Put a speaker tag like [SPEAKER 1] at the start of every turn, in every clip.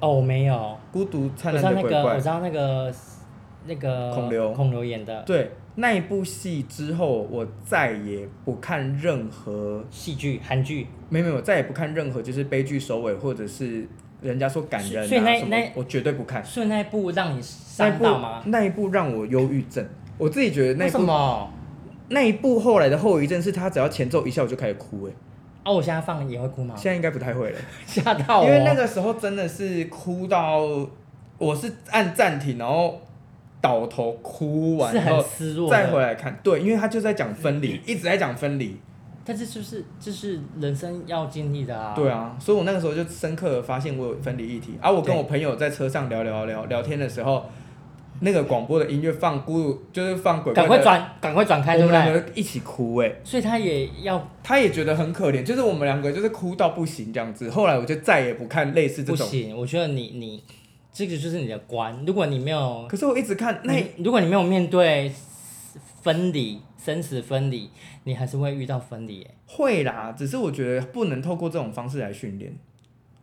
[SPEAKER 1] 哦，我没有，
[SPEAKER 2] 孤独灿
[SPEAKER 1] 我知
[SPEAKER 2] 烂
[SPEAKER 1] 道
[SPEAKER 2] 的
[SPEAKER 1] 那
[SPEAKER 2] 鬼
[SPEAKER 1] 个，我
[SPEAKER 2] 怪
[SPEAKER 1] 知。道那个那个
[SPEAKER 2] 孔刘
[SPEAKER 1] 孔刘演的
[SPEAKER 2] 对那一部戏之后，我再也不看任何，
[SPEAKER 1] 戏剧韩剧，
[SPEAKER 2] 没有没有，再也不看任何就是悲剧收尾，或者是人家说感人啊
[SPEAKER 1] 所以那
[SPEAKER 2] 什么
[SPEAKER 1] 那，
[SPEAKER 2] 我绝对不看。
[SPEAKER 1] 所以那一部让你
[SPEAKER 2] 那一
[SPEAKER 1] 伤
[SPEAKER 2] 部
[SPEAKER 1] 到吗？
[SPEAKER 2] 那一部让我忧郁症，我自己觉得那
[SPEAKER 1] 为
[SPEAKER 2] 一
[SPEAKER 1] 什
[SPEAKER 2] 部
[SPEAKER 1] 么？
[SPEAKER 2] 那一部后来的后遗症是，他只要前奏一下我就开始哭、欸，
[SPEAKER 1] 哦，我现在放也会哭吗
[SPEAKER 2] 哎，？现在应该不太会了。
[SPEAKER 1] 吓到我！
[SPEAKER 2] 因为那个时候真的是哭到，我是按暂停，然后倒头哭完
[SPEAKER 1] 是
[SPEAKER 2] 然后
[SPEAKER 1] 很失落的
[SPEAKER 2] 再回来看。对，因为他就在讲分离，一直在讲分离。
[SPEAKER 1] 但是就是就是人生要经历的啊。
[SPEAKER 2] 对啊，所以我那个时候就深刻的发现我有分离议题。啊，我跟我朋友在车上聊聊聊聊天的时候，那个广播的音乐放孤独，就是放鬼怪
[SPEAKER 1] 赶
[SPEAKER 2] 的，
[SPEAKER 1] 快转，赶快转开，对
[SPEAKER 2] 我
[SPEAKER 1] 不
[SPEAKER 2] 们两
[SPEAKER 1] 对？
[SPEAKER 2] 个一起哭哎、
[SPEAKER 1] 所以他也要
[SPEAKER 2] 他也觉得很可怜，就是我们两个就是哭到不行这样子。后来我就再也不看类似这
[SPEAKER 1] 不
[SPEAKER 2] 种，
[SPEAKER 1] 行，我觉得你你这个就是你的关，如果你没有
[SPEAKER 2] 可是我一直看那
[SPEAKER 1] 你如果你没有面对分离生死分离，你还是会遇到分离耶。啊
[SPEAKER 2] 会啦，只是我觉得不能透过这种方式来训练，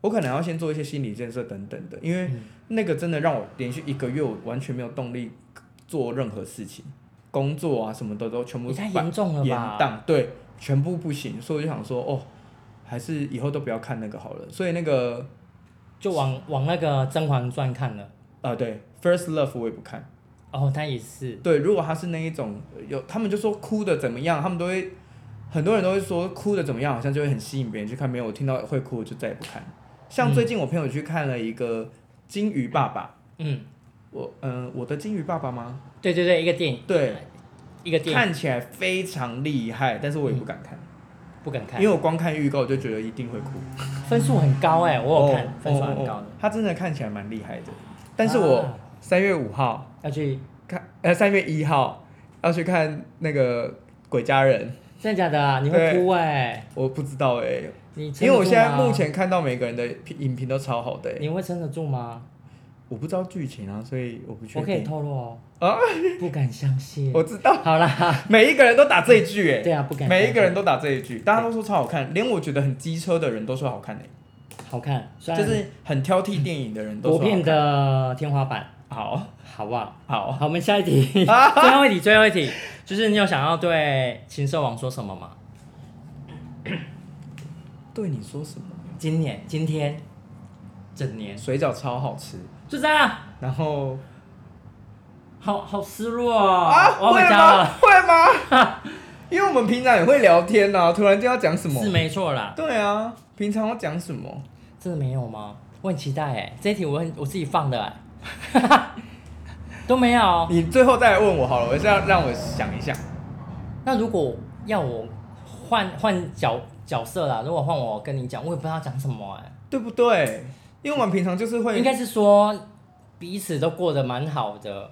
[SPEAKER 2] 我可能要先做一些心理建设等等的，因为
[SPEAKER 1] 嗯
[SPEAKER 2] 那个真的让我连续一个月我完全没有动力做任何事情，工作啊什么的都全部
[SPEAKER 1] 你太
[SPEAKER 2] 把
[SPEAKER 1] 严重了
[SPEAKER 2] 延
[SPEAKER 1] 吧？
[SPEAKER 2] 宕，对，全部不行，所以我就想说，哦，还是以后都不要看那个好了。所以那个
[SPEAKER 1] 就往往那个《甄嬛传》看了。
[SPEAKER 2] 啊、对，First Love 我也不看。
[SPEAKER 1] 哦，他也是，
[SPEAKER 2] 对，如果他是那一种有，他们就说哭的怎么样，他们都会，很多人都会说哭的怎么样，好像就会很吸引别人去看。没有，我听到会哭，我就再也不看。像最近我朋友去看了一个《金鱼爸爸》，
[SPEAKER 1] 嗯，
[SPEAKER 2] 我嗯、呃我的金鱼爸爸吗？
[SPEAKER 1] 对对对，一个电影，
[SPEAKER 2] 对，
[SPEAKER 1] 一个电影
[SPEAKER 2] 看起来非常厉害，但是我也不敢看，
[SPEAKER 1] 嗯不敢看
[SPEAKER 2] 因为，我光看预告就觉得一定会哭。
[SPEAKER 1] 分数很高哎，我有
[SPEAKER 2] 哦
[SPEAKER 1] 看，分数很
[SPEAKER 2] 哦
[SPEAKER 1] 高
[SPEAKER 2] 哦
[SPEAKER 1] 的，
[SPEAKER 2] 他真的看起来蛮厉害的，但是我
[SPEAKER 1] 啊
[SPEAKER 2] 三月五号
[SPEAKER 1] 要去，
[SPEAKER 2] 看，呃，三月一号要去看那个《鬼家人》。
[SPEAKER 1] 真的假的啊？你会
[SPEAKER 2] 对
[SPEAKER 1] 哭哎？
[SPEAKER 2] 我不知道哎、
[SPEAKER 1] 你撑
[SPEAKER 2] 因
[SPEAKER 1] 得
[SPEAKER 2] 为我现在
[SPEAKER 1] 住吗
[SPEAKER 2] 目前看到每个人的评影评都超好的、欸，
[SPEAKER 1] 你会撑得住吗？
[SPEAKER 2] 我不知道剧情啊，所以我不确
[SPEAKER 1] 我可以
[SPEAKER 2] 定。
[SPEAKER 1] 透露哦，
[SPEAKER 2] 啊，
[SPEAKER 1] 不敢相信。
[SPEAKER 2] 我知道，
[SPEAKER 1] 好啦，
[SPEAKER 2] 每一个人都打这一句哎、
[SPEAKER 1] 对啊，不敢相信。
[SPEAKER 2] 每一个人都打这一句，大家都说超好看，连我觉得很机车的人都说好看哎、
[SPEAKER 1] 好看，虽然
[SPEAKER 2] 就是很挑剔电影的人都
[SPEAKER 1] 国
[SPEAKER 2] 说好看
[SPEAKER 1] 片的天花板，
[SPEAKER 2] 好
[SPEAKER 1] 好不好？
[SPEAKER 2] 好，
[SPEAKER 1] 哦好，我们下一题，最后一题，最后一题，就是你有想要对禽兽王说什么吗？
[SPEAKER 2] 对你说什么？
[SPEAKER 1] 今年，今天，整年，
[SPEAKER 2] 水饺超好吃，
[SPEAKER 1] 就这样，
[SPEAKER 2] 然后
[SPEAKER 1] 好好失落哦，我要
[SPEAKER 2] 啊会
[SPEAKER 1] 回家
[SPEAKER 2] 吗
[SPEAKER 1] 了，？
[SPEAKER 2] 会吗？ 因为我们平常也会聊天呐、啊，突然间要讲什么
[SPEAKER 1] 是？没错啦，
[SPEAKER 2] 对啊，平常要讲什么？
[SPEAKER 1] 真的没有吗？我很期待哎，这一题我很我自己放的哎， 都没有。哦
[SPEAKER 2] 你最后再来问我好了，我是要让我想一下。
[SPEAKER 1] 那如果要我换换角角色啦，如果换我跟你讲，我也不知道讲什么哎、
[SPEAKER 2] 对不对？因为我们平常就是会
[SPEAKER 1] 应该是说彼此都过得蛮好的，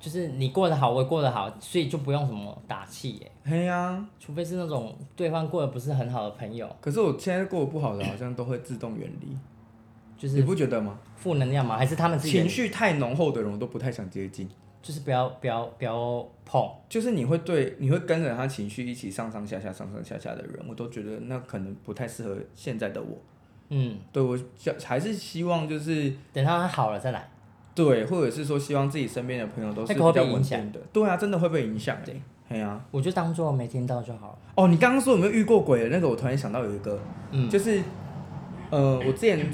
[SPEAKER 1] 就是你过得好，我也过得好，所以就不用什么打气耶、
[SPEAKER 2] 嘿呀、
[SPEAKER 1] 除非是那种对方过得不是很好的朋友，
[SPEAKER 2] 可是我现在过得不好的，好像都会自动远离，
[SPEAKER 1] 就
[SPEAKER 2] 你
[SPEAKER 1] 是
[SPEAKER 2] 不觉得吗？
[SPEAKER 1] 负能量嘛，还是他们自己
[SPEAKER 2] 情绪太浓厚的人，我都不太想接近。
[SPEAKER 1] 就是不要不要不要碰，
[SPEAKER 2] 就是你会对，你会跟着他情绪一起上上下下、上上下下的人，我都觉得那可能不太适合现在的我。
[SPEAKER 1] 嗯，
[SPEAKER 2] 对我想还是希望就是
[SPEAKER 1] 等到他好了再来。
[SPEAKER 2] 对，或者是说希望自己身边的朋友都是
[SPEAKER 1] 那
[SPEAKER 2] 比
[SPEAKER 1] 个会
[SPEAKER 2] 较
[SPEAKER 1] 被
[SPEAKER 2] 稳
[SPEAKER 1] 影响
[SPEAKER 2] 定的。对啊，真的会被影响。对，嘿呀、
[SPEAKER 1] 我就当做没听到就好了。
[SPEAKER 2] 哦，你刚刚说有没有遇过鬼的那个？我突然想到有一个，
[SPEAKER 1] 嗯
[SPEAKER 2] 就是，呃，我之前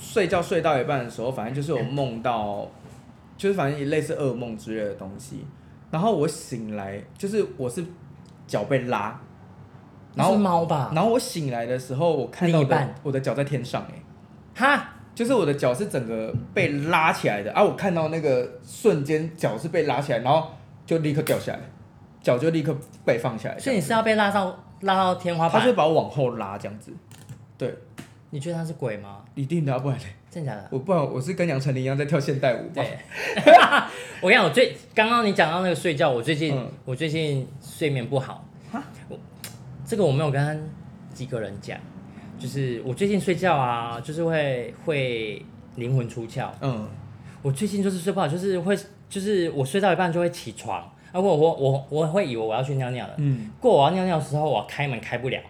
[SPEAKER 2] 睡觉睡到一半的时候，反正就是有梦到，就是反正也类似噩梦之类的东西。然后我醒来，就是我是脚被拉，然
[SPEAKER 1] 那
[SPEAKER 2] 后
[SPEAKER 1] 是猫吧？
[SPEAKER 2] 然后我醒来的时候，我看到
[SPEAKER 1] 啊另
[SPEAKER 2] 我
[SPEAKER 1] 一
[SPEAKER 2] 的
[SPEAKER 1] 半
[SPEAKER 2] 我的脚在天上、欸，
[SPEAKER 1] 哈，
[SPEAKER 2] 就是我的脚是整个被拉起来的啊！我看到那个瞬间，脚是被拉起来，然后就立刻掉下来，脚就立刻被放下来。
[SPEAKER 1] 所以你是要被拉到拉到天花
[SPEAKER 2] 他就
[SPEAKER 1] 板？
[SPEAKER 2] 把我往后拉这样子，对，
[SPEAKER 1] 你觉得他是鬼吗？
[SPEAKER 2] 一定的、啊，不然嘞
[SPEAKER 1] 真的假的？
[SPEAKER 2] 我不然我是跟杨丞琳一样在跳现代舞吧？
[SPEAKER 1] 对，我跟你讲，我最刚刚你讲到那个睡觉，我最近、
[SPEAKER 2] 嗯
[SPEAKER 1] 我最近睡眠不好
[SPEAKER 2] 哈。
[SPEAKER 1] 我这个我没有跟几个人讲，就是我最近睡觉啊，就是会会灵魂出窍。
[SPEAKER 2] 嗯，
[SPEAKER 1] 我最近就是睡不好，就是会就是我睡到一半就会起床，啊，我我我我会以为我要去尿尿了，
[SPEAKER 2] 嗯，
[SPEAKER 1] 过我要尿尿的时候，我开门开不了，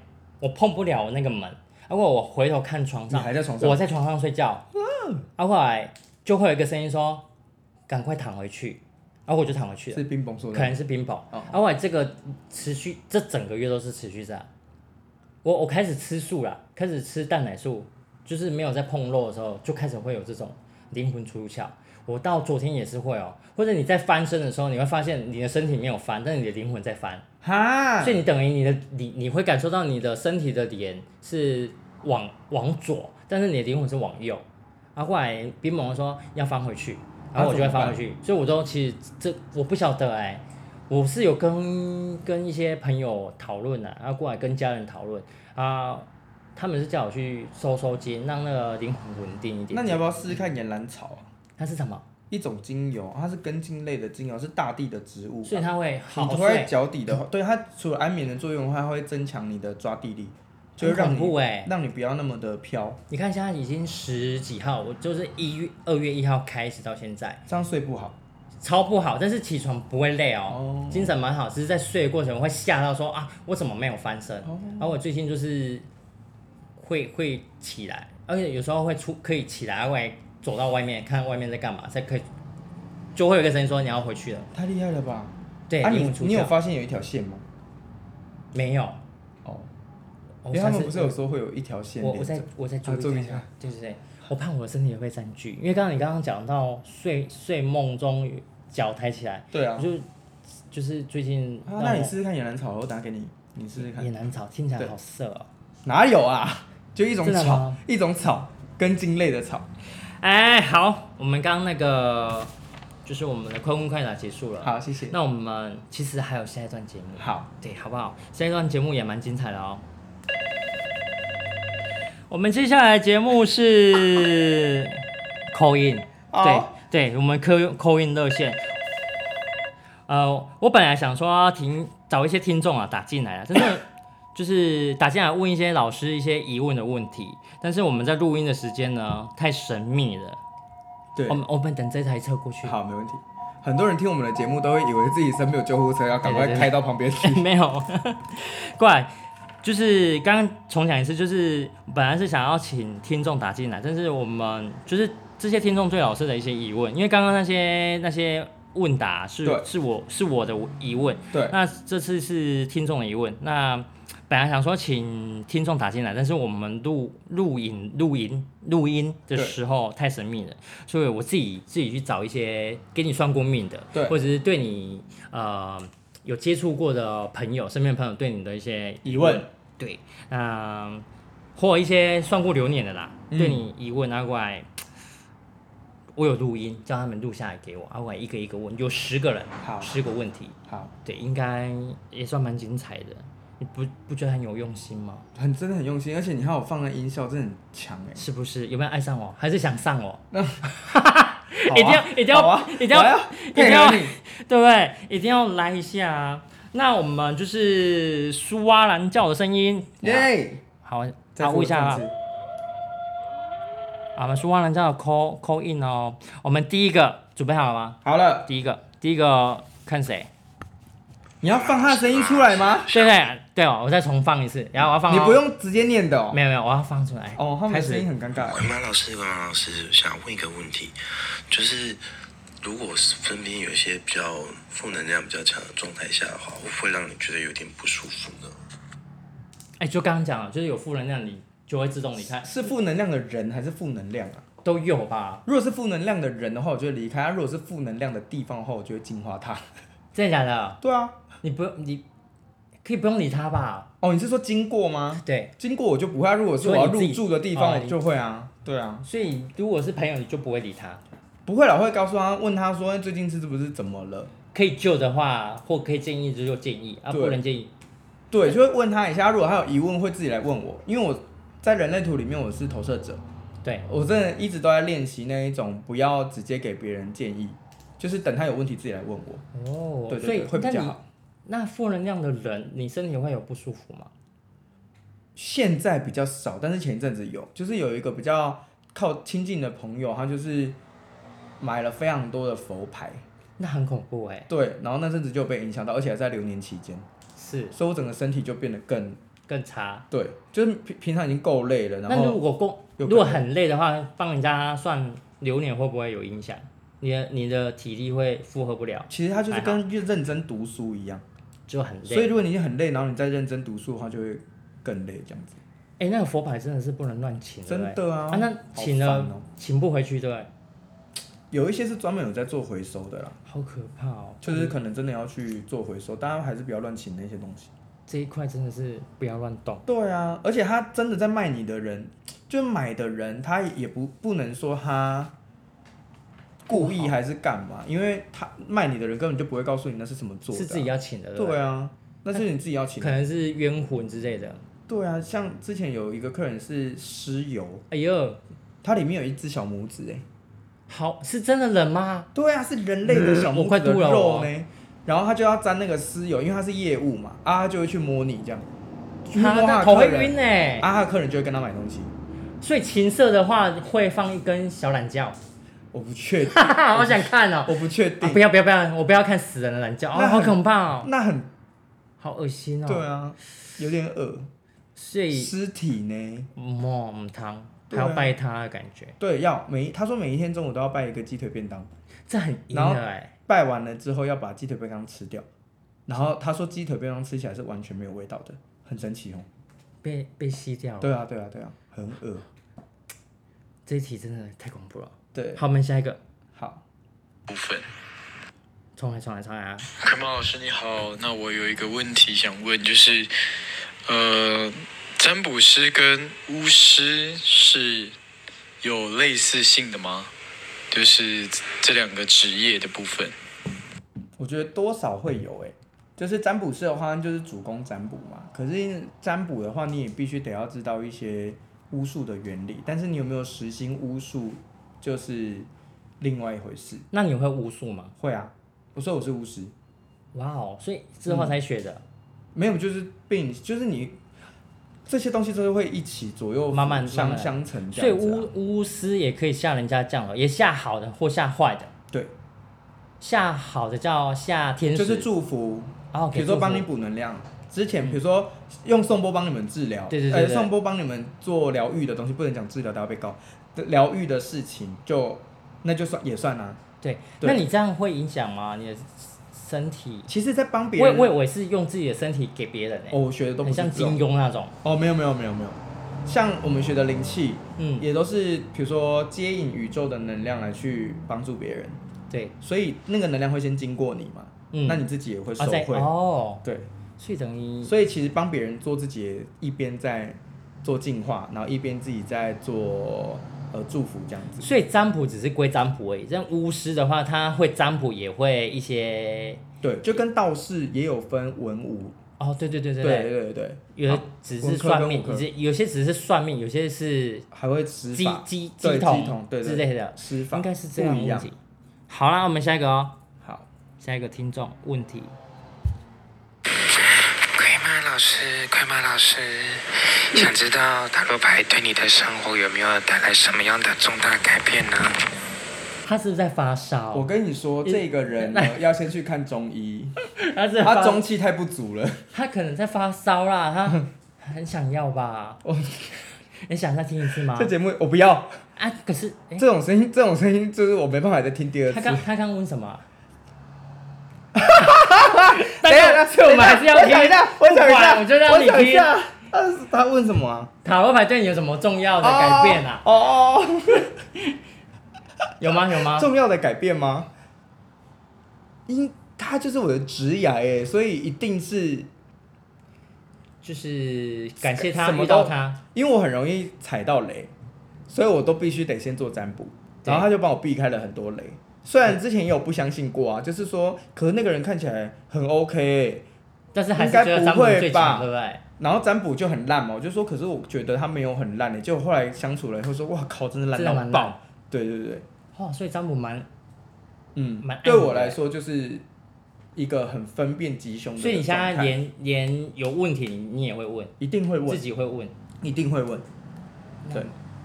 [SPEAKER 1] 我碰不了那个门，如果我回头看床
[SPEAKER 2] 你
[SPEAKER 1] 上，
[SPEAKER 2] 还在床上嗯
[SPEAKER 1] 我在床上睡觉，啊，后来就会有一个声音说，赶快躺回去，然后我就躺回去了，
[SPEAKER 2] 是冰崩说
[SPEAKER 1] 可
[SPEAKER 2] 的，
[SPEAKER 1] 能是冰雹，
[SPEAKER 2] 哦
[SPEAKER 1] 啊，后来这个持续这整个月都是持续这样，我我开始吃素啦，开始吃蛋奶素，就是没有在碰肉的时候就开始会有这种灵魂出窍。我到昨天也是会哦、或者你在翻身的时候，你会发现你的身体没有翻，但你的灵魂在翻。
[SPEAKER 2] 哈
[SPEAKER 1] 所，以你等于你的你你会感受到你的身体的脸是往往左，但是你的灵魂是往右。啊然后后来冰萌说要翻回去，然后我就会翻回去，所以我都其实这我不晓得哎、我是有跟跟一些朋友讨论啊，然后过来跟家人讨论啊，他们是叫我去收收筋，让那个灵魂稳定一点。
[SPEAKER 2] 那你要不要试试看岩兰草啊？
[SPEAKER 1] 它是什么？
[SPEAKER 2] 一种精油，它是根茎类的精油，是大地的植物。
[SPEAKER 1] 所以它会好
[SPEAKER 2] 你涂在
[SPEAKER 1] 睡，
[SPEAKER 2] 脚底的话，对它除了安眠的作用的话，它会增强你的抓地力，就会
[SPEAKER 1] 很
[SPEAKER 2] 让
[SPEAKER 1] 恐
[SPEAKER 2] 你
[SPEAKER 1] 怖哎、
[SPEAKER 2] 让你不要那么的飘，
[SPEAKER 1] 你看现在已经十几号，我就是一月二月一号开始到现在。
[SPEAKER 2] 这样睡不好。
[SPEAKER 1] 超不好，但是起床不会累哦，
[SPEAKER 2] 哦
[SPEAKER 1] 精神蛮好，只是在睡的过程会吓到说啊，我怎么没有翻身？
[SPEAKER 2] 哦
[SPEAKER 1] 然后我最近就是会会起来，而且有时候会出可以起来外走到外面看外面在干嘛，再可以就会有一个声音说你要回去了，
[SPEAKER 2] 太厉害了吧？
[SPEAKER 1] 对，
[SPEAKER 2] 啊你
[SPEAKER 1] 灵魂出
[SPEAKER 2] 你有
[SPEAKER 1] 窍
[SPEAKER 2] 发现有一条线吗？
[SPEAKER 1] 没有？
[SPEAKER 2] 哦，
[SPEAKER 1] 我
[SPEAKER 2] 因为他
[SPEAKER 1] 上
[SPEAKER 2] 们
[SPEAKER 1] 次
[SPEAKER 2] 不是有说会有一条线
[SPEAKER 1] 我
[SPEAKER 2] 连
[SPEAKER 1] 我再
[SPEAKER 2] 着，
[SPEAKER 1] 我再
[SPEAKER 2] 啊
[SPEAKER 1] 注
[SPEAKER 2] 注
[SPEAKER 1] 意
[SPEAKER 2] 意
[SPEAKER 1] 一
[SPEAKER 2] 一
[SPEAKER 1] 下
[SPEAKER 2] 下，
[SPEAKER 1] 对对对，我怕我的身体也会占据，因为刚刚你刚刚讲到睡睡梦中脚抬起来，
[SPEAKER 2] 对
[SPEAKER 1] 我
[SPEAKER 2] 啊。
[SPEAKER 1] 就就是最近
[SPEAKER 2] 啊
[SPEAKER 1] 让，
[SPEAKER 2] 那你
[SPEAKER 1] 我
[SPEAKER 2] 试试看野兰草，我打给你，你试试看
[SPEAKER 1] 也。难找，听起来
[SPEAKER 2] 对
[SPEAKER 1] 好色哦、
[SPEAKER 2] 哪有啊？就一种
[SPEAKER 1] 真的
[SPEAKER 2] 草
[SPEAKER 1] 吗，
[SPEAKER 2] 一种草，根茎类的草。
[SPEAKER 1] 哎，好，我们刚刚那个就是我们的快问快答结束了。
[SPEAKER 2] 好，谢谢。
[SPEAKER 1] 那我们其实还有下一段节目，
[SPEAKER 2] 好，
[SPEAKER 1] 对，好不好？下一段节目也蛮精彩的哦。我们接下来的节目是口音，
[SPEAKER 2] 哦
[SPEAKER 1] 对对，我们科口音热线。呃，我本来想说听找一些听众啊打进来啊，真 的就是打进来问一些老师一些疑问的问题，但是我们在录音的时间呢太神秘了，
[SPEAKER 2] 对
[SPEAKER 1] 我，们我们等这台车过去。
[SPEAKER 2] 好，没问题。很多人听我们的节目都会以为自己身边有救护车，要赶快
[SPEAKER 1] 对对对
[SPEAKER 2] 开到旁 边去。
[SPEAKER 1] 没有，过来，就是刚刚重讲一次，就是本来是想要请听众打进来，但是我们就是这些听众对老师的一些疑问，因为刚刚那些那些问答是
[SPEAKER 2] 对
[SPEAKER 1] 是我是我的疑问，
[SPEAKER 2] 对，
[SPEAKER 1] 那这次是听众的疑问，那。本来想说请听众打进来，但是我们录录影、录音、录音的
[SPEAKER 2] 对
[SPEAKER 1] 时候太神秘了，所以我自己自己去找一些给你算过命的，
[SPEAKER 2] 对
[SPEAKER 1] 或者是对你呃有接触过的朋友、身边的朋友对你的一些
[SPEAKER 2] 疑问，
[SPEAKER 1] 对，那、或一些算过流年的啦，
[SPEAKER 2] 嗯
[SPEAKER 1] 对你疑问，阿怪，我有录音，叫他们录下来给我，阿怪一个一个问，有十个人，
[SPEAKER 2] 好
[SPEAKER 1] 十个问题，
[SPEAKER 2] 好，
[SPEAKER 1] 对，应该也算蛮精彩的，你不不觉得很有用心吗？
[SPEAKER 2] 很真的很用心，而且你看我放的音效，真的很强哎、
[SPEAKER 1] 是不是？有没有爱上我？还是想上我？
[SPEAKER 2] 好啊
[SPEAKER 1] 一定要一定要
[SPEAKER 2] 好啊、
[SPEAKER 1] 一定要
[SPEAKER 2] 我要
[SPEAKER 1] 一定要
[SPEAKER 2] 配合你
[SPEAKER 1] 对不对？一定要来一下啊！那我们就是苏阿兰教的声音，
[SPEAKER 2] 耶！
[SPEAKER 1] 好，
[SPEAKER 2] 再
[SPEAKER 1] 啊好，
[SPEAKER 2] 付
[SPEAKER 1] 问一下啊
[SPEAKER 2] 控。制
[SPEAKER 1] 啊，我们苏万人家的 call call in 哦。我们第一个准备好了吗？
[SPEAKER 2] 好了，
[SPEAKER 1] 第一个，第一个看谁？
[SPEAKER 2] 你要放他的声音出来吗？
[SPEAKER 1] 对对对哦，我再重放一次，然后我要放、哦。
[SPEAKER 2] 你不，用直接念的哦。
[SPEAKER 1] 没有没有，我要放出来。
[SPEAKER 2] 哦，他们
[SPEAKER 1] 开
[SPEAKER 2] 的声音
[SPEAKER 1] 始。
[SPEAKER 2] 很尴尬欸。
[SPEAKER 3] 那哎老师，王老师想问一个问题，就是如果身边有一些比较负能量比较强的状态下的话，会不会让你觉得有点不舒服呢？
[SPEAKER 1] 哎，就刚刚讲了，就是有负能量，你就会自动离开，
[SPEAKER 2] 是负能量的人还是负能量啊？
[SPEAKER 1] 都有吧？
[SPEAKER 2] 如果是负能量的人的话，我就会离开；他如果是负能量的地方的话，我就会净化他。
[SPEAKER 1] 真的假的？
[SPEAKER 2] 对啊，
[SPEAKER 1] 你不用，你可以不用理他吧？
[SPEAKER 2] 哦，你是说经过吗？
[SPEAKER 1] 对，
[SPEAKER 2] 经过我就不会啊。如果是我要入住的地
[SPEAKER 1] 所以
[SPEAKER 2] 方，
[SPEAKER 1] 你自己
[SPEAKER 2] 我就会啊。对啊，
[SPEAKER 1] 所以如果是朋友，你就不会理他。
[SPEAKER 2] 不会啦，啊我会告诉他，问他说哎最近是不是怎么了？
[SPEAKER 1] 可以救的话，或可以建议就就建议，啊，
[SPEAKER 2] 对
[SPEAKER 1] 不能建议。
[SPEAKER 2] 对，就会问他一下。如果他有疑问，会自己来问我，因为我在人类图里面我是投射者，
[SPEAKER 1] 对，
[SPEAKER 2] 我真的一直都在练习那一种不要直接给别人建议，就是等他有问题自己来问我。
[SPEAKER 1] 哦，
[SPEAKER 2] 对
[SPEAKER 1] 所
[SPEAKER 2] 对
[SPEAKER 1] 以
[SPEAKER 2] 对，会比
[SPEAKER 1] 但
[SPEAKER 2] 较
[SPEAKER 1] 你
[SPEAKER 2] 好。
[SPEAKER 1] 那负能量的人，你身体会有不舒服吗？
[SPEAKER 2] 现在比较少，但是前一阵子有，就是有一个比较靠亲近的朋友，他就是买了非常多的佛牌，
[SPEAKER 1] 那很恐怖哎、
[SPEAKER 2] 对，然后那阵子就被影响到，而且还在流年期间，
[SPEAKER 1] 是
[SPEAKER 2] 所以我整个身体就变得更
[SPEAKER 1] 更差。
[SPEAKER 2] 对，就是平平常已经够累了，然
[SPEAKER 1] 那
[SPEAKER 2] 后
[SPEAKER 1] 如果工
[SPEAKER 2] 又
[SPEAKER 1] 如
[SPEAKER 2] 更
[SPEAKER 1] 果很累的话，帮人家算流年会不会有影响？你的你的体力会负荷不了，
[SPEAKER 2] 其实他就是跟认真读书一样，
[SPEAKER 1] 就很
[SPEAKER 2] 所以
[SPEAKER 1] 累。
[SPEAKER 2] 如果你很累，然后你再认真读书的话，就会更累这样子。
[SPEAKER 1] 哎、那个佛牌真的是不能乱请，对不对
[SPEAKER 2] 真的啊
[SPEAKER 1] 啊，那请
[SPEAKER 2] 好
[SPEAKER 1] 了
[SPEAKER 2] 烦哦
[SPEAKER 1] 请不回去，对不对，
[SPEAKER 2] 有一些是专门有在做回收的啦，
[SPEAKER 1] 好可怕哦。
[SPEAKER 2] 就是可能真的要去做回收，大家还是不要乱请那些东西。
[SPEAKER 1] 这一块真的是不要乱动。
[SPEAKER 2] 对啊，而且他真的在卖你的人，就买的人，他也不不能说他故意还是干嘛，因为他卖你的人根本就不会告诉你那是什么做的啊、
[SPEAKER 1] 是自己要请的，对不
[SPEAKER 2] 对啊，那是你自己要请
[SPEAKER 1] 可
[SPEAKER 2] 的。
[SPEAKER 1] 能是冤魂之类的。
[SPEAKER 2] 对啊，像之前有一个客人是尸油，
[SPEAKER 1] 哎呦，
[SPEAKER 2] 它里面有一只小拇指哎、
[SPEAKER 1] 好，是真的冷吗？
[SPEAKER 2] 对啊，是人类的小拇
[SPEAKER 1] 我快
[SPEAKER 2] 指的
[SPEAKER 1] 吐了哦
[SPEAKER 2] 肉
[SPEAKER 1] 嗯我
[SPEAKER 2] 呢。然后他就要沾那个尸油，因为他是业务嘛，啊，他就会去摸你这样，去摸
[SPEAKER 1] 他
[SPEAKER 2] 他
[SPEAKER 1] 那
[SPEAKER 2] 的
[SPEAKER 1] 头
[SPEAKER 2] 客
[SPEAKER 1] 会晕欸
[SPEAKER 2] 人，
[SPEAKER 1] 呢、
[SPEAKER 2] 啊，他的客人就会跟他买东西。
[SPEAKER 1] 所以情色的话会放一根小懒觉，
[SPEAKER 2] 我不确定，
[SPEAKER 1] 哈哈，好想看哦、
[SPEAKER 2] 我不确
[SPEAKER 1] 啊
[SPEAKER 2] 嗯定
[SPEAKER 1] 不。要不要不要，我不要看死人的懒觉，哦，
[SPEAKER 2] 那
[SPEAKER 1] 好
[SPEAKER 2] 很
[SPEAKER 1] 可怕哦、
[SPEAKER 2] 那很
[SPEAKER 1] 好恶心哦、
[SPEAKER 2] 对啊，有点恶。
[SPEAKER 1] 所以
[SPEAKER 2] 尸体呢？
[SPEAKER 1] 莫母汤还
[SPEAKER 2] 对啊
[SPEAKER 1] 要拜他的感觉，
[SPEAKER 2] 对，要每一他说每一天中午都要拜一个鸡腿便当，
[SPEAKER 1] 这很阴
[SPEAKER 2] 然后
[SPEAKER 1] 的哎、
[SPEAKER 2] 拜完了之后要把鸡腿便当吃掉。然后他说鸡腿便当吃起来是完全没有味道的，很神奇哦。
[SPEAKER 1] 被被吸掉了。
[SPEAKER 2] 对啊，对啊，对啊，很恶。
[SPEAKER 1] 这一题真的太恐怖了。
[SPEAKER 2] 对，
[SPEAKER 1] 好，我们下一个，
[SPEAKER 2] 好，
[SPEAKER 4] 部分。
[SPEAKER 1] 重来重来重来啊！
[SPEAKER 4] 凯猫老师你好，那我有一个问题想问，就是呃，占卜师跟巫师是有类似性的吗？就是这两个职业的部分。
[SPEAKER 2] 我觉得多少会有诶、就是占卜师的话就是主攻占卜嘛，可是占卜的话你也必须得要知道一些巫术的原理，但是你有没有实行巫术就是另外一回事。
[SPEAKER 1] 那你会巫术吗？
[SPEAKER 2] 会啊，我说我是巫师。
[SPEAKER 1] 哇哦，所以之后才学的，
[SPEAKER 2] 没有，就是并就是你这些东西都是会一起左右
[SPEAKER 1] 慢慢
[SPEAKER 2] 相
[SPEAKER 1] 慢慢
[SPEAKER 2] 相成
[SPEAKER 1] 所
[SPEAKER 2] 这
[SPEAKER 1] 以
[SPEAKER 2] 样子、啊。
[SPEAKER 1] 巫巫师也可以下人家降了，也下好的或下坏的。
[SPEAKER 2] 对，
[SPEAKER 1] 下好的叫下天使，
[SPEAKER 2] 就是祝福，
[SPEAKER 1] 哦，
[SPEAKER 2] 比如说帮你补能量。之前比如说用颂钵帮你们治疗，
[SPEAKER 1] 对对对
[SPEAKER 2] 呃，
[SPEAKER 1] 对
[SPEAKER 2] 颂钵帮你们做疗愈的东西，不能讲治疗，大家被告。疗愈的事情就那就算也算啊啦、
[SPEAKER 1] 对，
[SPEAKER 2] 对
[SPEAKER 1] 那你这样会影响吗？你的身体？
[SPEAKER 2] 其实，在帮别
[SPEAKER 1] 我也
[SPEAKER 2] 人，
[SPEAKER 1] 我也我也是用自己的身体给别人、欸，
[SPEAKER 2] 哦，我学的都不
[SPEAKER 1] 很
[SPEAKER 2] 是
[SPEAKER 1] 像
[SPEAKER 2] 这种
[SPEAKER 1] 金庸那种，
[SPEAKER 2] 哦，没有没有没有没有，像我们学的灵气，
[SPEAKER 1] 嗯，
[SPEAKER 2] 也都是比如说接引宇宙的能量来去帮助别人。
[SPEAKER 1] 对，
[SPEAKER 2] 所以那个能量会先经过你嘛，
[SPEAKER 1] 嗯
[SPEAKER 2] 那你自己也会受
[SPEAKER 1] 啊在
[SPEAKER 2] 惠，
[SPEAKER 1] 哦，
[SPEAKER 2] 对，
[SPEAKER 1] 所以等于
[SPEAKER 2] 所以其实帮别人做自己也一边在做净化，然后一边自己在做呃祝福这样子，
[SPEAKER 1] 所以占卜只是归占卜而已，但巫师的话，他会占卜也会一些
[SPEAKER 2] 对，就跟道士也有分文武，
[SPEAKER 1] 哦，对对对
[SPEAKER 2] 对
[SPEAKER 1] 对
[SPEAKER 2] 对对对，
[SPEAKER 1] 有的
[SPEAKER 2] 好
[SPEAKER 1] 只
[SPEAKER 2] 文
[SPEAKER 1] 是
[SPEAKER 2] 科
[SPEAKER 1] 算
[SPEAKER 2] 跟
[SPEAKER 1] 命
[SPEAKER 2] 武，科
[SPEAKER 1] 有些有些只是算命，有些是
[SPEAKER 2] 还会施
[SPEAKER 1] 鸡
[SPEAKER 2] 法，
[SPEAKER 1] 鸡鸡
[SPEAKER 2] 对鸡
[SPEAKER 1] 桶
[SPEAKER 2] 桶对对
[SPEAKER 1] 之类的，
[SPEAKER 2] 施法
[SPEAKER 1] 应该是这样
[SPEAKER 2] 不一
[SPEAKER 1] 的问
[SPEAKER 2] 样，
[SPEAKER 1] 题。好啦，我们下一个哦，
[SPEAKER 2] 好，
[SPEAKER 1] 下一个听众问题，
[SPEAKER 3] 快马老师，快马老师，想知道塔罗牌对你的生活有没有带来什么样的重大改变呢？
[SPEAKER 1] 他是不是在发烧？
[SPEAKER 2] 我跟你说，
[SPEAKER 1] 嗯
[SPEAKER 2] 这个 人呢要先去看中医，
[SPEAKER 1] 他是在
[SPEAKER 2] 他
[SPEAKER 1] 发
[SPEAKER 2] 中气太不足 了，
[SPEAKER 1] 他可能在发烧啦，他 很想要吧？你想再听一次吗
[SPEAKER 2] 这？节目我不要，
[SPEAKER 1] 啊，可是哎，
[SPEAKER 2] 这种声音，这种声音就是我没办法再听第二
[SPEAKER 1] 他
[SPEAKER 2] 次。
[SPEAKER 1] 刚他刚问什么 啊？
[SPEAKER 2] 等一下，那
[SPEAKER 1] 但是我们还是要
[SPEAKER 2] 我
[SPEAKER 1] 听。
[SPEAKER 2] 想一下，我想一
[SPEAKER 1] 不
[SPEAKER 2] 下，
[SPEAKER 1] 管我就让你
[SPEAKER 2] 想一
[SPEAKER 1] 听。
[SPEAKER 2] 下。他是他问什么啊？
[SPEAKER 1] 塔罗牌对你有什么重要的改变啊？
[SPEAKER 2] 哦，哦
[SPEAKER 1] 有吗？有
[SPEAKER 2] 哦
[SPEAKER 1] 吗？
[SPEAKER 2] 重要的改变吗？因他就是我的职涯哎，所以一定是
[SPEAKER 1] 就是感谢他
[SPEAKER 2] 什么
[SPEAKER 1] 遇
[SPEAKER 2] 都
[SPEAKER 1] 到他，
[SPEAKER 2] 因为我很容易踩到雷，所以我都必须得先做占卜，
[SPEAKER 1] 对
[SPEAKER 2] 然后他就帮我避开了很多雷。虽然之前也有不相信过啊，就是说，可是那个人看起来很 OK，欸
[SPEAKER 1] 但是还是
[SPEAKER 2] 应该
[SPEAKER 1] 觉得占
[SPEAKER 2] 不
[SPEAKER 1] 卜
[SPEAKER 2] 会
[SPEAKER 1] 最
[SPEAKER 2] 吧
[SPEAKER 1] 强，对不对？
[SPEAKER 2] 然后占卜就很烂嘛，我就说，可是我觉得他没有很烂的，欸结果后来相处了以后说，哇靠，真的烂
[SPEAKER 1] 真的
[SPEAKER 2] 到
[SPEAKER 1] 蛮
[SPEAKER 2] 爆，对对对，
[SPEAKER 1] 哇，所以占卜蛮，
[SPEAKER 2] 嗯
[SPEAKER 1] 蛮，
[SPEAKER 2] 对
[SPEAKER 1] 暗
[SPEAKER 2] 我
[SPEAKER 1] 的
[SPEAKER 2] 来说就是一个很分辨吉凶的状态，
[SPEAKER 1] 所以你现在连连有问题你也会问，
[SPEAKER 2] 一定会
[SPEAKER 1] 自
[SPEAKER 2] 问，
[SPEAKER 1] 己会问。
[SPEAKER 2] 一定会问，对。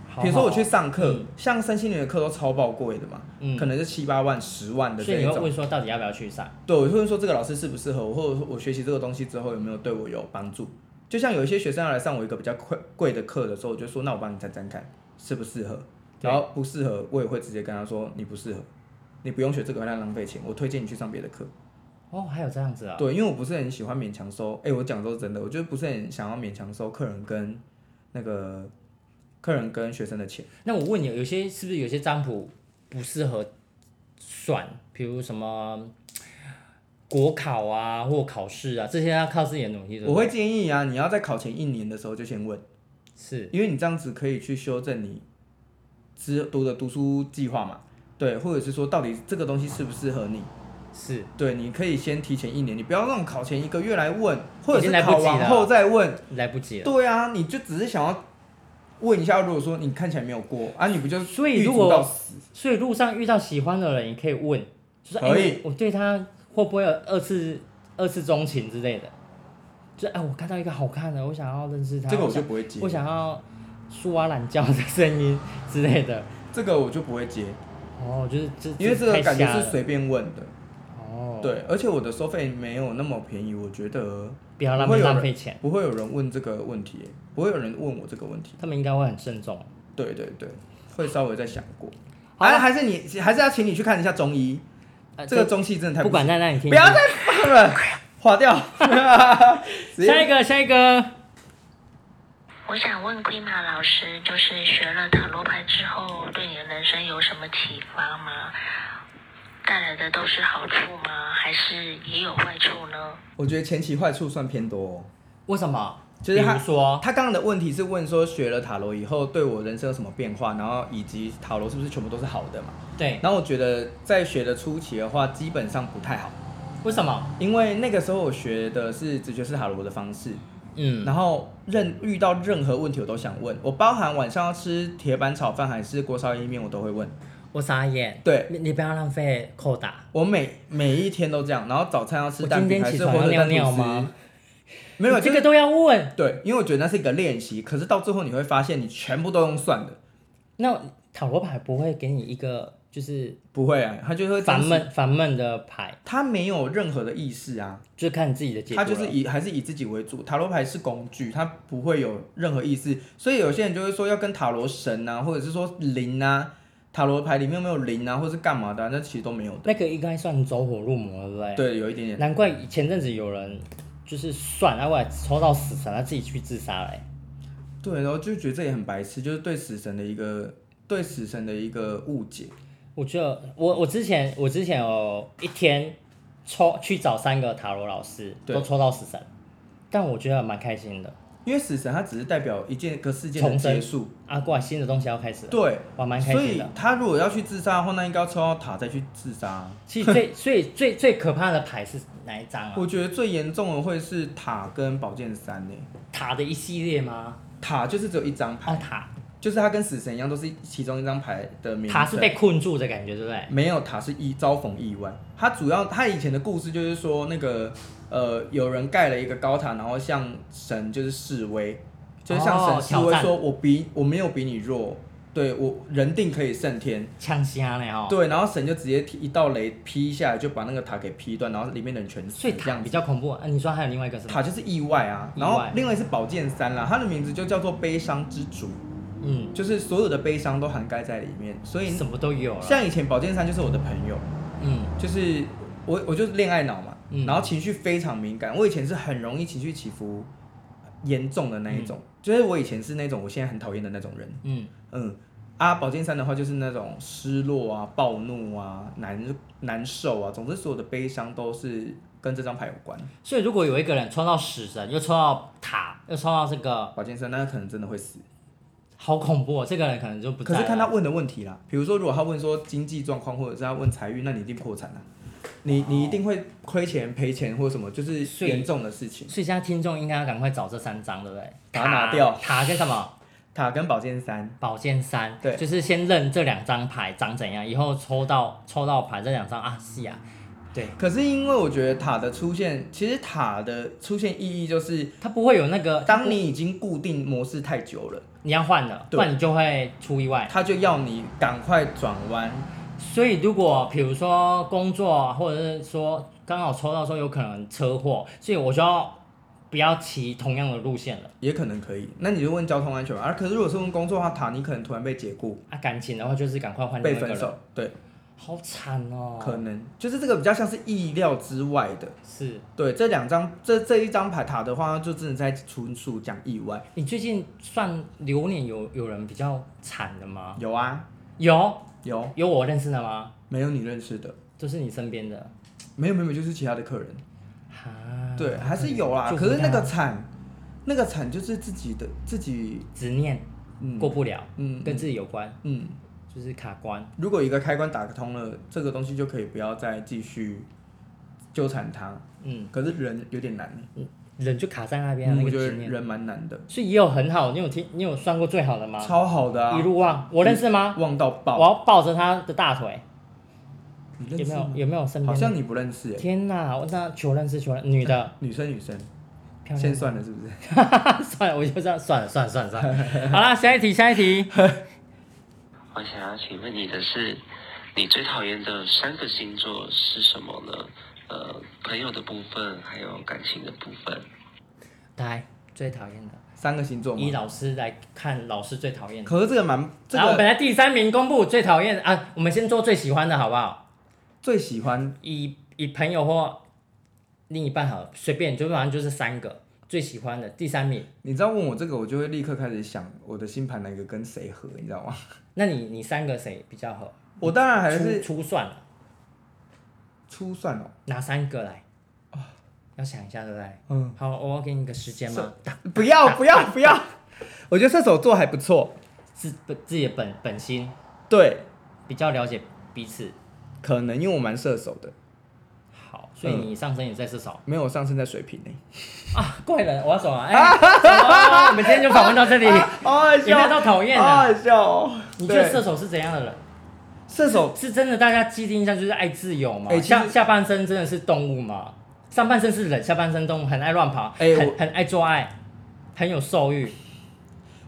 [SPEAKER 1] 好
[SPEAKER 2] 比如说我
[SPEAKER 1] 好
[SPEAKER 2] 去上课，
[SPEAKER 1] 嗯
[SPEAKER 2] 像身心灵的课都超爆贵的嘛，
[SPEAKER 1] 嗯
[SPEAKER 2] 可能是七八万、十万的
[SPEAKER 1] 所以
[SPEAKER 2] 这一
[SPEAKER 1] 你会
[SPEAKER 2] 种
[SPEAKER 1] 问。说到底要不要去上？
[SPEAKER 2] 对，我就会说这个老师适不适合我，或者说我学习这个东西之后有没有对我有帮助？就像有一些学生要来上我一个比较贵贵的课的时候，我就说那我帮你沾沾看适不适合，
[SPEAKER 1] 对
[SPEAKER 2] 然后不适合我也会直接跟他说你不适合，你不用学这个，那浪费钱，我推荐你去上别的课。
[SPEAKER 1] 哦，还有这样子啊？
[SPEAKER 2] 对，因为我不是很喜欢勉强收，哎、我讲都是真的，我就是不是很想要勉强收客人跟那个客人跟学生的钱。
[SPEAKER 1] 那我问你，有些是不是有些占卜不适合算？比如什么国考啊，或考试啊，这些要靠自己的努力。对不对
[SPEAKER 2] 我会建议啊，你要在考前一年的时候就先问，
[SPEAKER 1] 是
[SPEAKER 2] 因为你这样子可以去修正你之读的读书计划嘛，对，或者是说到底这个东西适不适合你，
[SPEAKER 1] 是
[SPEAKER 2] 对，你可以先提前一年，你不要那种考前一个月来问，或者
[SPEAKER 1] 已经
[SPEAKER 2] 是
[SPEAKER 1] 来不
[SPEAKER 2] 考
[SPEAKER 1] 及了
[SPEAKER 2] 完后再问，
[SPEAKER 1] 来不及了。
[SPEAKER 2] 对啊，你就只是想要问一下，如果说你看起来没有过啊，你不就
[SPEAKER 1] 所以
[SPEAKER 2] 狱
[SPEAKER 1] 如
[SPEAKER 2] 卒
[SPEAKER 1] 果
[SPEAKER 2] 到死
[SPEAKER 1] 所以路上遇到喜欢的人，你可以问，就是哎
[SPEAKER 2] 可以
[SPEAKER 1] 你我对他会不会有二次二次钟情之类的？就哎，我看到一个好看的，我想要认识他。
[SPEAKER 2] 这个我就
[SPEAKER 1] 想
[SPEAKER 2] 不会接，
[SPEAKER 1] 我想要苏瓦懒觉的声音之类的。
[SPEAKER 2] 这个我就不会接，
[SPEAKER 1] 哦，就是这
[SPEAKER 2] 因为这个
[SPEAKER 1] 太
[SPEAKER 2] 感觉
[SPEAKER 1] 瞎了
[SPEAKER 2] 是随便问的，
[SPEAKER 1] 哦，，
[SPEAKER 2] 对，而且我的收费没有那么便宜，我觉得
[SPEAKER 1] 不要浪
[SPEAKER 2] 不会
[SPEAKER 1] 费
[SPEAKER 2] 有
[SPEAKER 1] 浪
[SPEAKER 2] 人
[SPEAKER 1] 费钱，
[SPEAKER 2] 不会有人问这个问题耶，不会有人问我这个问题，
[SPEAKER 1] 他们应该会很慎重。
[SPEAKER 2] 对对对，会稍微再想过，哎
[SPEAKER 1] 好啊
[SPEAKER 2] 还还是你还是要请你去看一下中医，
[SPEAKER 1] 呃
[SPEAKER 2] 这个中戏真的太
[SPEAKER 1] 不管
[SPEAKER 2] 行
[SPEAKER 1] 在哪里听，
[SPEAKER 2] 不要再放了，划掉，直接
[SPEAKER 1] 下一个，下一个，
[SPEAKER 5] 我想问龟马老师，就是学了塔罗牌之后，对你的人生有什么启发吗？带来的都是好处吗？还是也有坏处呢？
[SPEAKER 2] 我觉得前期坏处算偏多、哦。
[SPEAKER 1] 为什么？
[SPEAKER 2] 就是
[SPEAKER 1] 比
[SPEAKER 2] 他
[SPEAKER 1] 如说，
[SPEAKER 2] 他刚刚的问题是问说学了塔罗以后对我人生有什么变化，然后以及塔罗是不是全部都是好的嘛？
[SPEAKER 1] 对，
[SPEAKER 2] 然后我觉得在学的初期的话，基本上不太好，
[SPEAKER 1] 为什么？
[SPEAKER 2] 因为那个时候我学的是直觉式塔罗的方式，
[SPEAKER 1] 嗯，
[SPEAKER 2] 然后任遇到任何问题我都想问，我包含晚上要吃铁板炒饭还是锅烧意面我都会问，
[SPEAKER 1] 我傻眼。
[SPEAKER 2] 对
[SPEAKER 1] 你你不要浪费扣打。
[SPEAKER 2] 我每每一天都这样，然后早餐要吃
[SPEAKER 1] 我
[SPEAKER 2] 蛋
[SPEAKER 1] 今
[SPEAKER 2] 饼
[SPEAKER 1] 天
[SPEAKER 2] 还
[SPEAKER 1] 起
[SPEAKER 2] 是
[SPEAKER 1] 床
[SPEAKER 2] 火
[SPEAKER 1] 要
[SPEAKER 2] 腿
[SPEAKER 1] 尿尿
[SPEAKER 2] 蛋吐司
[SPEAKER 1] 吗？？
[SPEAKER 2] 没有，
[SPEAKER 1] 你这
[SPEAKER 2] 就是
[SPEAKER 1] 个都要问。
[SPEAKER 2] 对，因为我觉得那是一个练习，可是到最后你会发现你全部都用算的。
[SPEAKER 1] 那塔罗牌不会给你一个就是
[SPEAKER 2] 不会啊，他就会
[SPEAKER 1] 烦
[SPEAKER 2] 真实
[SPEAKER 1] 闷烦闷的牌，
[SPEAKER 2] 他没有任何的意识啊，
[SPEAKER 1] 就看你自己的解读
[SPEAKER 2] 他
[SPEAKER 1] 了。
[SPEAKER 2] 就是以还是以自己为主。塔罗牌是工具，他不会有任何意识，所以有些人就会说要跟塔罗神啊，或者是说灵啊，塔罗牌里面有没有灵啊，或是干嘛的啊、那其实都没有的。
[SPEAKER 1] 那个应该算走火入魔，对不对？。
[SPEAKER 2] 对，有一点点。
[SPEAKER 1] 难怪前阵子有人就是算，啊然后来抽到死神，他自己去自杀了欸、
[SPEAKER 2] 对，然后就觉得这也很白痴，就是对死神的一个对死神的一个误解。
[SPEAKER 1] 我觉得我我之前我之前有一天抽去找三个塔罗老师，
[SPEAKER 2] 对
[SPEAKER 1] 都抽到死神，但我觉得蛮开心的。
[SPEAKER 2] 因为死神它只是代表一件一个事件的
[SPEAKER 1] 重生
[SPEAKER 2] 结束，
[SPEAKER 1] 啊，过来新的东西要开始了，
[SPEAKER 2] 对，
[SPEAKER 1] 我还蛮开
[SPEAKER 2] 所
[SPEAKER 1] 心
[SPEAKER 2] 以
[SPEAKER 1] 的。
[SPEAKER 2] 他如果要去自杀的话，那应该要抽到塔再去自杀啊、
[SPEAKER 1] 其实最 最最最可怕的牌是哪一张啊？
[SPEAKER 2] 我觉得最严重的会是塔跟宝剑三呢、
[SPEAKER 1] 塔的一系列吗？
[SPEAKER 2] 塔就是只有一张牌，
[SPEAKER 1] 啊，塔
[SPEAKER 2] 就是它跟死神一样，都是其中一张牌的名称。
[SPEAKER 1] 塔是被困住的感觉，对不对？
[SPEAKER 2] 没有塔是一遭逢意外。它主要它以前的故事就是说那个呃，有人盖了一个高塔，然后向神就是示威，就是向
[SPEAKER 1] 哦
[SPEAKER 2] 神示
[SPEAKER 1] 挑
[SPEAKER 2] 威
[SPEAKER 1] 战
[SPEAKER 2] 说，我比我没有比你弱，对我人定可以胜天。
[SPEAKER 1] 呛瞎了哦。
[SPEAKER 2] 对，然后神就直接踢一道雷劈下来，就把那个塔给劈断，然后里面的人全死。
[SPEAKER 1] 所以
[SPEAKER 2] 这
[SPEAKER 1] 塔
[SPEAKER 2] 样子
[SPEAKER 1] 比较恐怖啊！你说还有另外一个是吗？
[SPEAKER 2] 塔就是意外啊，
[SPEAKER 1] 意外
[SPEAKER 2] 然后另外是宝剑三啦，它的名字就叫做悲伤之主，
[SPEAKER 1] 嗯，
[SPEAKER 2] 就是所有的悲伤都涵盖在里面。所以
[SPEAKER 1] 什么都有了。
[SPEAKER 2] 像以前宝剑三就是我的朋友，
[SPEAKER 1] 嗯，
[SPEAKER 2] 就是我我就是恋爱脑嘛，
[SPEAKER 1] 嗯
[SPEAKER 2] 然后情绪非常敏感，我以前是很容易情绪起伏严重的那一种，就是我以前是那种我现在很讨厌的那种人，
[SPEAKER 1] 嗯，
[SPEAKER 2] 嗯。啊，宝剑三的话就是那种失落啊、暴怒啊、难难受啊，总之所有的悲伤都是跟这张牌有关。
[SPEAKER 1] 所以如果有一个人抽到死神，又抽到塔，又抽到这个，
[SPEAKER 2] 宝剑三，那可能真的会死。
[SPEAKER 1] 好恐怖、哦！这个人可能就不在啊
[SPEAKER 2] 可
[SPEAKER 1] 了。
[SPEAKER 2] 是看他问的问题啦，比如说如果他问说经济状况，或者是他问财运，那你一定破产了、啊你你一定会亏钱赔钱或什么，就是
[SPEAKER 1] 哦所以
[SPEAKER 2] 严重的事情。
[SPEAKER 1] 所以现在听众应该要赶快找这三张，对不对？
[SPEAKER 2] 把它拿掉
[SPEAKER 1] 塔跟什么？
[SPEAKER 2] 塔跟宝剑三，
[SPEAKER 1] 宝剑三，
[SPEAKER 2] 对
[SPEAKER 1] 就是先认这两张牌长怎样，以后抽到抽到牌这两张啊，是啊，对，
[SPEAKER 2] 可是因为我觉得塔的出现，其实塔的出现意义就是，
[SPEAKER 1] 它不会有那个，
[SPEAKER 2] 当你已经固定模式太久了，
[SPEAKER 1] 你要换了，
[SPEAKER 2] 对
[SPEAKER 1] 不然你就会出意外。
[SPEAKER 2] 他就要你赶快转弯。
[SPEAKER 1] 所以如果比如啊说工作，或者是说刚好抽到说有可能车祸，所以我就要不要骑同样的路线了。
[SPEAKER 2] 也可能可以。那你就问交通安全嘛。啊，可是如果是问工作的话，塔你可能突然被解雇、
[SPEAKER 1] 啊，感情的话就是赶快换另
[SPEAKER 2] 被
[SPEAKER 1] 外一个
[SPEAKER 2] 分
[SPEAKER 1] 人，
[SPEAKER 2] 手，对，
[SPEAKER 1] 好惨哦。
[SPEAKER 2] 可能就是这个比较像是意料之外的。
[SPEAKER 1] 是
[SPEAKER 2] 对，这两张这这一张牌塔的话，就真的在纯属讲意外。
[SPEAKER 1] 你最近算流年有有人比较惨的吗？
[SPEAKER 2] 有啊，
[SPEAKER 1] 有
[SPEAKER 2] 有，
[SPEAKER 1] 有我认识的吗？
[SPEAKER 2] 没有你认识的，
[SPEAKER 1] 就是你身边的
[SPEAKER 2] 没有没有，没有就是其他的客人。
[SPEAKER 1] 啊？
[SPEAKER 2] 对，还是有啦。
[SPEAKER 1] 就
[SPEAKER 2] 可是那
[SPEAKER 1] 他
[SPEAKER 2] 个惨，那个惨就是自己的自己，
[SPEAKER 1] 执念
[SPEAKER 2] 嗯，
[SPEAKER 1] 过不了，
[SPEAKER 2] 嗯
[SPEAKER 1] 跟自己有关，
[SPEAKER 2] 嗯。
[SPEAKER 1] 就是卡关。
[SPEAKER 2] 如果一个开关打通了，这个东西就可以不要再继续纠缠它。
[SPEAKER 1] 嗯，
[SPEAKER 2] 可是人有点难，
[SPEAKER 1] 人就卡在那边啊，
[SPEAKER 2] 嗯
[SPEAKER 1] 那
[SPEAKER 2] 我
[SPEAKER 1] 个
[SPEAKER 2] 觉得
[SPEAKER 1] 执念。
[SPEAKER 2] 人蛮难的，
[SPEAKER 1] 所以也有很好，你有听，你有算过最好的吗？
[SPEAKER 2] 超好嗯的啊
[SPEAKER 1] 一，路望，我认识吗？
[SPEAKER 2] 旺到
[SPEAKER 1] 我
[SPEAKER 2] 爆。
[SPEAKER 1] 要抱着他的大腿，
[SPEAKER 2] 你认
[SPEAKER 1] 有
[SPEAKER 2] 识
[SPEAKER 1] 没有
[SPEAKER 2] 吗？
[SPEAKER 1] 有没有身边的？
[SPEAKER 2] 好像你不认识哎，
[SPEAKER 1] 天哪，那求认识求认女的
[SPEAKER 2] 女生女生，
[SPEAKER 1] 漂亮
[SPEAKER 2] 先
[SPEAKER 1] 吗。
[SPEAKER 2] 算了是不 是？
[SPEAKER 1] 算了，我就这样算了算了算了算 了。好啦，下一题下一题。
[SPEAKER 6] 我想要啊请问你的是，你最讨厌的三个星座是什么呢？呃，朋友的部分，还有感情的部分。
[SPEAKER 1] 来，最讨厌的，
[SPEAKER 2] 三个星座
[SPEAKER 1] 以
[SPEAKER 2] 吗？
[SPEAKER 1] 老师来看，老师最讨厌的。
[SPEAKER 2] 可是这个蛮这
[SPEAKER 1] 然后我们
[SPEAKER 2] 个
[SPEAKER 1] 来第三名公布最讨厌的啊，我们先做最喜欢的好不好？
[SPEAKER 2] 最喜欢
[SPEAKER 1] 以以朋友或另一半好了，随便，就反正就是三个最喜欢的第三名。
[SPEAKER 2] 你知道问我这个，我就会立刻开始想我的星盘哪个跟谁合，你知 道吗？
[SPEAKER 1] 那你你三个谁比较合？
[SPEAKER 2] 我当然还
[SPEAKER 1] 初
[SPEAKER 2] 是
[SPEAKER 1] 初算了，
[SPEAKER 2] 初算哦，
[SPEAKER 1] 拿三个来？要想一下，对不对？
[SPEAKER 2] 嗯，
[SPEAKER 1] 好，我要给你个时间嘛，打
[SPEAKER 2] 不要 不要不要，我觉得射手座还不错，
[SPEAKER 1] 自本自己的本本心，
[SPEAKER 2] 对，
[SPEAKER 1] 比较了解彼此。
[SPEAKER 2] 可能因为我蛮射手的，
[SPEAKER 1] 好，所以你上升也在射手、
[SPEAKER 2] 没有我上升在水瓶呢、
[SPEAKER 1] 啊，怪人，我要走了。哎、走啊了我们今天就访问到这里，
[SPEAKER 2] 啊好好
[SPEAKER 1] 有没哎有到讨厌
[SPEAKER 2] 好好
[SPEAKER 1] 的？
[SPEAKER 2] 笑哦。
[SPEAKER 1] 你觉得
[SPEAKER 2] 对
[SPEAKER 1] 射手是怎样的人？
[SPEAKER 2] 射手
[SPEAKER 1] 是真的，大家既定印象就是爱自由嘛？
[SPEAKER 2] 哎其实
[SPEAKER 1] 下下半身真的是动物嘛？上半身是人，下半身动物，很爱乱跑，
[SPEAKER 2] 哎我
[SPEAKER 1] 很很爱做爱，很有兽欲。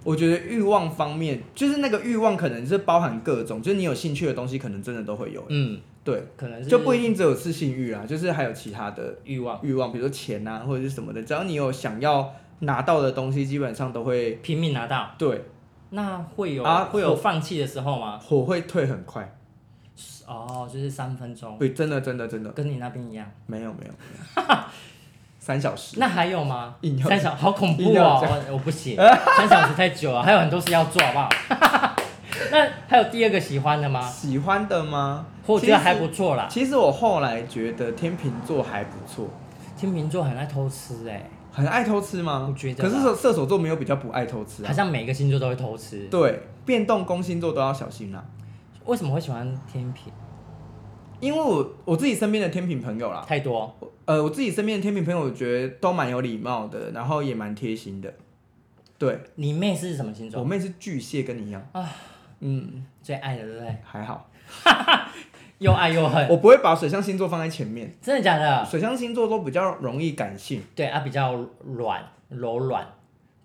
[SPEAKER 2] 我觉得欲望方面，就是那个欲望可能是包含各种，就是你有兴趣的东西，可能真的都会有。
[SPEAKER 1] 嗯，
[SPEAKER 2] 对，
[SPEAKER 1] 可能是
[SPEAKER 2] 就不一定只有是性欲啦，啊就是还有其他的
[SPEAKER 1] 欲望，
[SPEAKER 2] 欲望，比如说钱啊或者是什么的，只要你有想要拿到的东西，基本上都会
[SPEAKER 1] 拼命拿到。
[SPEAKER 2] 对
[SPEAKER 1] 那会有
[SPEAKER 2] 啊
[SPEAKER 1] 会有
[SPEAKER 2] 我
[SPEAKER 1] 放弃的时候吗？
[SPEAKER 2] 火会退很快。
[SPEAKER 1] 哦，就是三分钟，
[SPEAKER 2] 对，真的真的真的
[SPEAKER 1] 跟你那边一样。
[SPEAKER 2] 没有没有，没有 三小时。
[SPEAKER 1] 那还有吗
[SPEAKER 2] 硬？要
[SPEAKER 1] 三小好恐怖
[SPEAKER 2] 硬
[SPEAKER 1] 哦
[SPEAKER 2] 要，讲
[SPEAKER 1] 我我不行，三小时太久了，还有很多事要做，好不好？ 那还有第二个喜欢的吗？
[SPEAKER 2] 喜欢的吗？
[SPEAKER 1] 我觉得还
[SPEAKER 2] 其
[SPEAKER 1] 不
[SPEAKER 2] 实。
[SPEAKER 1] 错啊啦。
[SPEAKER 2] 其实我后来觉得天秤座还不错，
[SPEAKER 1] 天秤座很爱偷吃哎、
[SPEAKER 2] 很爱偷吃吗？
[SPEAKER 1] 我觉得
[SPEAKER 2] 可
[SPEAKER 1] 啦
[SPEAKER 2] 是射射手座没有比较不爱偷吃
[SPEAKER 1] 好
[SPEAKER 2] 啊。
[SPEAKER 1] 像每个星座都会偷吃。
[SPEAKER 2] 对，变动宫星座都要小心啦、
[SPEAKER 1] 为什么会喜欢天秤？
[SPEAKER 2] 因为我我自己身边的天秤朋友啦，
[SPEAKER 1] 太多
[SPEAKER 2] 我呃，我自己身边的天秤朋友，我觉得都蛮有礼貌的，然后也蛮贴心的。对，
[SPEAKER 1] 你妹是什么星
[SPEAKER 2] 我
[SPEAKER 1] 座？
[SPEAKER 2] 妹是巨蟹，跟你一样
[SPEAKER 1] 啊
[SPEAKER 2] 嗯，
[SPEAKER 1] 最爱的，对不对？
[SPEAKER 2] 还好，
[SPEAKER 1] 又爱又恨，
[SPEAKER 2] 我不会把水象星座放在前面，
[SPEAKER 1] 真的假的？
[SPEAKER 2] 水象星座都比较容易感性，
[SPEAKER 1] 对啊，比较软柔软，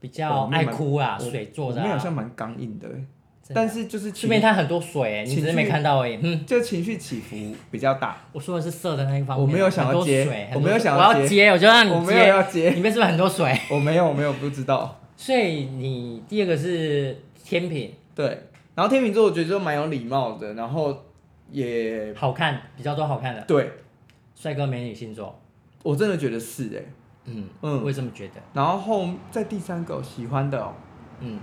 [SPEAKER 1] 比较
[SPEAKER 2] 我妹
[SPEAKER 1] 爱
[SPEAKER 2] 蛮
[SPEAKER 1] 哭啊，
[SPEAKER 2] 我
[SPEAKER 1] 水做
[SPEAKER 2] 我
[SPEAKER 1] 的、
[SPEAKER 2] 妹好像
[SPEAKER 1] 啊。
[SPEAKER 2] 蛮刚硬的欸、
[SPEAKER 1] 真的
[SPEAKER 2] 但是就是
[SPEAKER 1] 顺
[SPEAKER 2] 情
[SPEAKER 1] 便她很多水、欸，你只是
[SPEAKER 2] 情绪
[SPEAKER 1] 没看到而已。嗯，
[SPEAKER 2] 就情绪起伏比较大，
[SPEAKER 1] 我说的是色的那一方面。啊
[SPEAKER 2] 我没有想要接
[SPEAKER 1] 很多水
[SPEAKER 2] 我没有想
[SPEAKER 1] 很多
[SPEAKER 2] 要
[SPEAKER 1] 水我要
[SPEAKER 2] 接
[SPEAKER 1] 接，我就让你接。
[SPEAKER 2] 我没有要接
[SPEAKER 1] 里面是不是很多水？
[SPEAKER 2] 我没有，我没有不知道。
[SPEAKER 1] 所以你第二个是天平，
[SPEAKER 2] 对，然后天秤座我觉得就蛮有礼貌的，然后也
[SPEAKER 1] 好看，比较多好看的，
[SPEAKER 2] 对
[SPEAKER 1] 帅哥美女星座。
[SPEAKER 2] 我真的觉得是哎、
[SPEAKER 1] 嗯
[SPEAKER 2] 嗯
[SPEAKER 1] 我也这么觉得。
[SPEAKER 2] 然后后在第三个喜欢的、哦，
[SPEAKER 1] 嗯，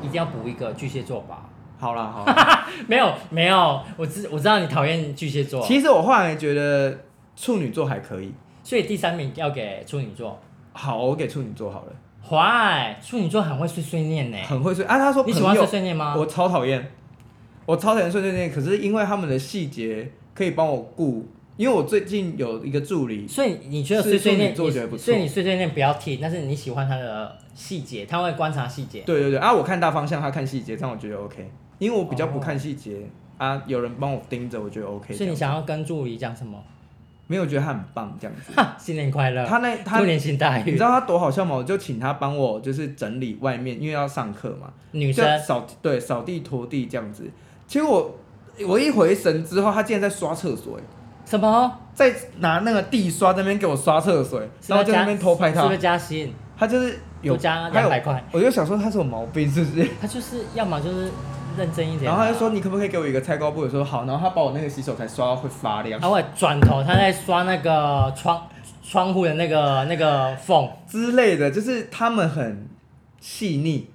[SPEAKER 1] 一定要补一个巨蟹座吧。
[SPEAKER 2] 好啦好啦，
[SPEAKER 1] 没有没有，我知我知道你讨厌巨蟹座，
[SPEAKER 2] 其实我后来觉得处女座还可以，
[SPEAKER 1] 所以第三名要给处女座。
[SPEAKER 2] 好我给处女座好了，
[SPEAKER 1] 坏，处女座很会碎碎念呢。
[SPEAKER 2] 很会睡啊。他说
[SPEAKER 1] 你
[SPEAKER 2] 朋
[SPEAKER 1] 喜欢碎
[SPEAKER 2] 友，
[SPEAKER 1] 碎念吗？
[SPEAKER 2] 我超讨厌，我超讨厌碎碎念，可是因为他们的细节可以帮我顾，因为我最近有一个助理，
[SPEAKER 1] 所以你觉得
[SPEAKER 2] 是
[SPEAKER 1] 碎碎
[SPEAKER 2] 处
[SPEAKER 1] 念，
[SPEAKER 2] 女座
[SPEAKER 1] 你
[SPEAKER 2] 觉得不错
[SPEAKER 1] 所以你碎碎念不要听，但是你喜欢他的细节，他会观察细节。
[SPEAKER 2] 对对对啊，我看大方向，他看细节，这样我觉得 OK，因为我比较不看细节、啊，有人帮我盯着，我觉得 OK 这
[SPEAKER 1] 所以
[SPEAKER 2] 样。
[SPEAKER 1] 你想要跟助理讲什么？
[SPEAKER 2] 没有觉得他很棒这样子，
[SPEAKER 1] 哈，新年快乐！
[SPEAKER 2] 他那他
[SPEAKER 1] 兔年行大
[SPEAKER 2] 你
[SPEAKER 1] 运
[SPEAKER 2] 知，道他多好笑吗？我就请他帮我就是整理外面，因为要上课嘛，
[SPEAKER 1] 女
[SPEAKER 2] 就
[SPEAKER 1] 生
[SPEAKER 2] 扫对扫地拖地这样子。结果我我一回神之后，他竟然在刷厕所、欸，
[SPEAKER 1] 什么？
[SPEAKER 2] 再拿那个地刷在那边给我刷厕所，欸
[SPEAKER 1] 是
[SPEAKER 2] 然
[SPEAKER 1] 不是
[SPEAKER 2] 后就在
[SPEAKER 1] 加
[SPEAKER 2] 那边偷拍
[SPEAKER 1] 是
[SPEAKER 2] 他
[SPEAKER 1] 不是，加薪？
[SPEAKER 2] 他就是有
[SPEAKER 1] 多加
[SPEAKER 2] 他有
[SPEAKER 1] 200块，
[SPEAKER 2] 我就想说他是有毛病是不是？
[SPEAKER 1] 他就是要么就是认真一点
[SPEAKER 2] 然
[SPEAKER 1] 啊，
[SPEAKER 2] 后他就说你可不可以给我一个菜瓜布？我说好，然后他把我那个洗手台刷到会发亮
[SPEAKER 1] 他会转头，他在刷那个窗窗户的那个那个缝，
[SPEAKER 2] 之类的，就是他们很细腻。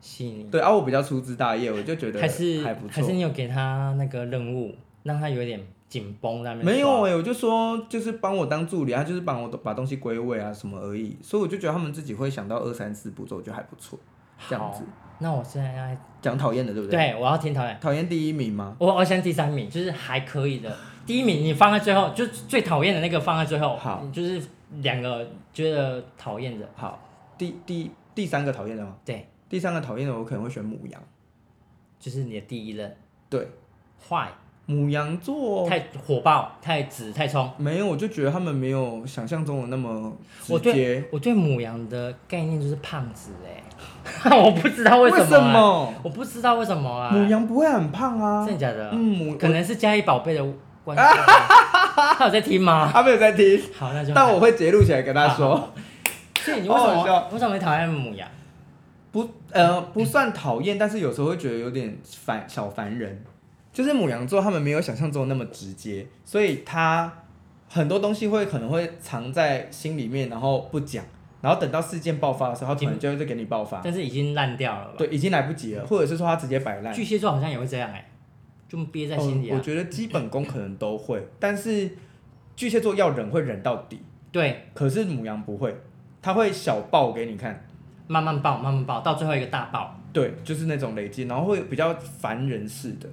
[SPEAKER 1] 吸引你。
[SPEAKER 2] 对啊，我比较粗枝大叶，我就觉得
[SPEAKER 1] 还是
[SPEAKER 2] 还不
[SPEAKER 1] 还
[SPEAKER 2] 错。
[SPEAKER 1] 是你有给他那个任务，让他有点紧绷在那边刷。
[SPEAKER 2] 没有哎、我就说就是帮我当助理，他就是帮我把东西归位啊什么而已，所以我就觉得他们自己会想到二三四步骤，我觉得还不错。这样子
[SPEAKER 1] 那我现在要
[SPEAKER 2] 讲讨厌的对不对？
[SPEAKER 1] 对我要听讨厌，
[SPEAKER 2] 讨厌第一名吗？
[SPEAKER 1] 我我先第三名，就是还可以的。第一名你放在最后，就最讨厌的那个放在最后，
[SPEAKER 2] 好
[SPEAKER 1] 就是两个觉得讨厌的，
[SPEAKER 2] 好，第第第三个讨厌的吗？
[SPEAKER 1] 对，
[SPEAKER 2] 第三个讨厌的我可能会选母羊，
[SPEAKER 1] 就是你的第一任
[SPEAKER 2] 对，
[SPEAKER 1] 坏，
[SPEAKER 2] 母羊座
[SPEAKER 1] 太火爆，太直，太冲。
[SPEAKER 2] 没有，我就觉得他们没有想象中的那么直
[SPEAKER 1] 我对
[SPEAKER 2] 接。
[SPEAKER 1] 我对母羊的概念就是胖子哎、 我不知道为什
[SPEAKER 2] 什
[SPEAKER 1] 么、欸，我不知道为什么啊，
[SPEAKER 2] 母羊不会很胖啊？
[SPEAKER 1] 真的假的？
[SPEAKER 2] 嗯，母
[SPEAKER 1] 可能是嘉义宝贝的观众吧， 他有在听吗？
[SPEAKER 2] 他没有在听，
[SPEAKER 1] 好，那就
[SPEAKER 2] 但我会截录起来跟他
[SPEAKER 1] 好
[SPEAKER 2] 说。
[SPEAKER 1] 所以你为什
[SPEAKER 2] 好好笑
[SPEAKER 1] 么为什么会讨厌母羊？
[SPEAKER 2] 不，呃，不算讨厌，但是有时候会觉得有点烦小烦人。就是母羊座，他们没有想象中那么直接，所以他很多东西会可能会藏在心里面，然后不讲，然后等到事件爆发的时候，他突然
[SPEAKER 1] 嗯
[SPEAKER 2] 就会再给你爆发。
[SPEAKER 1] 但是已经烂掉了吧？
[SPEAKER 2] 对，已经来不及了，或者是说他直接摆烂。
[SPEAKER 1] 巨蟹座好像也会这样哎、就憋在心里
[SPEAKER 2] 嗯，
[SPEAKER 1] 啊。
[SPEAKER 2] 我觉得基本功可能都会，但是巨蟹座要忍会忍到底，
[SPEAKER 1] 对，
[SPEAKER 2] 可是母羊不会，他会小爆给你看，
[SPEAKER 1] 慢慢爆，慢慢爆，到最后一个大爆。
[SPEAKER 2] 对，就是那种累积，然后会比较烦人似的。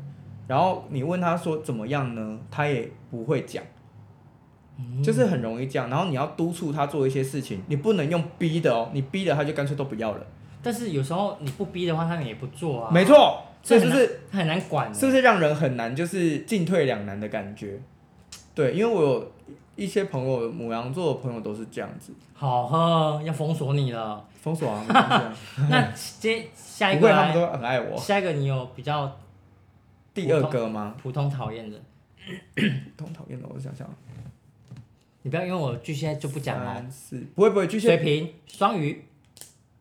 [SPEAKER 2] 然后你问他说怎么样呢，他也不会讲，
[SPEAKER 1] 嗯
[SPEAKER 2] 就是很容易这样。然后你要督促他做一些事情，你不能用逼的哦，你逼了他就干脆都不要了。
[SPEAKER 1] 但是有时候你不逼的话，他们也不做啊。
[SPEAKER 2] 没，错，这就
[SPEAKER 1] 很
[SPEAKER 2] 是
[SPEAKER 1] 难他很难管、欸
[SPEAKER 2] 是不是让人很难就是进退两难的感觉？对，因为我有一些朋友，母羊座的朋友都是这样子，
[SPEAKER 1] 好呵，要封锁你了。
[SPEAKER 2] 封锁啊，没关 系啊
[SPEAKER 1] 那接下一
[SPEAKER 2] 不
[SPEAKER 1] 个
[SPEAKER 2] 会，他们
[SPEAKER 1] 啊，
[SPEAKER 2] 都很爱我。
[SPEAKER 1] 下一个你有比较
[SPEAKER 2] 第二个吗？
[SPEAKER 1] 普通讨厌的，
[SPEAKER 2] 通讨厌的，我想想，
[SPEAKER 1] 你不要因为我巨蟹就不讲哦。
[SPEAKER 2] 三四，不会不啊会，巨
[SPEAKER 1] 水
[SPEAKER 2] 蟹
[SPEAKER 1] 瓶、双鱼，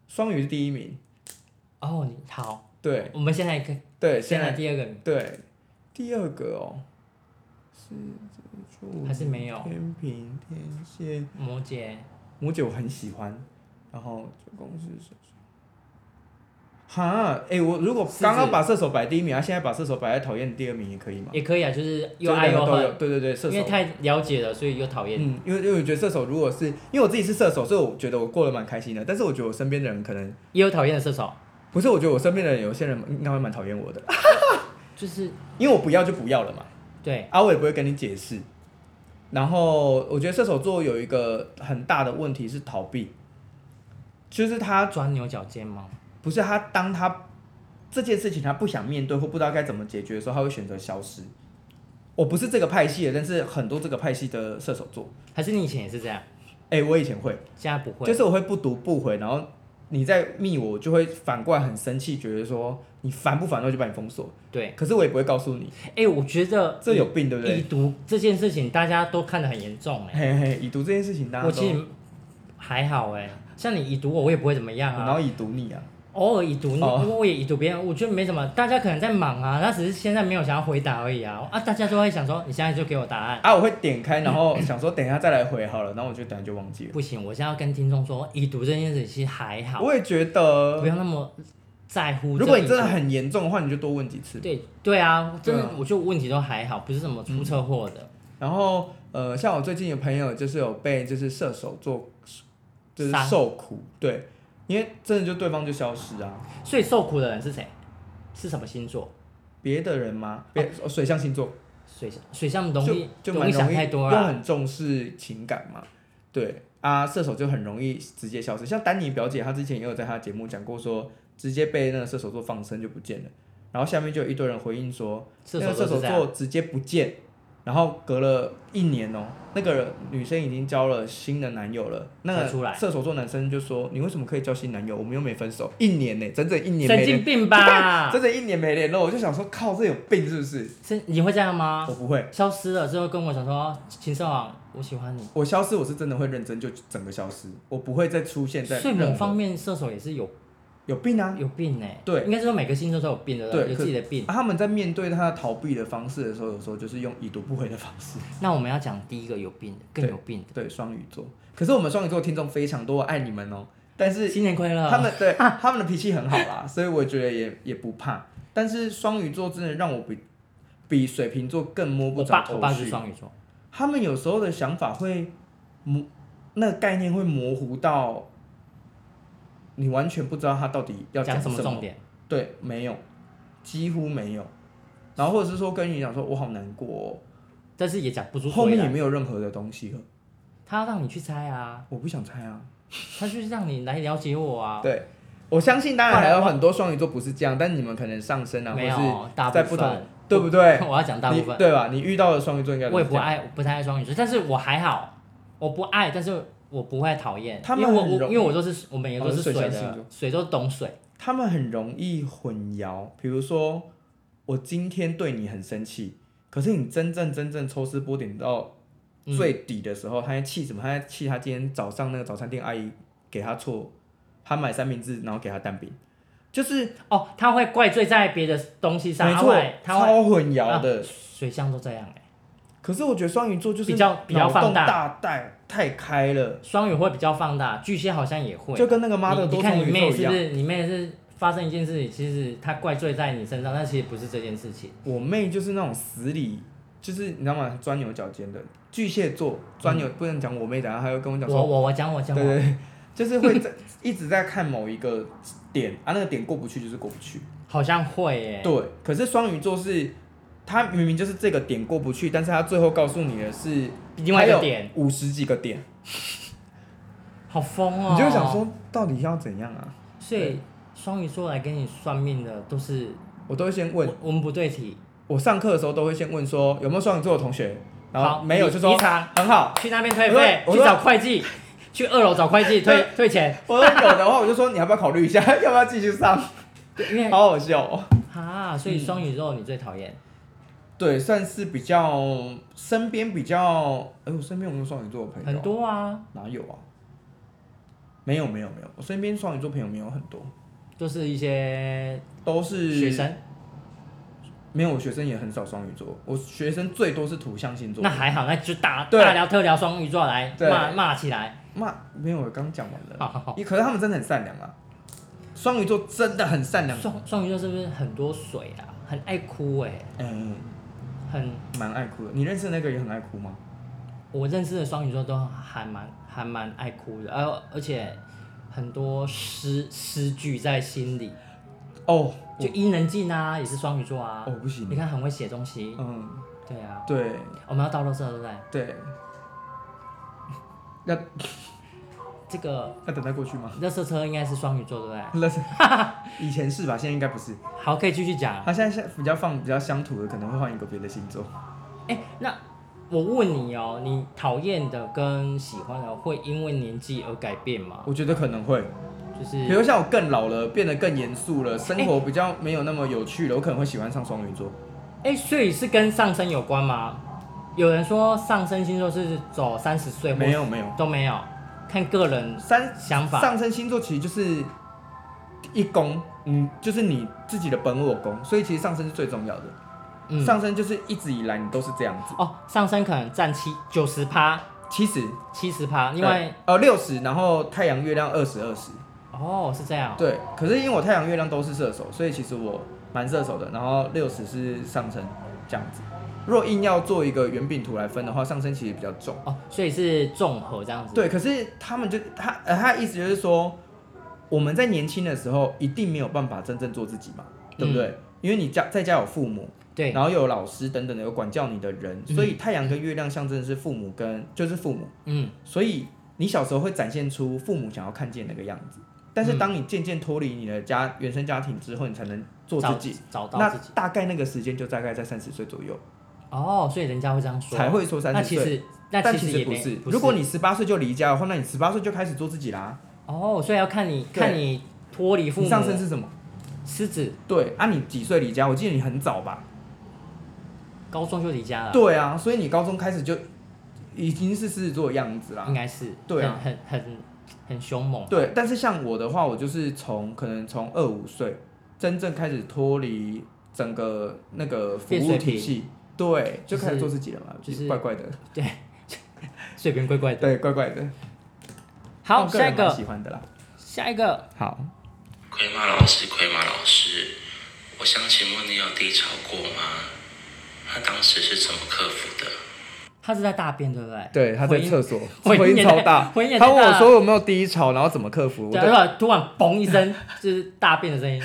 [SPEAKER 2] 双鱼是第一名，
[SPEAKER 1] 哦，你好，
[SPEAKER 2] 对
[SPEAKER 1] 我们现在可以
[SPEAKER 2] 对，
[SPEAKER 1] 先
[SPEAKER 2] 现
[SPEAKER 1] 来
[SPEAKER 2] 在
[SPEAKER 1] 第二个，
[SPEAKER 2] 对第二个哦，是处女
[SPEAKER 1] 还是没有
[SPEAKER 2] 天平、天蝎、
[SPEAKER 1] 摩羯，
[SPEAKER 2] 摩羯我很喜欢，然后就公司射手。哈，哎、我如果
[SPEAKER 1] 子
[SPEAKER 2] 刚刚把射手摆第一名，啊，现在把射手摆在讨厌的第二名也可以吗？
[SPEAKER 1] 也可以啊，就是
[SPEAKER 2] 就
[SPEAKER 1] 又
[SPEAKER 2] 是
[SPEAKER 1] 爱
[SPEAKER 2] 两
[SPEAKER 1] 又
[SPEAKER 2] 个都有
[SPEAKER 1] 恨，
[SPEAKER 2] 对对对，射
[SPEAKER 1] 因
[SPEAKER 2] 手。
[SPEAKER 1] 为太了解了，所以又讨厌。
[SPEAKER 2] 嗯，因为因为我觉得射手如果是因为我自己是射手，所以我觉得我过得蛮开心的。但是我觉得我身边的人可能
[SPEAKER 1] 也有讨厌的射手，
[SPEAKER 2] 不是，我觉得我身边的人有些人应该会蛮讨厌我的，
[SPEAKER 1] 就是
[SPEAKER 2] 因为我不要就不要了嘛，
[SPEAKER 1] 对
[SPEAKER 2] 啊，我也不会跟你解释。然后我觉得射手座有一个很大的问题是逃避，就是他
[SPEAKER 1] 钻牛角尖吗？
[SPEAKER 2] 不是他当他这件事情他不想面对或不知道该怎么解决的时候，他会选择消失。我不是这个派系的，但是很多这个派系的射手座，
[SPEAKER 1] 还是你以前也是这样？
[SPEAKER 2] 哎、我以前会，
[SPEAKER 1] 现在不会，
[SPEAKER 2] 就是我会不读不回，然后你再密我，我就会反过来很生气，觉得说你烦不烦，我就把你封锁。
[SPEAKER 1] 对。
[SPEAKER 2] 可是我也不会告诉你，
[SPEAKER 1] 哎、我觉得
[SPEAKER 2] 这有病，对不
[SPEAKER 1] 已
[SPEAKER 2] 对？
[SPEAKER 1] 读这件事情，大家都看得很严重哎、
[SPEAKER 2] 嘿嘿，已读这件事情，大家
[SPEAKER 1] 我
[SPEAKER 2] 都
[SPEAKER 1] 其实还好哎、像你已读我，我也不会怎么样
[SPEAKER 2] 然后
[SPEAKER 1] 啊。
[SPEAKER 2] 已读你啊，
[SPEAKER 1] 偶尔已读，你
[SPEAKER 2] 哦
[SPEAKER 1] 因为我也已读别人，我觉得没什么。大家可能在忙啊，他只是现在没有想要回答而已啊。啊，大家都会想说，你现在就给我答案。
[SPEAKER 2] 啊，我会点开，然后想说等一下再来回好了，然后我就等下就忘记了。
[SPEAKER 1] 不行，我现在要跟听众说，已读这件事情其实还好，
[SPEAKER 2] 我也觉得
[SPEAKER 1] 不，要那么在乎这已读。
[SPEAKER 2] 如果你真的很严重的话，你就多问几次。
[SPEAKER 1] 对对啊，真
[SPEAKER 2] 对
[SPEAKER 1] 的
[SPEAKER 2] 啊，嗯
[SPEAKER 1] 我就问题都还好，不是什么出车祸的，
[SPEAKER 2] 然后呃，像我最近有朋友就是有被就是射手座，就是
[SPEAKER 1] 伤
[SPEAKER 2] 受苦，对，因为真的就对方就消失啊。
[SPEAKER 1] 所以受苦的人是谁？是什么星座？
[SPEAKER 2] 别的人吗？别、哦水象星座
[SPEAKER 1] 水象水象容
[SPEAKER 2] 就
[SPEAKER 1] 易
[SPEAKER 2] 就蛮
[SPEAKER 1] 易
[SPEAKER 2] 容
[SPEAKER 1] 想
[SPEAKER 2] 易，
[SPEAKER 1] 太多啊
[SPEAKER 2] 又
[SPEAKER 1] 了，
[SPEAKER 2] 很重视情感嘛，对啊，射手就很容易直接消失。像丹尼表姐，她之前也有在她的节目讲过说直接被那个射手座放生就不见了，然后下面就有一堆人回应说，
[SPEAKER 1] 射
[SPEAKER 2] 那
[SPEAKER 1] 手
[SPEAKER 2] 个射
[SPEAKER 1] 座
[SPEAKER 2] 手
[SPEAKER 1] 是这样
[SPEAKER 2] 座直接不见，然后隔了一年哦、那个女生已经交了新的男友了。那
[SPEAKER 1] 才出来
[SPEAKER 2] 个射手座男生就说：“你为什么可以交新男友？我们又没分手，一年呢、整整一年
[SPEAKER 1] 神
[SPEAKER 2] 没
[SPEAKER 1] 经
[SPEAKER 2] 联，？
[SPEAKER 1] 病吧
[SPEAKER 2] 整整一年没联络。”我就想说，靠，这有病是不是？
[SPEAKER 1] 是你会这样吗
[SPEAKER 2] 我？不会，
[SPEAKER 1] 消失了之后跟我讲说，秦少昂，我喜欢你。
[SPEAKER 2] 我消失，我是真的会认真就整个消失，我不会再出现在
[SPEAKER 1] 所以某
[SPEAKER 2] 任何
[SPEAKER 1] 方面射手也是有
[SPEAKER 2] 有病啊，
[SPEAKER 1] 有病呢、
[SPEAKER 2] 对
[SPEAKER 1] 应该是说每个星座都有病的，
[SPEAKER 2] 对
[SPEAKER 1] 有
[SPEAKER 2] 可
[SPEAKER 1] 自己的病。
[SPEAKER 2] 啊他们在面对他逃避的方式的时候，有时候就是用已读不回的方式。
[SPEAKER 1] 那我们要讲第一个有病的，更
[SPEAKER 2] 对
[SPEAKER 1] 有病的。
[SPEAKER 2] 对，双鱼座。可是我们双鱼座听众非常多，爱你们哦。但是
[SPEAKER 1] 新年啊快乐！
[SPEAKER 2] 他们对他们的脾气很好啦，所以我觉得也也不怕。但是双鱼座真的让我比比水瓶座更摸不
[SPEAKER 1] 我
[SPEAKER 2] 着
[SPEAKER 1] 爸我
[SPEAKER 2] 头
[SPEAKER 1] 爸是
[SPEAKER 2] 绪。
[SPEAKER 1] 双鱼座，
[SPEAKER 2] 他们有时候的想法会模，那个概念会模糊到你完全不知道他到底要
[SPEAKER 1] 讲
[SPEAKER 2] 什
[SPEAKER 1] 什么重点？
[SPEAKER 2] 对，没有，几乎没有。然后或者是说跟你讲说，我好难过、
[SPEAKER 1] 但是也讲不
[SPEAKER 2] 哦，
[SPEAKER 1] 出
[SPEAKER 2] 后
[SPEAKER 1] 所以
[SPEAKER 2] 面也
[SPEAKER 1] 然。
[SPEAKER 2] 没有任何的东西了，
[SPEAKER 1] 他要让你去猜啊，
[SPEAKER 2] 我不想猜啊。
[SPEAKER 1] 他就是让你来了解我啊。
[SPEAKER 2] 对，我相信当然还有很多双鱼座不是这样，但你们可能上升啊，或
[SPEAKER 1] 没
[SPEAKER 2] 者
[SPEAKER 1] 有，大
[SPEAKER 2] 是
[SPEAKER 1] 部
[SPEAKER 2] 在
[SPEAKER 1] 分
[SPEAKER 2] 不同，对不对？
[SPEAKER 1] 我要讲大部
[SPEAKER 2] 你
[SPEAKER 1] 分，
[SPEAKER 2] 对啊吧？你遇到的双鱼座应该都
[SPEAKER 1] 我
[SPEAKER 2] 是
[SPEAKER 1] 也不
[SPEAKER 2] 这样
[SPEAKER 1] 爱，我不太爱双鱼座，但是我还好，我不爱，但是我不会讨厌，
[SPEAKER 2] 他
[SPEAKER 1] 因
[SPEAKER 2] 们
[SPEAKER 1] 为我
[SPEAKER 2] 很
[SPEAKER 1] 我
[SPEAKER 2] 容
[SPEAKER 1] 因为我都是我们也
[SPEAKER 2] 哦
[SPEAKER 1] 都是
[SPEAKER 2] 是水
[SPEAKER 1] 水
[SPEAKER 2] 象星
[SPEAKER 1] 的
[SPEAKER 2] 座，
[SPEAKER 1] 水都懂水，
[SPEAKER 2] 他们很容易混淆。比如说，我今天对你很生气，可是你真正真正抽丝剥茧到
[SPEAKER 1] 嗯
[SPEAKER 2] 最底的时候，他在气什么？他在气他今天早上那个早餐店阿姨给他错，他买三明治，然后给他蛋饼，就是
[SPEAKER 1] 哦，他会怪罪在别的东西上，
[SPEAKER 2] 没
[SPEAKER 1] 他
[SPEAKER 2] 错
[SPEAKER 1] 会，他会
[SPEAKER 2] 超混淆
[SPEAKER 1] 啊
[SPEAKER 2] 的。
[SPEAKER 1] 水象都这样哎，
[SPEAKER 2] 可是我觉得双鱼座就是
[SPEAKER 1] 比较比较
[SPEAKER 2] 脑洞
[SPEAKER 1] 放大
[SPEAKER 2] 大带太开了，
[SPEAKER 1] 双鱼会比较放大，巨蟹好像也会，
[SPEAKER 2] 就跟那个妈的
[SPEAKER 1] 你你
[SPEAKER 2] 多
[SPEAKER 1] 看
[SPEAKER 2] 重
[SPEAKER 1] 你
[SPEAKER 2] 宇
[SPEAKER 1] 妹
[SPEAKER 2] 宙一
[SPEAKER 1] 是
[SPEAKER 2] 样
[SPEAKER 1] 不。是？你妹是发生一件事情，其实她怪罪在你身上，但其实不是这件事情。
[SPEAKER 2] 我妹就是那种死理，就是你知道吗？钻牛角尖的巨蟹座，钻牛、不能讲我妹，等下她又跟我讲
[SPEAKER 1] 嗯我
[SPEAKER 2] 说，
[SPEAKER 1] 我我讲我讲
[SPEAKER 2] 对
[SPEAKER 1] 我
[SPEAKER 2] 对， 对就是会在一直在看某一个点啊，那个点过不去就是过不去。
[SPEAKER 1] 好像会欸耶。
[SPEAKER 2] 对，可是双鱼座是，他明明就是这个点过不去，但是他最后告诉你的是
[SPEAKER 1] 另外一个点，
[SPEAKER 2] 五十几个点，
[SPEAKER 1] 好疯哦！
[SPEAKER 2] 你就会想，说到底要怎样啊？
[SPEAKER 1] 所以双鱼座来给你算命的都是
[SPEAKER 2] 我都会先问，
[SPEAKER 1] 文文不对题，
[SPEAKER 2] 我上课的时候都会先问说有没有双鱼座的同学，然
[SPEAKER 1] 好
[SPEAKER 2] 后没有
[SPEAKER 1] 你
[SPEAKER 2] 就说
[SPEAKER 1] 你查
[SPEAKER 2] 很好，
[SPEAKER 1] 去那边退
[SPEAKER 2] 我
[SPEAKER 1] 费，
[SPEAKER 2] 说
[SPEAKER 1] 去
[SPEAKER 2] 我说
[SPEAKER 1] 找会 计，去二楼找会计退退钱，
[SPEAKER 2] 我说有的话，我就说你要不要考虑一下，要不要继 续上？
[SPEAKER 1] 对因为
[SPEAKER 2] 好好笑哦。
[SPEAKER 1] 啊，所以双鱼座你最讨厌。
[SPEAKER 2] 对，算是比较身边比较，哎，我身边有没有双鱼座的朋友？
[SPEAKER 1] 很多啊，
[SPEAKER 2] 哪有啊？没有没有没有，我身边双鱼座朋友没有很多，
[SPEAKER 1] 就是一些
[SPEAKER 2] 都是
[SPEAKER 1] 学。生，
[SPEAKER 2] 没有，我学生也很少双鱼座，我学生最多是土象星座。
[SPEAKER 1] 那还好，那就大
[SPEAKER 2] 对
[SPEAKER 1] 大聊特聊双鱼座来
[SPEAKER 2] 对
[SPEAKER 1] 骂骂起来。
[SPEAKER 2] 骂没有，我刚讲完
[SPEAKER 1] 好
[SPEAKER 2] 了。
[SPEAKER 1] 好好，
[SPEAKER 2] 也可是他们真的很善良啊，双鱼座真的很善良。
[SPEAKER 1] 双双鱼座是不是很多水啊？很爱哭哎、
[SPEAKER 2] 嗯，
[SPEAKER 1] 很
[SPEAKER 2] 蛮爱哭的。你认识的那个也很爱哭吗？
[SPEAKER 1] 我认识的双鱼座都还蛮还蛮爱哭的，而、而且很多诗诗句在心里，
[SPEAKER 2] 哦，
[SPEAKER 1] 就伊能静啊，也是双鱼座啊。
[SPEAKER 2] 哦不行
[SPEAKER 1] 你看很会写东西。
[SPEAKER 2] 嗯，
[SPEAKER 1] 对啊，
[SPEAKER 2] 对，
[SPEAKER 1] 我们要到垃圾对不对？
[SPEAKER 2] 对，要
[SPEAKER 1] 这个
[SPEAKER 2] 要等他过去吗？
[SPEAKER 1] 垃圾车应该是双鱼座对不对？
[SPEAKER 2] 那是以前是吧？现在应该不是。
[SPEAKER 1] 好，可以继续讲。
[SPEAKER 2] 他现在现比较放比较乡土的，可能会换一个别的星座。
[SPEAKER 1] 哎、那我问你哦，你讨厌的跟喜欢的会因为年纪而改变吗？
[SPEAKER 2] 我觉得可能会，
[SPEAKER 1] 就是
[SPEAKER 2] 比如像我更老了，变得更严肃了，生活比较没有那么有趣了，我可能会喜欢上双鱼座。
[SPEAKER 1] 哎、所以是跟上升有关吗？有人说上升星座是走三十岁，
[SPEAKER 2] 没有没有，
[SPEAKER 1] 都没有，看个人
[SPEAKER 2] 三
[SPEAKER 1] 想法
[SPEAKER 2] 上升星座其实就是一宫，嗯，就是你自己的本我宫，所以其实上升是最重要的。
[SPEAKER 1] 嗯
[SPEAKER 2] 上升就是一直以来你都是这样子，
[SPEAKER 1] 哦，上升可能占七九十趴、
[SPEAKER 2] 七十，
[SPEAKER 1] 七十趴，因
[SPEAKER 2] 对
[SPEAKER 1] 为
[SPEAKER 2] 呃六十，然后太阳月亮二十二十。
[SPEAKER 1] 哦是这样，
[SPEAKER 2] 对，可是因为我太阳、月亮都是射手，所以其实我蛮射手的。然后六十是上升这样子。如果硬要做一个圆饼图来分的话，上升其实比较重。
[SPEAKER 1] 哦，所以是综合这样子，
[SPEAKER 2] 对，可是他们就他呃他的意思就是说，我们在年轻的时候一定没有办法真正做自己嘛，对不对？因为你家在家有父母，
[SPEAKER 1] 嗯对
[SPEAKER 2] 然后又有老师等等的有管教你的人，所以太阳跟月亮象征的是父母跟就是父母，
[SPEAKER 1] 嗯，
[SPEAKER 2] 所以你小时候会展现出父母想要看见那个样子，但
[SPEAKER 1] 嗯
[SPEAKER 2] 是当你渐渐脱离你的家原生家庭之后，你才能做
[SPEAKER 1] 找
[SPEAKER 2] 自己。
[SPEAKER 1] 找到
[SPEAKER 2] 那
[SPEAKER 1] 自己，
[SPEAKER 2] 大概那个时间就大概在三十岁左右，
[SPEAKER 1] 哦，所以人家会这样说，
[SPEAKER 2] 才会说三
[SPEAKER 1] 那
[SPEAKER 2] 十
[SPEAKER 1] 其
[SPEAKER 2] 岁。
[SPEAKER 1] 实那
[SPEAKER 2] 但
[SPEAKER 1] 其
[SPEAKER 2] 其
[SPEAKER 1] 实也
[SPEAKER 2] 不
[SPEAKER 1] 没
[SPEAKER 2] 是，
[SPEAKER 1] 不
[SPEAKER 2] 如果你十八岁就离家的话，那你十八岁就开始做自己啦。
[SPEAKER 1] 哦，所以要看你
[SPEAKER 2] 对
[SPEAKER 1] 看你脱离父
[SPEAKER 2] 你
[SPEAKER 1] 母。
[SPEAKER 2] 上升是什么？
[SPEAKER 1] 狮子，
[SPEAKER 2] 对啊，你几岁离家？我记得你很早吧？
[SPEAKER 1] 高中就离家了，
[SPEAKER 2] 对啊，所以你高中开始就已经是狮子座的样子啦
[SPEAKER 1] 应。该是
[SPEAKER 2] 对啊
[SPEAKER 1] 很很很很凶猛。
[SPEAKER 2] 对，但是像我的话，我就是从可能从二五岁真正开始脱离整个那个服务体系，对，就开始做自己了嘛，
[SPEAKER 1] 就是
[SPEAKER 2] 怪怪的，
[SPEAKER 1] 水平怪怪的。
[SPEAKER 2] 对，怪怪的。
[SPEAKER 1] 好，
[SPEAKER 2] 但我个
[SPEAKER 1] 下
[SPEAKER 2] 人
[SPEAKER 1] 一
[SPEAKER 2] 蛮喜
[SPEAKER 1] 个，
[SPEAKER 2] 欢的啦。
[SPEAKER 1] 下一个，
[SPEAKER 2] 好，
[SPEAKER 3] 奎马老师，奎马老师，我想请问你有低潮过吗？他当时是怎么克服的？
[SPEAKER 1] 他是在大便，对不对？
[SPEAKER 2] 对，他在
[SPEAKER 1] 回音
[SPEAKER 2] 厕 所，
[SPEAKER 1] 回音
[SPEAKER 2] 回音
[SPEAKER 1] 也
[SPEAKER 2] 超
[SPEAKER 1] 太
[SPEAKER 2] 大，
[SPEAKER 1] 回音也
[SPEAKER 2] 他
[SPEAKER 1] 太
[SPEAKER 2] 问我
[SPEAKER 1] 大
[SPEAKER 2] 说
[SPEAKER 1] 了
[SPEAKER 2] 有没有低潮，然后怎么克服？我
[SPEAKER 1] 对
[SPEAKER 2] 对
[SPEAKER 1] 啊，突然嘣一声， 就是大便的声音。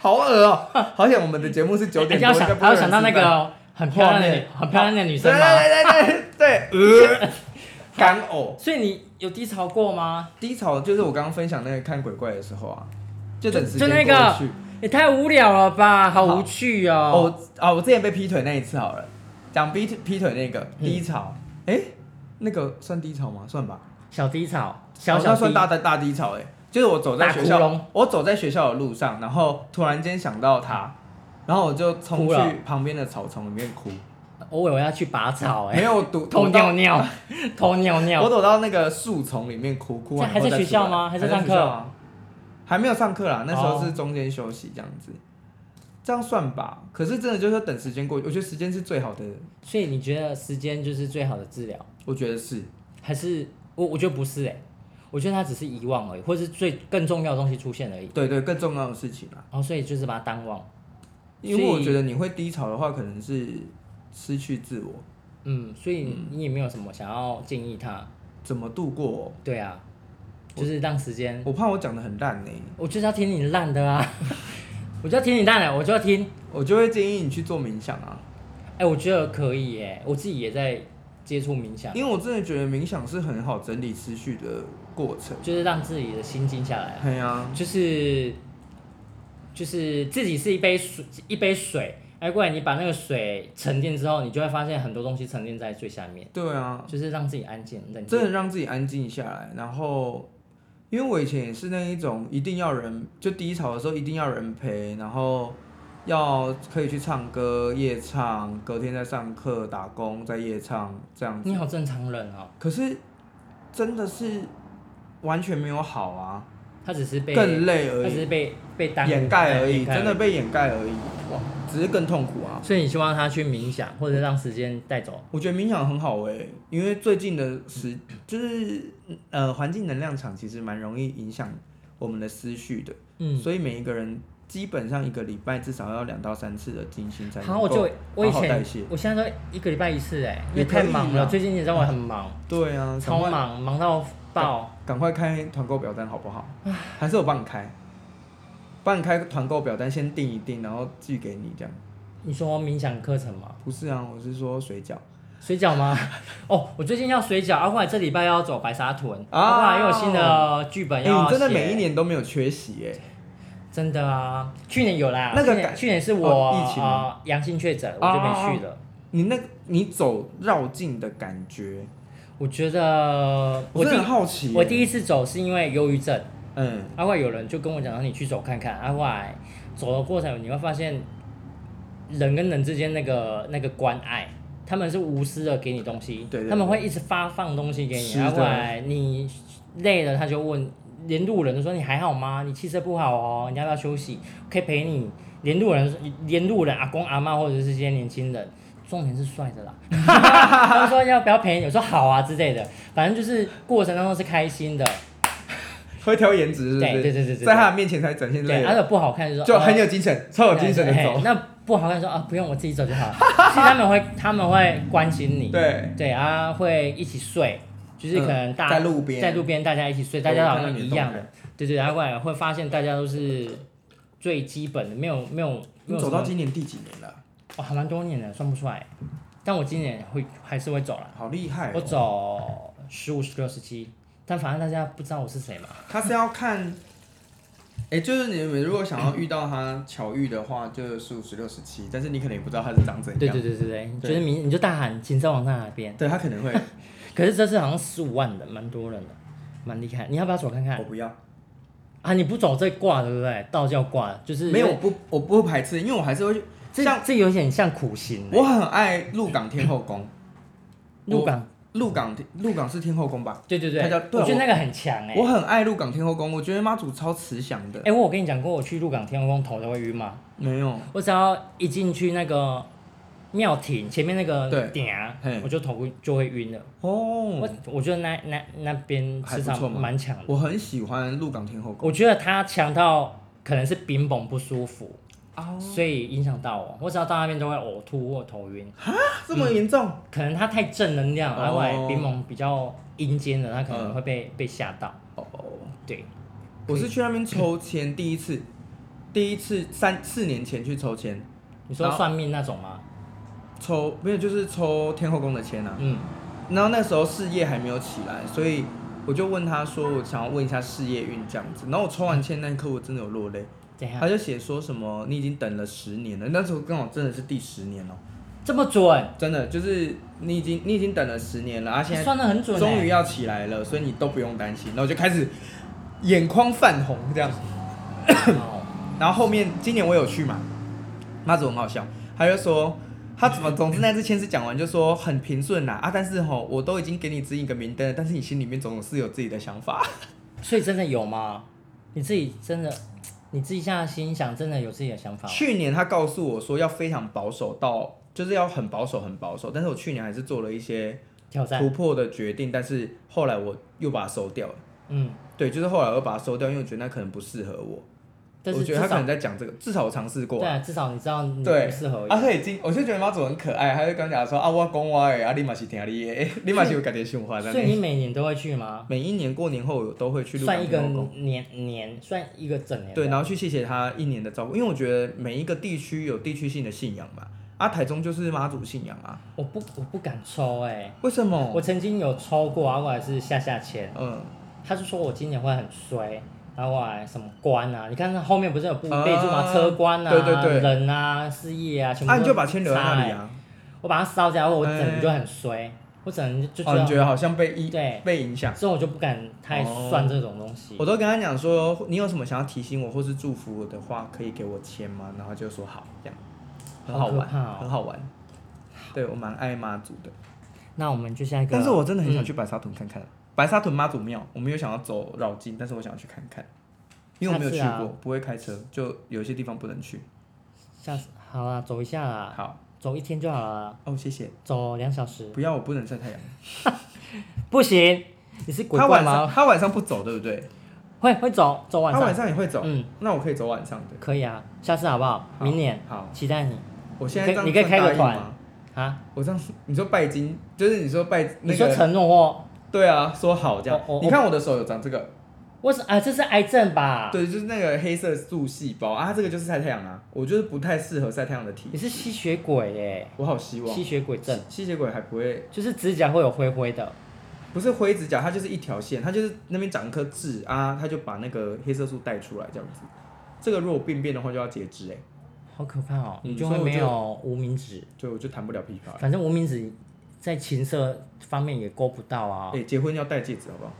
[SPEAKER 2] 好恶哦、好想我们的节目是九
[SPEAKER 1] 哎
[SPEAKER 2] 点
[SPEAKER 1] 你 要
[SPEAKER 2] 多，应
[SPEAKER 1] 想
[SPEAKER 2] 该，不
[SPEAKER 1] 还
[SPEAKER 2] 会有
[SPEAKER 1] 要
[SPEAKER 2] 人
[SPEAKER 1] 想到那
[SPEAKER 2] 吃饭
[SPEAKER 1] 个很漂亮的
[SPEAKER 2] 画
[SPEAKER 1] 女
[SPEAKER 2] 面，
[SPEAKER 1] 很漂亮的女
[SPEAKER 2] 对
[SPEAKER 1] 生吗？
[SPEAKER 2] 对对 对对，呃干呕。
[SPEAKER 1] 所以你有低潮过吗？
[SPEAKER 2] 低潮就是我刚刚分享那个看鬼怪的时候啊，就等时
[SPEAKER 1] 就
[SPEAKER 2] 间
[SPEAKER 1] 那
[SPEAKER 2] 过
[SPEAKER 1] 个
[SPEAKER 2] 去。
[SPEAKER 1] 也哎太无聊了吧，好无趣哦。
[SPEAKER 2] 哦啊，我之前被劈腿那一次好了，讲劈腿劈腿那个
[SPEAKER 1] 嗯
[SPEAKER 2] 低潮，哎、那个算低潮吗？算吧，
[SPEAKER 1] 小低潮，小
[SPEAKER 2] 哦
[SPEAKER 1] 小
[SPEAKER 2] 那算
[SPEAKER 1] 低
[SPEAKER 2] 大大大低潮哎、就是我走在
[SPEAKER 1] 大
[SPEAKER 2] 学
[SPEAKER 1] 窟窿
[SPEAKER 2] 校，我走在学校的路上，然后突然间想到他，然后我就冲
[SPEAKER 1] 哭
[SPEAKER 2] 去
[SPEAKER 1] 了
[SPEAKER 2] 旁边的草丛里面哭，
[SPEAKER 1] 偶尔我要去拔草，哎，
[SPEAKER 2] 没有躲
[SPEAKER 1] 偷
[SPEAKER 2] 躲到
[SPEAKER 1] 尿 尿，偷尿
[SPEAKER 2] 我
[SPEAKER 1] 尿。
[SPEAKER 2] 躲到那个树丛里面哭，哭完
[SPEAKER 1] 哎这还在
[SPEAKER 2] 以后
[SPEAKER 1] 学
[SPEAKER 2] 再
[SPEAKER 1] 校
[SPEAKER 2] 出来
[SPEAKER 1] 吗还在
[SPEAKER 2] 在
[SPEAKER 1] 上课
[SPEAKER 2] 学校啊？还没有上课啦，那时候
[SPEAKER 1] 哦
[SPEAKER 2] 是中间休息这样子，这样算吧。可是真的就是等时间过去，我觉得时间是最好的，
[SPEAKER 1] 所以你觉得时间就是最好的治疗，
[SPEAKER 2] 我觉得是
[SPEAKER 1] 还是我我觉得不是哎，我觉得它只是遗忘而已，或是最更重要的东西出现而已。
[SPEAKER 2] 对对更重要的事情啦。
[SPEAKER 1] 然后哦所以就是把它淡忘。
[SPEAKER 2] 因为
[SPEAKER 1] 所以
[SPEAKER 2] 我觉得你会低潮的话，可能是失去自我，
[SPEAKER 1] 嗯，所以你也没有什么想要建议他。
[SPEAKER 2] 怎么度过哦、
[SPEAKER 1] 对啊，就是让时间，
[SPEAKER 2] 我怕我讲的很烂呢、
[SPEAKER 1] 我就是要听你烂的啊， 我就要听你烂的，我就要听。
[SPEAKER 2] 我就会建议你去做冥想啊，
[SPEAKER 1] 哎、我觉得可以耶，我自己也在接触冥想，
[SPEAKER 2] 因为我真的觉得冥想是很好整理思绪的过程。
[SPEAKER 1] 就是让自己的心静下来啊，
[SPEAKER 2] 对啊，
[SPEAKER 1] 就是就是自己是一杯水，一杯水，哎，过来你把那个水沉淀之后，你就会发现很多东西沉淀在最下面，
[SPEAKER 2] 对啊，
[SPEAKER 1] 就是让自己安静冷
[SPEAKER 2] 真的
[SPEAKER 1] 静。
[SPEAKER 2] 让自己安静下来。然后，因为我以前也是那一种一定要人，就低潮的时候一定要人陪，然后要可以去唱歌、夜唱，隔天再上课、打工、再夜唱这样
[SPEAKER 1] 你
[SPEAKER 2] 子。
[SPEAKER 1] 好正常人哦，
[SPEAKER 2] 可是真的是完全没有好啊，
[SPEAKER 1] 他只是被
[SPEAKER 2] 更累而
[SPEAKER 1] 他只是
[SPEAKER 2] 已，
[SPEAKER 1] 被被耽误
[SPEAKER 2] 掩盖而已，
[SPEAKER 1] 掩盖
[SPEAKER 2] 真的被掩盖而已，哇，只是更痛苦啊。
[SPEAKER 1] 所以你希望他去冥想，或者让时间带走。
[SPEAKER 2] 我觉得冥想很好诶、因为最近的时就是呃环境能量场其实蛮容易影响我们的思绪的，
[SPEAKER 1] 嗯，
[SPEAKER 2] 所以每一个人基本上一个礼拜至少要两到三次的静心才能
[SPEAKER 1] 好，我
[SPEAKER 2] 够
[SPEAKER 1] 就我以
[SPEAKER 2] 好好代
[SPEAKER 1] 前
[SPEAKER 2] 谢
[SPEAKER 1] 我现在都一个礼拜一次哎，因
[SPEAKER 2] 也
[SPEAKER 1] 为太
[SPEAKER 2] 可以
[SPEAKER 1] 忙
[SPEAKER 2] 啦
[SPEAKER 1] 了，最近你知道我很忙，
[SPEAKER 2] 对啊，
[SPEAKER 1] 超
[SPEAKER 2] 赶快，
[SPEAKER 1] 忙，忙到爆。
[SPEAKER 2] 赶快开团购表单好不好？还是我帮你开，帮你开团购表单，先订一订，然后寄给你这样。
[SPEAKER 1] 你说冥想课程吗？
[SPEAKER 2] 不是啊，我是说水饺
[SPEAKER 1] 水饺 吗？哦，我最近要水饺，啊，后来这礼拜要走白沙屯，
[SPEAKER 2] 啊
[SPEAKER 1] 啊，后来又有新的剧
[SPEAKER 2] 哎、
[SPEAKER 1] 本要
[SPEAKER 2] 你
[SPEAKER 1] 写。
[SPEAKER 2] 真的每一年都没有缺席欸诶、
[SPEAKER 1] 真的啊，去年有啦，
[SPEAKER 2] 那个
[SPEAKER 1] 去年
[SPEAKER 2] 感
[SPEAKER 1] 去年是
[SPEAKER 2] 哦
[SPEAKER 1] 我
[SPEAKER 2] 疫情
[SPEAKER 1] 啊阳性确诊，我就没去了。
[SPEAKER 2] 你那你走绕境的感觉，
[SPEAKER 1] 我觉得
[SPEAKER 2] 我
[SPEAKER 1] 我
[SPEAKER 2] 真
[SPEAKER 1] 第
[SPEAKER 2] 的很好奇耶、
[SPEAKER 1] 我第一次走是因为忧郁症。
[SPEAKER 2] 嗯，
[SPEAKER 1] 阿啊外有人就跟我讲说你去走看看，阿外走的过程你会发现，人跟人之间那个那个关爱，他们是无私的给你东西，
[SPEAKER 2] 对对对
[SPEAKER 1] 他们会一直发放东西给你。
[SPEAKER 2] 是的
[SPEAKER 1] 阿外你累了他就问，连路人都说你还好吗？你气色不好哦，你要不要休息？可以陪你。连路人连路人阿公阿妈或者是这些年轻人，重点是帅的 啦。他们说要不要陪你，我说好啊之类的，反正就是过程当中是开心的。
[SPEAKER 2] 会挑颜值是不是？
[SPEAKER 1] 对对对对对
[SPEAKER 2] 在他的面前才展现
[SPEAKER 1] 对，
[SPEAKER 2] 累
[SPEAKER 1] 而
[SPEAKER 2] 了，
[SPEAKER 1] 且不好看就说
[SPEAKER 2] 就
[SPEAKER 1] 哦
[SPEAKER 2] 很有精神，超有精神的
[SPEAKER 1] 嘿
[SPEAKER 2] 走。
[SPEAKER 1] 那不好看说啊，不用我自己走就好了。 其实他们会他们会关心你，
[SPEAKER 2] 对，
[SPEAKER 1] 对啊，会一起睡，就是可能大、
[SPEAKER 2] 嗯在路边
[SPEAKER 1] 在路边大家一起睡，
[SPEAKER 2] 对
[SPEAKER 1] 大家
[SPEAKER 2] 我
[SPEAKER 1] 好
[SPEAKER 2] 看到
[SPEAKER 1] 像
[SPEAKER 2] 你的
[SPEAKER 1] 一样
[SPEAKER 2] 动
[SPEAKER 1] 的
[SPEAKER 2] 态，
[SPEAKER 1] 对对，然后后来会发现大家都是最基本的，没有没有没
[SPEAKER 2] 你
[SPEAKER 1] 有
[SPEAKER 2] 走
[SPEAKER 1] 什么
[SPEAKER 2] 到今年第几年了？
[SPEAKER 1] 哇，还蛮多年的，算不出来。但我今年会还是会走了，
[SPEAKER 2] 好厉害、哦！
[SPEAKER 1] 我走十五、十六、十七，但反正大家不知道我是谁嘛。
[SPEAKER 2] 他是要看哎、就是你们如果想要遇到他巧遇的话，就是十五、十六、十七，但是你可能也不知道他是长怎样。
[SPEAKER 1] 对对对对对，
[SPEAKER 2] 对
[SPEAKER 1] 就是你你就大喊“请山往上海边
[SPEAKER 2] 对他 可能会，”，
[SPEAKER 1] 可是这次好像十五万人，蛮多人的，蛮厉害。你要不要走看
[SPEAKER 2] 我
[SPEAKER 1] 看
[SPEAKER 2] 不要，
[SPEAKER 1] 啊？你不走这挂对不对？道教挂就是
[SPEAKER 2] 没有，我，不，我不会排斥，因为我还是会去。
[SPEAKER 1] 这
[SPEAKER 2] 像
[SPEAKER 1] 这有点像苦行欸。
[SPEAKER 2] 我很爱鹿港天后宫，
[SPEAKER 1] 鹿港，
[SPEAKER 2] 鹿港天鹿港是天后宫吧？
[SPEAKER 1] 对对对，
[SPEAKER 2] 它叫对啊
[SPEAKER 1] 我觉得那个很强哎
[SPEAKER 2] 我。很爱鹿港天后宫，我觉得妈祖超慈祥的。
[SPEAKER 1] 哎，我有跟你讲过，我去鹿港天后宫头都会晕吗？
[SPEAKER 2] 没有，
[SPEAKER 1] 我只要一进去那个庙亭前面那个
[SPEAKER 2] 对
[SPEAKER 1] 点啊
[SPEAKER 2] 嘿，
[SPEAKER 1] 我就头就会晕了。我
[SPEAKER 2] 哦，
[SPEAKER 1] 我觉得那那那边
[SPEAKER 2] 还
[SPEAKER 1] 磁
[SPEAKER 2] 不
[SPEAKER 1] 场
[SPEAKER 2] 错嘛
[SPEAKER 1] 蛮强的。
[SPEAKER 2] 我很喜欢鹿港天后宫。
[SPEAKER 1] 我觉得他强到可能是冰崩不舒服，
[SPEAKER 2] 哦，
[SPEAKER 1] 所以影响到我。我只要到那边都会呕吐或头晕，
[SPEAKER 2] 这么严重？
[SPEAKER 1] 可能他太正能量，
[SPEAKER 2] 哦
[SPEAKER 1] 然后来冰崩比较阴间的，他可能会被、被吓到。
[SPEAKER 2] 哦，
[SPEAKER 1] 对，
[SPEAKER 2] 我是去那边抽签，第一次，第一次三四年前去抽签，
[SPEAKER 1] 你说
[SPEAKER 2] 然后
[SPEAKER 1] 算命那种吗？
[SPEAKER 2] 抽没有就是抽天后宫的签啊。
[SPEAKER 1] 嗯，
[SPEAKER 2] 然后那时候事业还没有起来，所以我就问他说，我想要问一下事业运这样子。然后我抽完签那一刻，我真的有落泪。
[SPEAKER 1] 怎样
[SPEAKER 2] 他？就写说什么你已经等了十年了，那时候刚好真的是第十年哦、
[SPEAKER 1] 这么准？
[SPEAKER 2] 真的就是你已经你已经等了十年了，啊，现
[SPEAKER 1] 算
[SPEAKER 2] 在
[SPEAKER 1] 的很准、欸。
[SPEAKER 2] 终于要起来了，所以你都不用担心。然后我就开始眼眶泛红这样，
[SPEAKER 1] 哦
[SPEAKER 2] 然后后面今年我有去嘛，妈祖很好笑，他就说。他怎么？总之那支签是讲完就说很平顺啦啊，但是吼，我都已经给你指引个明灯了，但是你心里面总是有自己的想法。
[SPEAKER 1] 所以真的有吗？你自己真的，你自己下心想，真的有自己的想法吗？
[SPEAKER 2] 去年他告诉我说要非常保守到，就是要很保守很保守，但是我去年还是做了一些
[SPEAKER 1] 挑战
[SPEAKER 2] 突。破的决定，但是后来我又把它收掉了。
[SPEAKER 1] 嗯，
[SPEAKER 2] 对，就是后来我又把它收掉，因为我觉得那可能不适合我。
[SPEAKER 1] 但
[SPEAKER 2] 我
[SPEAKER 1] 是
[SPEAKER 2] 觉
[SPEAKER 1] 至
[SPEAKER 2] 得他可
[SPEAKER 1] 少
[SPEAKER 2] 能在讲这个，至少我尝试过
[SPEAKER 1] 对
[SPEAKER 2] 啊、
[SPEAKER 1] 啊，至少你知道你
[SPEAKER 2] 对，
[SPEAKER 1] 不适合。
[SPEAKER 2] 啊，他已经，我就觉得妈祖很可爱，他就跟我讲说啊，我讲我的，啊，你嘛是听你 的，你嘛是有感觉想法的。
[SPEAKER 1] 所以你每年都会去吗？
[SPEAKER 2] 每一年过年后我都会去鹿
[SPEAKER 1] 算
[SPEAKER 2] 港
[SPEAKER 1] 一个
[SPEAKER 2] 天后宫，
[SPEAKER 1] 年年，算一个整年。
[SPEAKER 2] 对，然后去谢谢他一年的照顾，因为我觉得每一个地区有地区性的信仰嘛，啊，台中就是妈祖信仰啊，
[SPEAKER 1] 我不我不敢抽哎、
[SPEAKER 2] 为什么？
[SPEAKER 1] 我曾经有抽过，然后还是下下签，
[SPEAKER 2] 嗯，
[SPEAKER 1] 他就说我今年会很衰，然后还什么关啊，你看那后面不是有部
[SPEAKER 2] 啊
[SPEAKER 1] 备注吗？车关啊，
[SPEAKER 2] 对对对
[SPEAKER 1] 人啊，事业啊，全部
[SPEAKER 2] 啊，
[SPEAKER 1] 都
[SPEAKER 2] 你就把签留在那里
[SPEAKER 1] 差欸，
[SPEAKER 2] 啊，
[SPEAKER 1] 我把它烧掉，我整
[SPEAKER 2] 哎
[SPEAKER 1] 个就很衰，我整个就
[SPEAKER 2] 哦，你
[SPEAKER 1] 觉
[SPEAKER 2] 觉得好像被一
[SPEAKER 1] 对
[SPEAKER 2] 被影响。
[SPEAKER 1] 所以我就不敢太
[SPEAKER 2] 哦
[SPEAKER 1] 算这种东西。
[SPEAKER 2] 我都跟他讲说，你有什么想要提醒我或是祝福我的话，可以给我签吗？然后他就说好，这样很好玩，
[SPEAKER 1] 好可怕哦
[SPEAKER 2] 很好玩。对我蛮爱妈祖的，
[SPEAKER 1] 那我们就下一个，
[SPEAKER 2] 但是我真的很想去白沙屯看看，白沙屯妈祖庙，我没有想要走绕境，但是我想要去看看，因为我没有去过，
[SPEAKER 1] 下次啊
[SPEAKER 2] 不会开车，就有些地方不能去。
[SPEAKER 1] 下次好啦，走一下啦，
[SPEAKER 2] 好，
[SPEAKER 1] 走一天就好了，
[SPEAKER 2] 啊哦，谢谢，
[SPEAKER 1] 走两小时
[SPEAKER 2] 不要，我不能晒太阳。
[SPEAKER 1] 不行，你是鬼
[SPEAKER 2] 他
[SPEAKER 1] 怪
[SPEAKER 2] 晚上
[SPEAKER 1] 吗？
[SPEAKER 2] 他晚上不走，对不对？
[SPEAKER 1] 会会走走晚
[SPEAKER 2] 他
[SPEAKER 1] 上
[SPEAKER 2] 晚。上也会走，
[SPEAKER 1] 嗯，
[SPEAKER 2] 那我可以走晚上的。
[SPEAKER 1] 可以啊，下次好不好？
[SPEAKER 2] 好
[SPEAKER 1] 明年
[SPEAKER 2] 好
[SPEAKER 1] 期待你
[SPEAKER 2] 我现在这样
[SPEAKER 1] 你可以你可以开个
[SPEAKER 2] 算答
[SPEAKER 1] 团
[SPEAKER 2] 应吗？
[SPEAKER 1] 啊！
[SPEAKER 2] 我这样你说拜金，就是你说拜
[SPEAKER 1] 你
[SPEAKER 2] 那
[SPEAKER 1] 说
[SPEAKER 2] 个，
[SPEAKER 1] 承诺哦，
[SPEAKER 2] 对啊，说好这样
[SPEAKER 1] 哦哦哦。
[SPEAKER 2] 你看我的手有长这个，
[SPEAKER 1] 我是啊，这是癌症吧？，
[SPEAKER 2] 对，就是那个黑色素细胞啊，这个就是晒太阳啊。我就是不太适合晒太阳的体
[SPEAKER 1] 你
[SPEAKER 2] 质，
[SPEAKER 1] 是吸血鬼耶、
[SPEAKER 2] 我好希望
[SPEAKER 1] 吸血鬼症
[SPEAKER 2] 吸血鬼还不会，
[SPEAKER 1] 就是指甲会有灰灰的，
[SPEAKER 2] 不是灰指甲，它就是一条线，它就是那边长一颗痣啊，它就把那个黑色素带出来这样子。这个如果病变的话就要截肢哎、
[SPEAKER 1] 好可怕哦！
[SPEAKER 2] 嗯
[SPEAKER 1] 你就
[SPEAKER 2] 所
[SPEAKER 1] 会
[SPEAKER 2] 以我
[SPEAKER 1] 没
[SPEAKER 2] 就
[SPEAKER 1] 有无名指，
[SPEAKER 2] 对，我就弹不了琵琶了。
[SPEAKER 1] 反正无名指在情色方面也勾不到啊。
[SPEAKER 2] 哎、结婚要戴戒指好不好？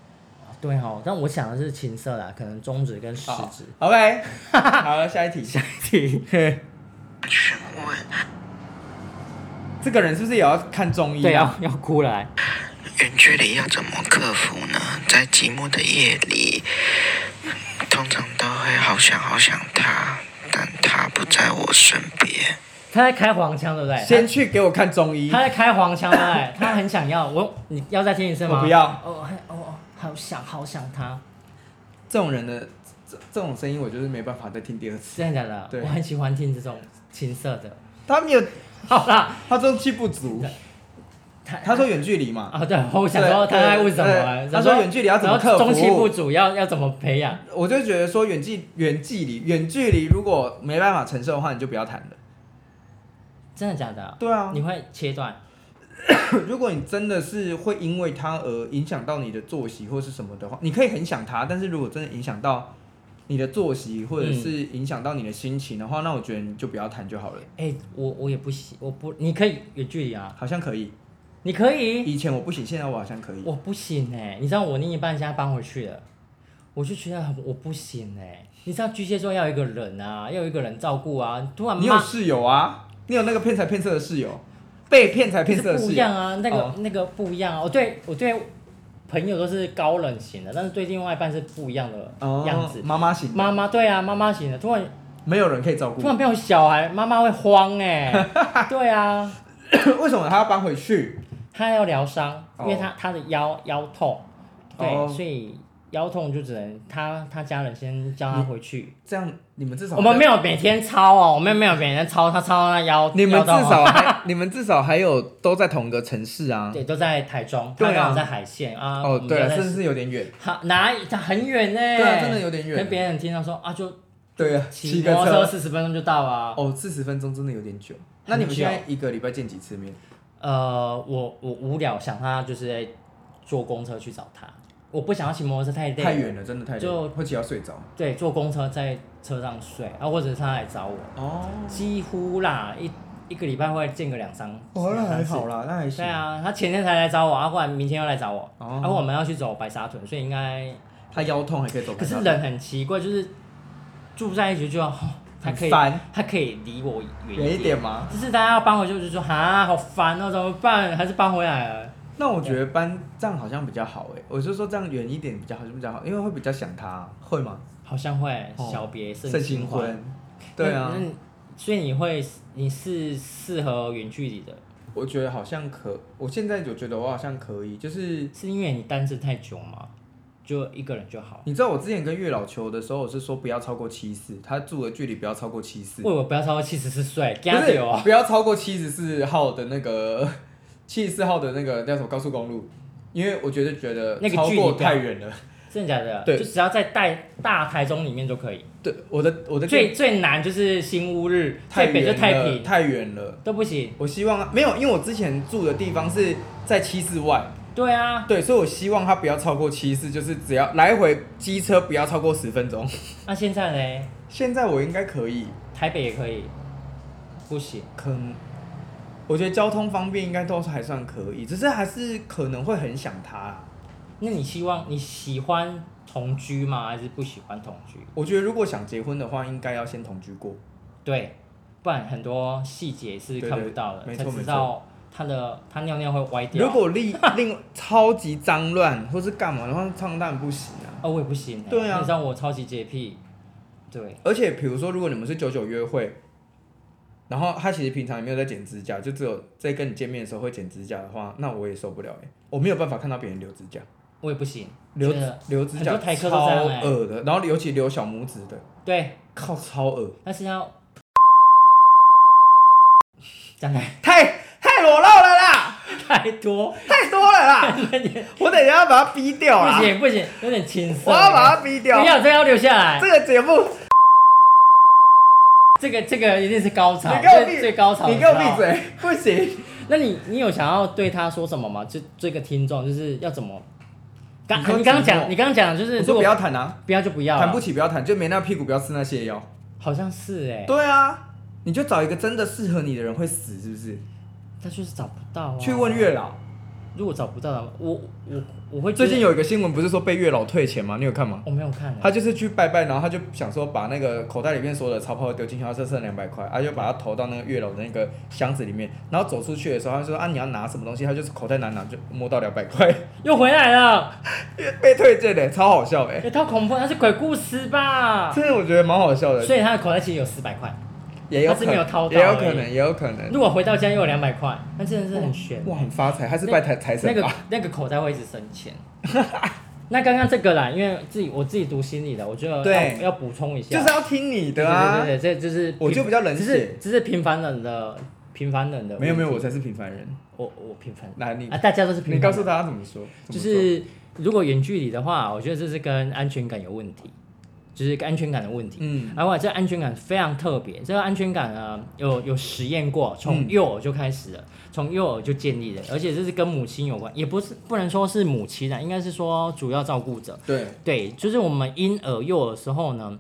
[SPEAKER 1] 对哦，但我想的是情色啦，可能中指跟食
[SPEAKER 2] 好
[SPEAKER 1] 指。
[SPEAKER 2] ，OK，好 了，下一题，下一题。
[SPEAKER 3] 询问
[SPEAKER 2] 这个人是不是也要看中医
[SPEAKER 1] 对啊，要哭了欸。
[SPEAKER 3] 远距离要怎么克服呢？在寂寞的夜里，通常都会好想好想他，但他不在我身边。
[SPEAKER 1] 他在开黄腔，对不对？
[SPEAKER 2] 先去给我看中医
[SPEAKER 1] 他。在开黄腔，对不 对？他很想要我，你要再听一次吗？
[SPEAKER 2] 我不要
[SPEAKER 1] 哦，还哦哦，好想好想他，
[SPEAKER 2] 这种人的这这种声音，我就是没办法再听第二次。
[SPEAKER 1] 真的假的？
[SPEAKER 2] 对
[SPEAKER 1] 我很喜欢听这种情色的。
[SPEAKER 2] 他没有，
[SPEAKER 1] 好啦，
[SPEAKER 2] 他中气不足。
[SPEAKER 1] 他
[SPEAKER 2] 他说远距离嘛，
[SPEAKER 1] 啊，对，我想说他在问什么啊
[SPEAKER 2] 对？对他说远距离要怎么克
[SPEAKER 1] 然
[SPEAKER 2] 服
[SPEAKER 1] 后中气不足要要怎么培养？
[SPEAKER 2] 我就觉得说远距远距离远距离如果没办法承受的话，你就不要谈了。
[SPEAKER 1] 真的假的？
[SPEAKER 2] 对啊
[SPEAKER 1] 你，会切断？
[SPEAKER 2] 如果你真的是会因为他而影响到你的作息或是什么的话，你可以很想他，但是如果真的影响到你的作息或者是影响到你的心情的话，那我觉得你就不要谈就好了。
[SPEAKER 1] 哎、我我也不行，我不，你可以远距离啊，
[SPEAKER 2] 好像可以，
[SPEAKER 1] 你可以，
[SPEAKER 2] 以前我不行，现在我好像可以。
[SPEAKER 1] 我不行哎、你知道我另一半现在搬回去了，我就觉得很我不行哎、你知道巨蟹座要有一个人啊，要有一个人照顾啊，突然
[SPEAKER 2] 你有
[SPEAKER 1] 妈
[SPEAKER 2] 室友啊？你有那个骗财骗色的室友，被骗财骗色的
[SPEAKER 1] 不
[SPEAKER 2] 室
[SPEAKER 1] 一样
[SPEAKER 2] 友，
[SPEAKER 1] 啊，那个、
[SPEAKER 2] 哦
[SPEAKER 1] 那个不一样啊。我对我对朋友都是高冷型的，但是对另外一半是不一样的
[SPEAKER 2] 哦
[SPEAKER 1] 样子。
[SPEAKER 2] 妈妈型，
[SPEAKER 1] 妈妈对啊，妈妈型的，突然
[SPEAKER 2] 没有人可以照顾
[SPEAKER 1] 突。然变成小孩，妈妈会慌哎、 对啊，
[SPEAKER 2] 为什么他要搬回去？
[SPEAKER 1] 她要疗伤，因为她
[SPEAKER 2] 哦
[SPEAKER 1] 她的腰腰痛，对，
[SPEAKER 2] 哦
[SPEAKER 1] 所以腰痛就只能她她家人先叫她回去。
[SPEAKER 2] 这样你们至少
[SPEAKER 1] 我们没有每天操哦，我们没有每天操，她操到那腰，
[SPEAKER 2] 你们
[SPEAKER 1] 腰
[SPEAKER 2] 至
[SPEAKER 1] 痛哦
[SPEAKER 2] 少还你们至少还有都在同个城市啊。
[SPEAKER 1] 对都在台中，
[SPEAKER 2] 对
[SPEAKER 1] 她
[SPEAKER 2] 啊
[SPEAKER 1] 刚好在海线啊，我
[SPEAKER 2] 哦，
[SPEAKER 1] 们
[SPEAKER 2] 对
[SPEAKER 1] 家
[SPEAKER 2] 啊，
[SPEAKER 1] 在
[SPEAKER 2] 甚至是有点远。
[SPEAKER 1] 好，哪它很远呢、欸
[SPEAKER 2] 对啊，真的有点
[SPEAKER 1] 跟别
[SPEAKER 2] 远。
[SPEAKER 1] 人听到说啊，就
[SPEAKER 2] 对啊，
[SPEAKER 1] 骑
[SPEAKER 2] 骑
[SPEAKER 1] 摩
[SPEAKER 2] 个
[SPEAKER 1] 托车
[SPEAKER 2] 车。
[SPEAKER 1] 四十分钟就到啊。
[SPEAKER 2] 哦，四十分钟真的有点久。那你们现在一个礼拜见几次面？
[SPEAKER 1] 呃，我我无聊，想他就是在坐公车去找他。我不想要骑摩托车太累，
[SPEAKER 2] 太远了，真的太远了，
[SPEAKER 1] 就
[SPEAKER 2] 会骑到睡着。
[SPEAKER 1] 对，坐公车在车上睡啊，或者是他来找我，
[SPEAKER 2] 哦，
[SPEAKER 1] 几乎啦，一一个礼拜会见个两三。
[SPEAKER 2] 哦，那还
[SPEAKER 1] 两三次
[SPEAKER 2] 好啦，那还行。
[SPEAKER 1] 对，啊，他前天才来找我，啊，后来明天又来找我，
[SPEAKER 2] 哦
[SPEAKER 1] 然后、我们要去走白沙屯，所以应该。
[SPEAKER 2] 他腰痛还可以走。
[SPEAKER 1] 可是人很奇怪，就是住在一起就要， 哦他可以
[SPEAKER 2] 很烦
[SPEAKER 1] 他可以离我
[SPEAKER 2] 远
[SPEAKER 1] 远
[SPEAKER 2] 一点嘛。
[SPEAKER 1] 就是大家要搬回去，我就说哈，好烦哦，怎么办？还是搬回来了。
[SPEAKER 2] 那我觉得搬这样好像比较好哎，我就说这样远一点比较好，就比较好，因为会比较想他，会吗？
[SPEAKER 1] 好像会
[SPEAKER 2] 哦
[SPEAKER 1] 小别胜
[SPEAKER 2] 盛新
[SPEAKER 1] 欢。
[SPEAKER 2] 婚， 对啊
[SPEAKER 1] 那，那所以你会，你是适合远距离的，
[SPEAKER 2] 我觉得好像可，我现在就觉得我好像可以，就是
[SPEAKER 1] 是因为你单身太久吗？就一个人就好。
[SPEAKER 2] 你知道我之前跟月老求的时候，我是说不要超过七四，他住的距离不要超过七四，
[SPEAKER 1] 为我不要超过七十四岁，
[SPEAKER 2] 不
[SPEAKER 1] 加
[SPEAKER 2] 是
[SPEAKER 1] 油啊！
[SPEAKER 2] 不要超过七十四号的那个七十四号的那个叫什么高速公路，因为我觉得觉得
[SPEAKER 1] 那个
[SPEAKER 2] 超
[SPEAKER 1] 距离
[SPEAKER 2] 过
[SPEAKER 1] 不要
[SPEAKER 2] 太远了。
[SPEAKER 1] 真的假的？
[SPEAKER 2] 对
[SPEAKER 1] 就只要在大大台中里面就可以。
[SPEAKER 2] 对，我的我的
[SPEAKER 1] 最最难就是新乌日，
[SPEAKER 2] 太
[SPEAKER 1] 最北就
[SPEAKER 2] 远
[SPEAKER 1] 太
[SPEAKER 2] 了，
[SPEAKER 1] 平
[SPEAKER 2] 太远了。
[SPEAKER 1] 都不行。
[SPEAKER 2] 我希望没有，因为我之前住的地方是在七四外，
[SPEAKER 1] 对啊，
[SPEAKER 2] 对，所以我希望它不要超过七四，就是只要来回机车不要超过十分钟。
[SPEAKER 1] 那现在呢？
[SPEAKER 2] 现在我应该可以，
[SPEAKER 1] 台北也可以，不行。
[SPEAKER 2] 可能我觉得交通方便应该都还算可以，只是还是可能会很想他啦。
[SPEAKER 1] 那你希望你喜欢同居吗？还是不喜欢同居？
[SPEAKER 2] 我觉得如果想结婚的话，应该要先同居过。
[SPEAKER 1] 对，不然很多细节是
[SPEAKER 2] 对
[SPEAKER 1] 看不
[SPEAKER 2] 对
[SPEAKER 1] 到的，
[SPEAKER 2] 没
[SPEAKER 1] 才
[SPEAKER 2] 错
[SPEAKER 1] 知
[SPEAKER 2] 没
[SPEAKER 1] 道他的他尿尿会歪掉。
[SPEAKER 2] 如果另另超级脏乱或是干嘛的话，当然不行啊。
[SPEAKER 1] 哦，我也不行欸、
[SPEAKER 2] 对啊
[SPEAKER 1] 你知道我超级洁癖，对，
[SPEAKER 2] 而且比如说，如果你们是九九约会，然后他其实平常也没有在剪指甲，就只有在跟你见面的时候会剪指甲的话，那我也受不了哎、我没有办法看到别人留指甲，
[SPEAKER 1] 我也不行，
[SPEAKER 2] 留
[SPEAKER 1] 觉得
[SPEAKER 2] 留指甲
[SPEAKER 1] 很多台客都
[SPEAKER 2] 超
[SPEAKER 1] 这样欸
[SPEAKER 2] 恶的，然后尤其留小拇指的，
[SPEAKER 1] 对，
[SPEAKER 2] 靠超恶，
[SPEAKER 1] 但是要讲来
[SPEAKER 2] 太太裸露了啦，
[SPEAKER 1] 太 多，
[SPEAKER 2] 太多了 啦，
[SPEAKER 1] 有点
[SPEAKER 2] 我等一下要把它逼掉啦
[SPEAKER 1] 不，行不行，有点青涩。
[SPEAKER 2] 我要把它逼
[SPEAKER 1] 不
[SPEAKER 2] 掉，
[SPEAKER 1] 要，这个要留下来。
[SPEAKER 2] 这个节目
[SPEAKER 1] 这个这个一定是高潮，
[SPEAKER 2] 你给我
[SPEAKER 1] 这
[SPEAKER 2] 闭
[SPEAKER 1] 是最高潮。
[SPEAKER 2] 你给我
[SPEAKER 1] 知道
[SPEAKER 2] 闭嘴，不行，
[SPEAKER 1] 那你你有想要对他说什么吗？就这个听众就是要怎么？刚
[SPEAKER 2] 你说
[SPEAKER 1] 你刚刚
[SPEAKER 2] 寂寞
[SPEAKER 1] 讲，你刚刚讲的就是
[SPEAKER 2] 我
[SPEAKER 1] 如
[SPEAKER 2] 说
[SPEAKER 1] 果
[SPEAKER 2] 不要谈啊，
[SPEAKER 1] 不要就不要了，
[SPEAKER 2] 谈不起不要谈，就没那屁股不要吃那些药。
[SPEAKER 1] 好像是哎、
[SPEAKER 2] 对啊，你就找一个真的适合你的人会死，是不是？
[SPEAKER 1] 他就是找不到、啊。
[SPEAKER 2] 去问月老。
[SPEAKER 1] 如果找不到的话，我我我会觉得
[SPEAKER 2] 最近有一个新闻，不是说被月老退钱吗？你有看吗？
[SPEAKER 1] 我没有看、
[SPEAKER 2] 他
[SPEAKER 1] 欸，
[SPEAKER 2] 就是去拜拜，然后他就想说把那个口袋里面所有的钞票丢进去，他剩剩两百块，他就把它投到那个月老的那个箱子里面，然后走出去的时候，他就说啊你要拿什么东西，他就是口袋拿拿就摸到两百块，
[SPEAKER 1] 又回来了，
[SPEAKER 2] 被退件的，超好笑哎、
[SPEAKER 1] 也太恐怖了，那是鬼故事吧？
[SPEAKER 2] 真的我觉得蛮好笑的，
[SPEAKER 1] 所以他的口袋其实有四百块，
[SPEAKER 2] 也
[SPEAKER 1] 他
[SPEAKER 2] 有可
[SPEAKER 1] 是没有掏
[SPEAKER 2] 能，
[SPEAKER 1] 到欸
[SPEAKER 2] 也有
[SPEAKER 1] 而已
[SPEAKER 2] 可能，也有可能，
[SPEAKER 1] 如果回到家又有两百块，那真的是很悬。
[SPEAKER 2] 哇很发财，他是拜财财
[SPEAKER 1] 那
[SPEAKER 2] 神
[SPEAKER 1] 个
[SPEAKER 2] 吧？
[SPEAKER 1] 那个口袋会一直生钱。 那刚刚这个啦，因为自己我自己读心理的，我觉得
[SPEAKER 2] 对
[SPEAKER 1] 要要补充一下，
[SPEAKER 2] 就是要听你的啊，
[SPEAKER 1] 对对对，这就是
[SPEAKER 2] 我就比较冷
[SPEAKER 1] 只
[SPEAKER 2] 血
[SPEAKER 1] 是只是平凡人的平凡人的，
[SPEAKER 2] 没有没有，我才是平凡人，
[SPEAKER 1] 我我平凡人
[SPEAKER 2] 来你
[SPEAKER 1] 啊，大家都是平凡人。
[SPEAKER 2] 你告诉大家怎么说，怎么
[SPEAKER 1] 就
[SPEAKER 2] 说
[SPEAKER 1] 是如果远距离的话，我觉得这是跟安全感有问题。就是一个安全感的问题。
[SPEAKER 2] 嗯，
[SPEAKER 1] 然后这安全感非常特别，这个安全感呢，有有实验过，从
[SPEAKER 2] 嗯
[SPEAKER 1] 幼儿就开始了，从幼儿就建立了，而且这是跟母亲有关，也不是不能说是母亲啊，应该是说主要照顾者。
[SPEAKER 2] 对，
[SPEAKER 1] 对，就是我们婴儿幼儿的时候呢，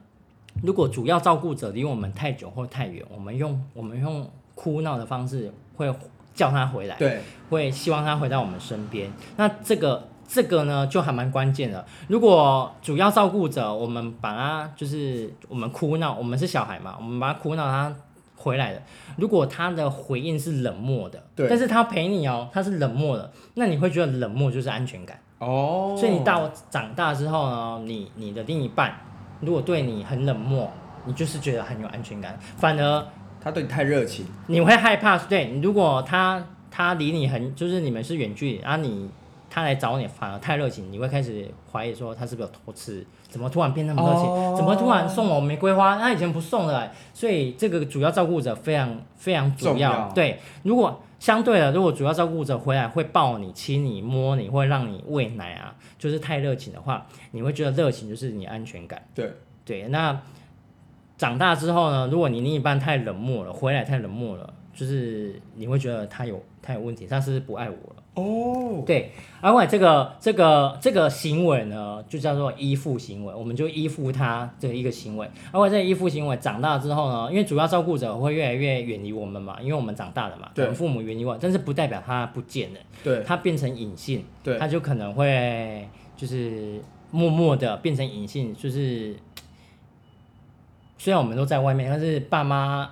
[SPEAKER 1] 如果主要照顾者离我们太久或太远，我们用我们用哭闹的方式会叫他回来，
[SPEAKER 2] 对，
[SPEAKER 1] 会希望他回到我们身边。那这个这个呢，就还蛮关键的。如果主要照顾者，我们把他就是我们哭闹，我们是小孩嘛，我们把他哭闹，他回来了。如果他的回应是冷漠的，
[SPEAKER 2] 对
[SPEAKER 1] 但是他陪你哦，他是冷漠的，那你会觉得冷漠就是安全感。
[SPEAKER 2] 哦，
[SPEAKER 1] 所以你到长大之后呢，你你的另一半如果对你很冷漠，你就是觉得很有安全感，反而
[SPEAKER 2] 他对你太热情，
[SPEAKER 1] 你会害怕。对，你如果他他离你很，就是你们是远距离，啊你他来找你反而太热情，你会开始怀疑说他是不是有偷吃？怎么突然变那么热情？
[SPEAKER 2] 哦
[SPEAKER 1] 怎么突然送我玫瑰花？他以前不送的欸、所以这个主要照顾者非常非常主
[SPEAKER 2] 重要
[SPEAKER 1] 对，如果相对的，如果主要照顾者回来会抱你、亲你、摸你，或让你喂奶啊，就是太热情的话，你会觉得热情就是你安全感。
[SPEAKER 2] 对，
[SPEAKER 1] 对，那长大之后呢，如果你另一半太冷漠了，回来太冷漠了，就是你会觉得他有他有问题，他是不是不爱我了？
[SPEAKER 2] 哦，
[SPEAKER 1] 对，而且这个这个这个行为呢，就叫做依附行为，我们就依附他这一个行为。而且这个依附行为长大之后呢，因为主要照顾者会越来越远离我们嘛，因为我们长大了嘛，
[SPEAKER 2] 对
[SPEAKER 1] 可能父母远离我，但是不代表他不见了，
[SPEAKER 2] 对，
[SPEAKER 1] 他变成隐性，
[SPEAKER 2] 对
[SPEAKER 1] 他就可能会就是默默的变成隐性，就是虽然我们都在外面，但是爸妈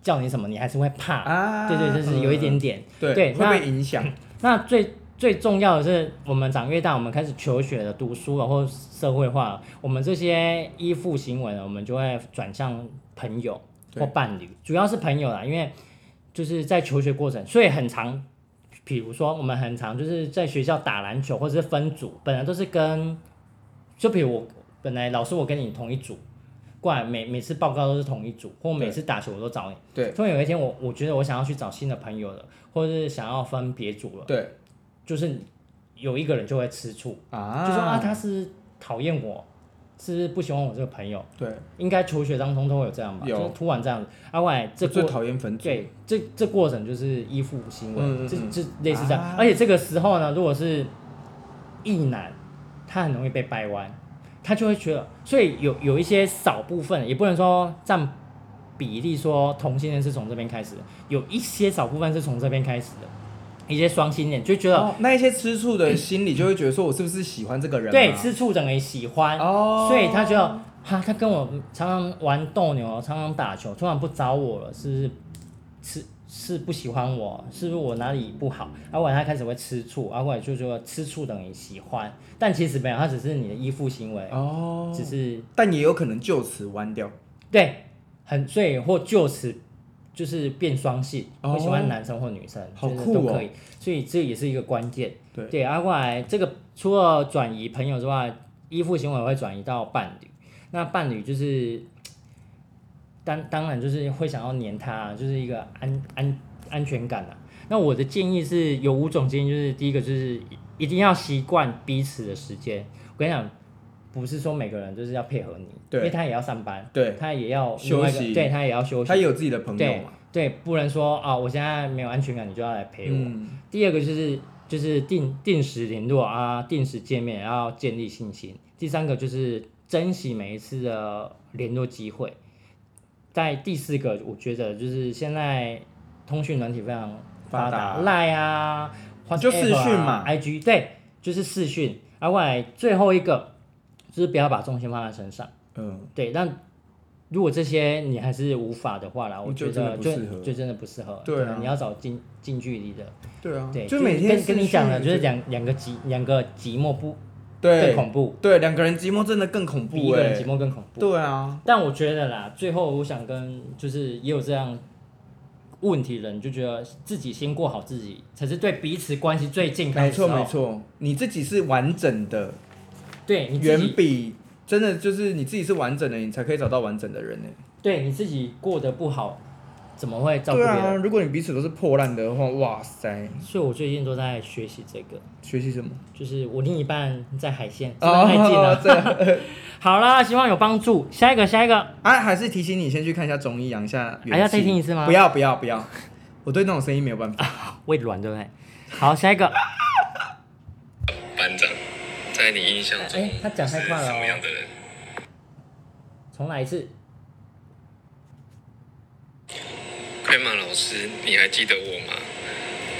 [SPEAKER 1] 叫你什么，你还是会怕。
[SPEAKER 2] 啊，嗯
[SPEAKER 1] 对对，就是有一点点。
[SPEAKER 2] 对，
[SPEAKER 1] 对那
[SPEAKER 2] 会被 影响，
[SPEAKER 1] 那最最重要的是，我们长越大，我们开始求学了、读书了，或社会化了，我们这些依附行为呢，我们就会转向朋友
[SPEAKER 2] 对
[SPEAKER 1] 或伴侣，主要是朋友啦，因为就是在求学过程，所以很常，比如说我们很常就是在学校打篮球或者是分组，本来都是跟，就比如我本来老师我跟你同一组。过来每每次报告都是同一组，或每
[SPEAKER 2] 对
[SPEAKER 1] 次打球我都找你。
[SPEAKER 2] 对
[SPEAKER 1] 突然有一天我我觉得我想要去找新的朋友了，或者是想要分别组了，
[SPEAKER 2] 对
[SPEAKER 1] 就是有一个人就会吃醋，
[SPEAKER 2] 啊，
[SPEAKER 1] 就说啊，他是讨厌我，是不是不喜欢我这个朋友？
[SPEAKER 2] 对，
[SPEAKER 1] 应该求学当中都会有这样吧，
[SPEAKER 2] 有
[SPEAKER 1] 就是突然这样子。啊，后来这
[SPEAKER 2] 我最
[SPEAKER 1] 过
[SPEAKER 2] 讨厌分组，
[SPEAKER 1] 对这这过程就是依附行为，
[SPEAKER 2] 嗯嗯
[SPEAKER 1] 这
[SPEAKER 2] 嗯
[SPEAKER 1] 这类似这样。
[SPEAKER 2] 啊
[SPEAKER 1] 而且这个时候呢，如果是异男，他很容易被掰弯，他就会觉得，所以有有一些少部分，也不能说占比例说同性恋是从这边开始的，有一些少部分是从这边开始的。一些双性恋就觉得、
[SPEAKER 2] 哦，那一些吃醋的心理就会觉得说，我是不是喜欢这个人啊？
[SPEAKER 1] 对，吃醋等于喜欢，
[SPEAKER 2] 哦
[SPEAKER 1] 所以他就哈，他跟我常常玩斗牛，常常打球，突然不找我了，是是是不喜欢我，是不是我哪里不好？然后他开始会吃醋，然后就说吃醋等于喜欢，但其实没有，他只是你的依附行为，
[SPEAKER 2] 哦，
[SPEAKER 1] 只是
[SPEAKER 2] 但也有可能就此弯掉。
[SPEAKER 1] 对，很所以或就此。就是变双性，
[SPEAKER 2] 哦
[SPEAKER 1] 会喜欢男生或女生，
[SPEAKER 2] 好
[SPEAKER 1] 就是
[SPEAKER 2] 酷
[SPEAKER 1] 都
[SPEAKER 2] 哦
[SPEAKER 1] 可以，所以这也是一个关键。
[SPEAKER 2] 对，
[SPEAKER 1] 对，啊，后来这个除了转移朋友之外，依附行为会转移到伴侣。那伴侣就是，当当然就是会想要黏他，就是一个安安安全感啊。那我的建议是有五种建议，就是第一个就是一定要习惯彼此的时间。我跟你讲，不是说每个人就是要配合你，
[SPEAKER 2] 对
[SPEAKER 1] 因为他也要上班，
[SPEAKER 2] 对
[SPEAKER 1] 他也要
[SPEAKER 2] 休
[SPEAKER 1] 另外一个
[SPEAKER 2] 息
[SPEAKER 1] 对他也要休息，
[SPEAKER 2] 他也有自己的朋友
[SPEAKER 1] 对
[SPEAKER 2] 嘛。
[SPEAKER 1] 对，不能说啊、我现在没有安全感，你就要来陪我。
[SPEAKER 2] 嗯，
[SPEAKER 1] 第二个就是就是定定时联络啊，定时见面，然后建立信心。第三个就是珍惜每一次的联络机会。在第四个，我觉得就是现在通讯软体非常发达
[SPEAKER 2] 发达
[SPEAKER 1] ，Line 啊，
[SPEAKER 2] 就
[SPEAKER 1] WhatsApp 啊
[SPEAKER 2] 视讯嘛
[SPEAKER 1] ，IG 对，就是视讯。啊，后来最后一个就是不要把重心放在身上。
[SPEAKER 2] 嗯，
[SPEAKER 1] 对，但如果这些你还是无法的话啦，我觉
[SPEAKER 2] 就真
[SPEAKER 1] 得
[SPEAKER 2] 的
[SPEAKER 1] 就
[SPEAKER 2] 不适合
[SPEAKER 1] 就真的不适合。
[SPEAKER 2] 对啊
[SPEAKER 1] 你要找近近距离的。
[SPEAKER 2] 对啊，
[SPEAKER 1] 对，
[SPEAKER 2] 就每天
[SPEAKER 1] 跟跟你讲的，
[SPEAKER 2] 视
[SPEAKER 1] 就
[SPEAKER 2] 讯
[SPEAKER 1] 是两两个寂两个寂寞不更
[SPEAKER 2] 对
[SPEAKER 1] 恐怖，
[SPEAKER 2] 对两个人寂寞真的更恐
[SPEAKER 1] 比
[SPEAKER 2] 怖
[SPEAKER 1] 一个
[SPEAKER 2] 哎、
[SPEAKER 1] 人寂寞更恐怖。
[SPEAKER 2] 对啊，
[SPEAKER 1] 但我觉得啦，最后我想跟就是也有这样问题的人，就觉得自己先过好自己，才是对彼此关系最健康
[SPEAKER 2] 没
[SPEAKER 1] 的时候。
[SPEAKER 2] 错没，错，你自己是完整的，
[SPEAKER 1] 对你自
[SPEAKER 2] 远
[SPEAKER 1] 己，
[SPEAKER 2] 比真的就是你自己是完整的，你才可以找到完整的人呢、
[SPEAKER 1] 对你自己过得不好，怎么会照顾
[SPEAKER 2] 对
[SPEAKER 1] 别
[SPEAKER 2] 啊，
[SPEAKER 1] 人？
[SPEAKER 2] 如果你彼此都是破烂的话，哇塞，
[SPEAKER 1] 所以我最近都在学习这个，
[SPEAKER 2] 学习什么？
[SPEAKER 1] 就是我另一半在海线，真的太近 了。
[SPEAKER 2] 哦这样
[SPEAKER 1] 好啦，希望有帮助。下一个，下一个，
[SPEAKER 2] 啊，还是提醒你先去看一下中医，养一下元气。
[SPEAKER 1] 还要再听一次吗啊
[SPEAKER 2] 不要不要不要，我对那种声音没有办法。
[SPEAKER 1] 胃软对不对？好，下一个。
[SPEAKER 7] 班长，在你印象中，
[SPEAKER 1] 哎他讲太快了哦
[SPEAKER 7] 是什么样的人？
[SPEAKER 1] 重来一次。
[SPEAKER 7] 快马老师，你还记得我吗？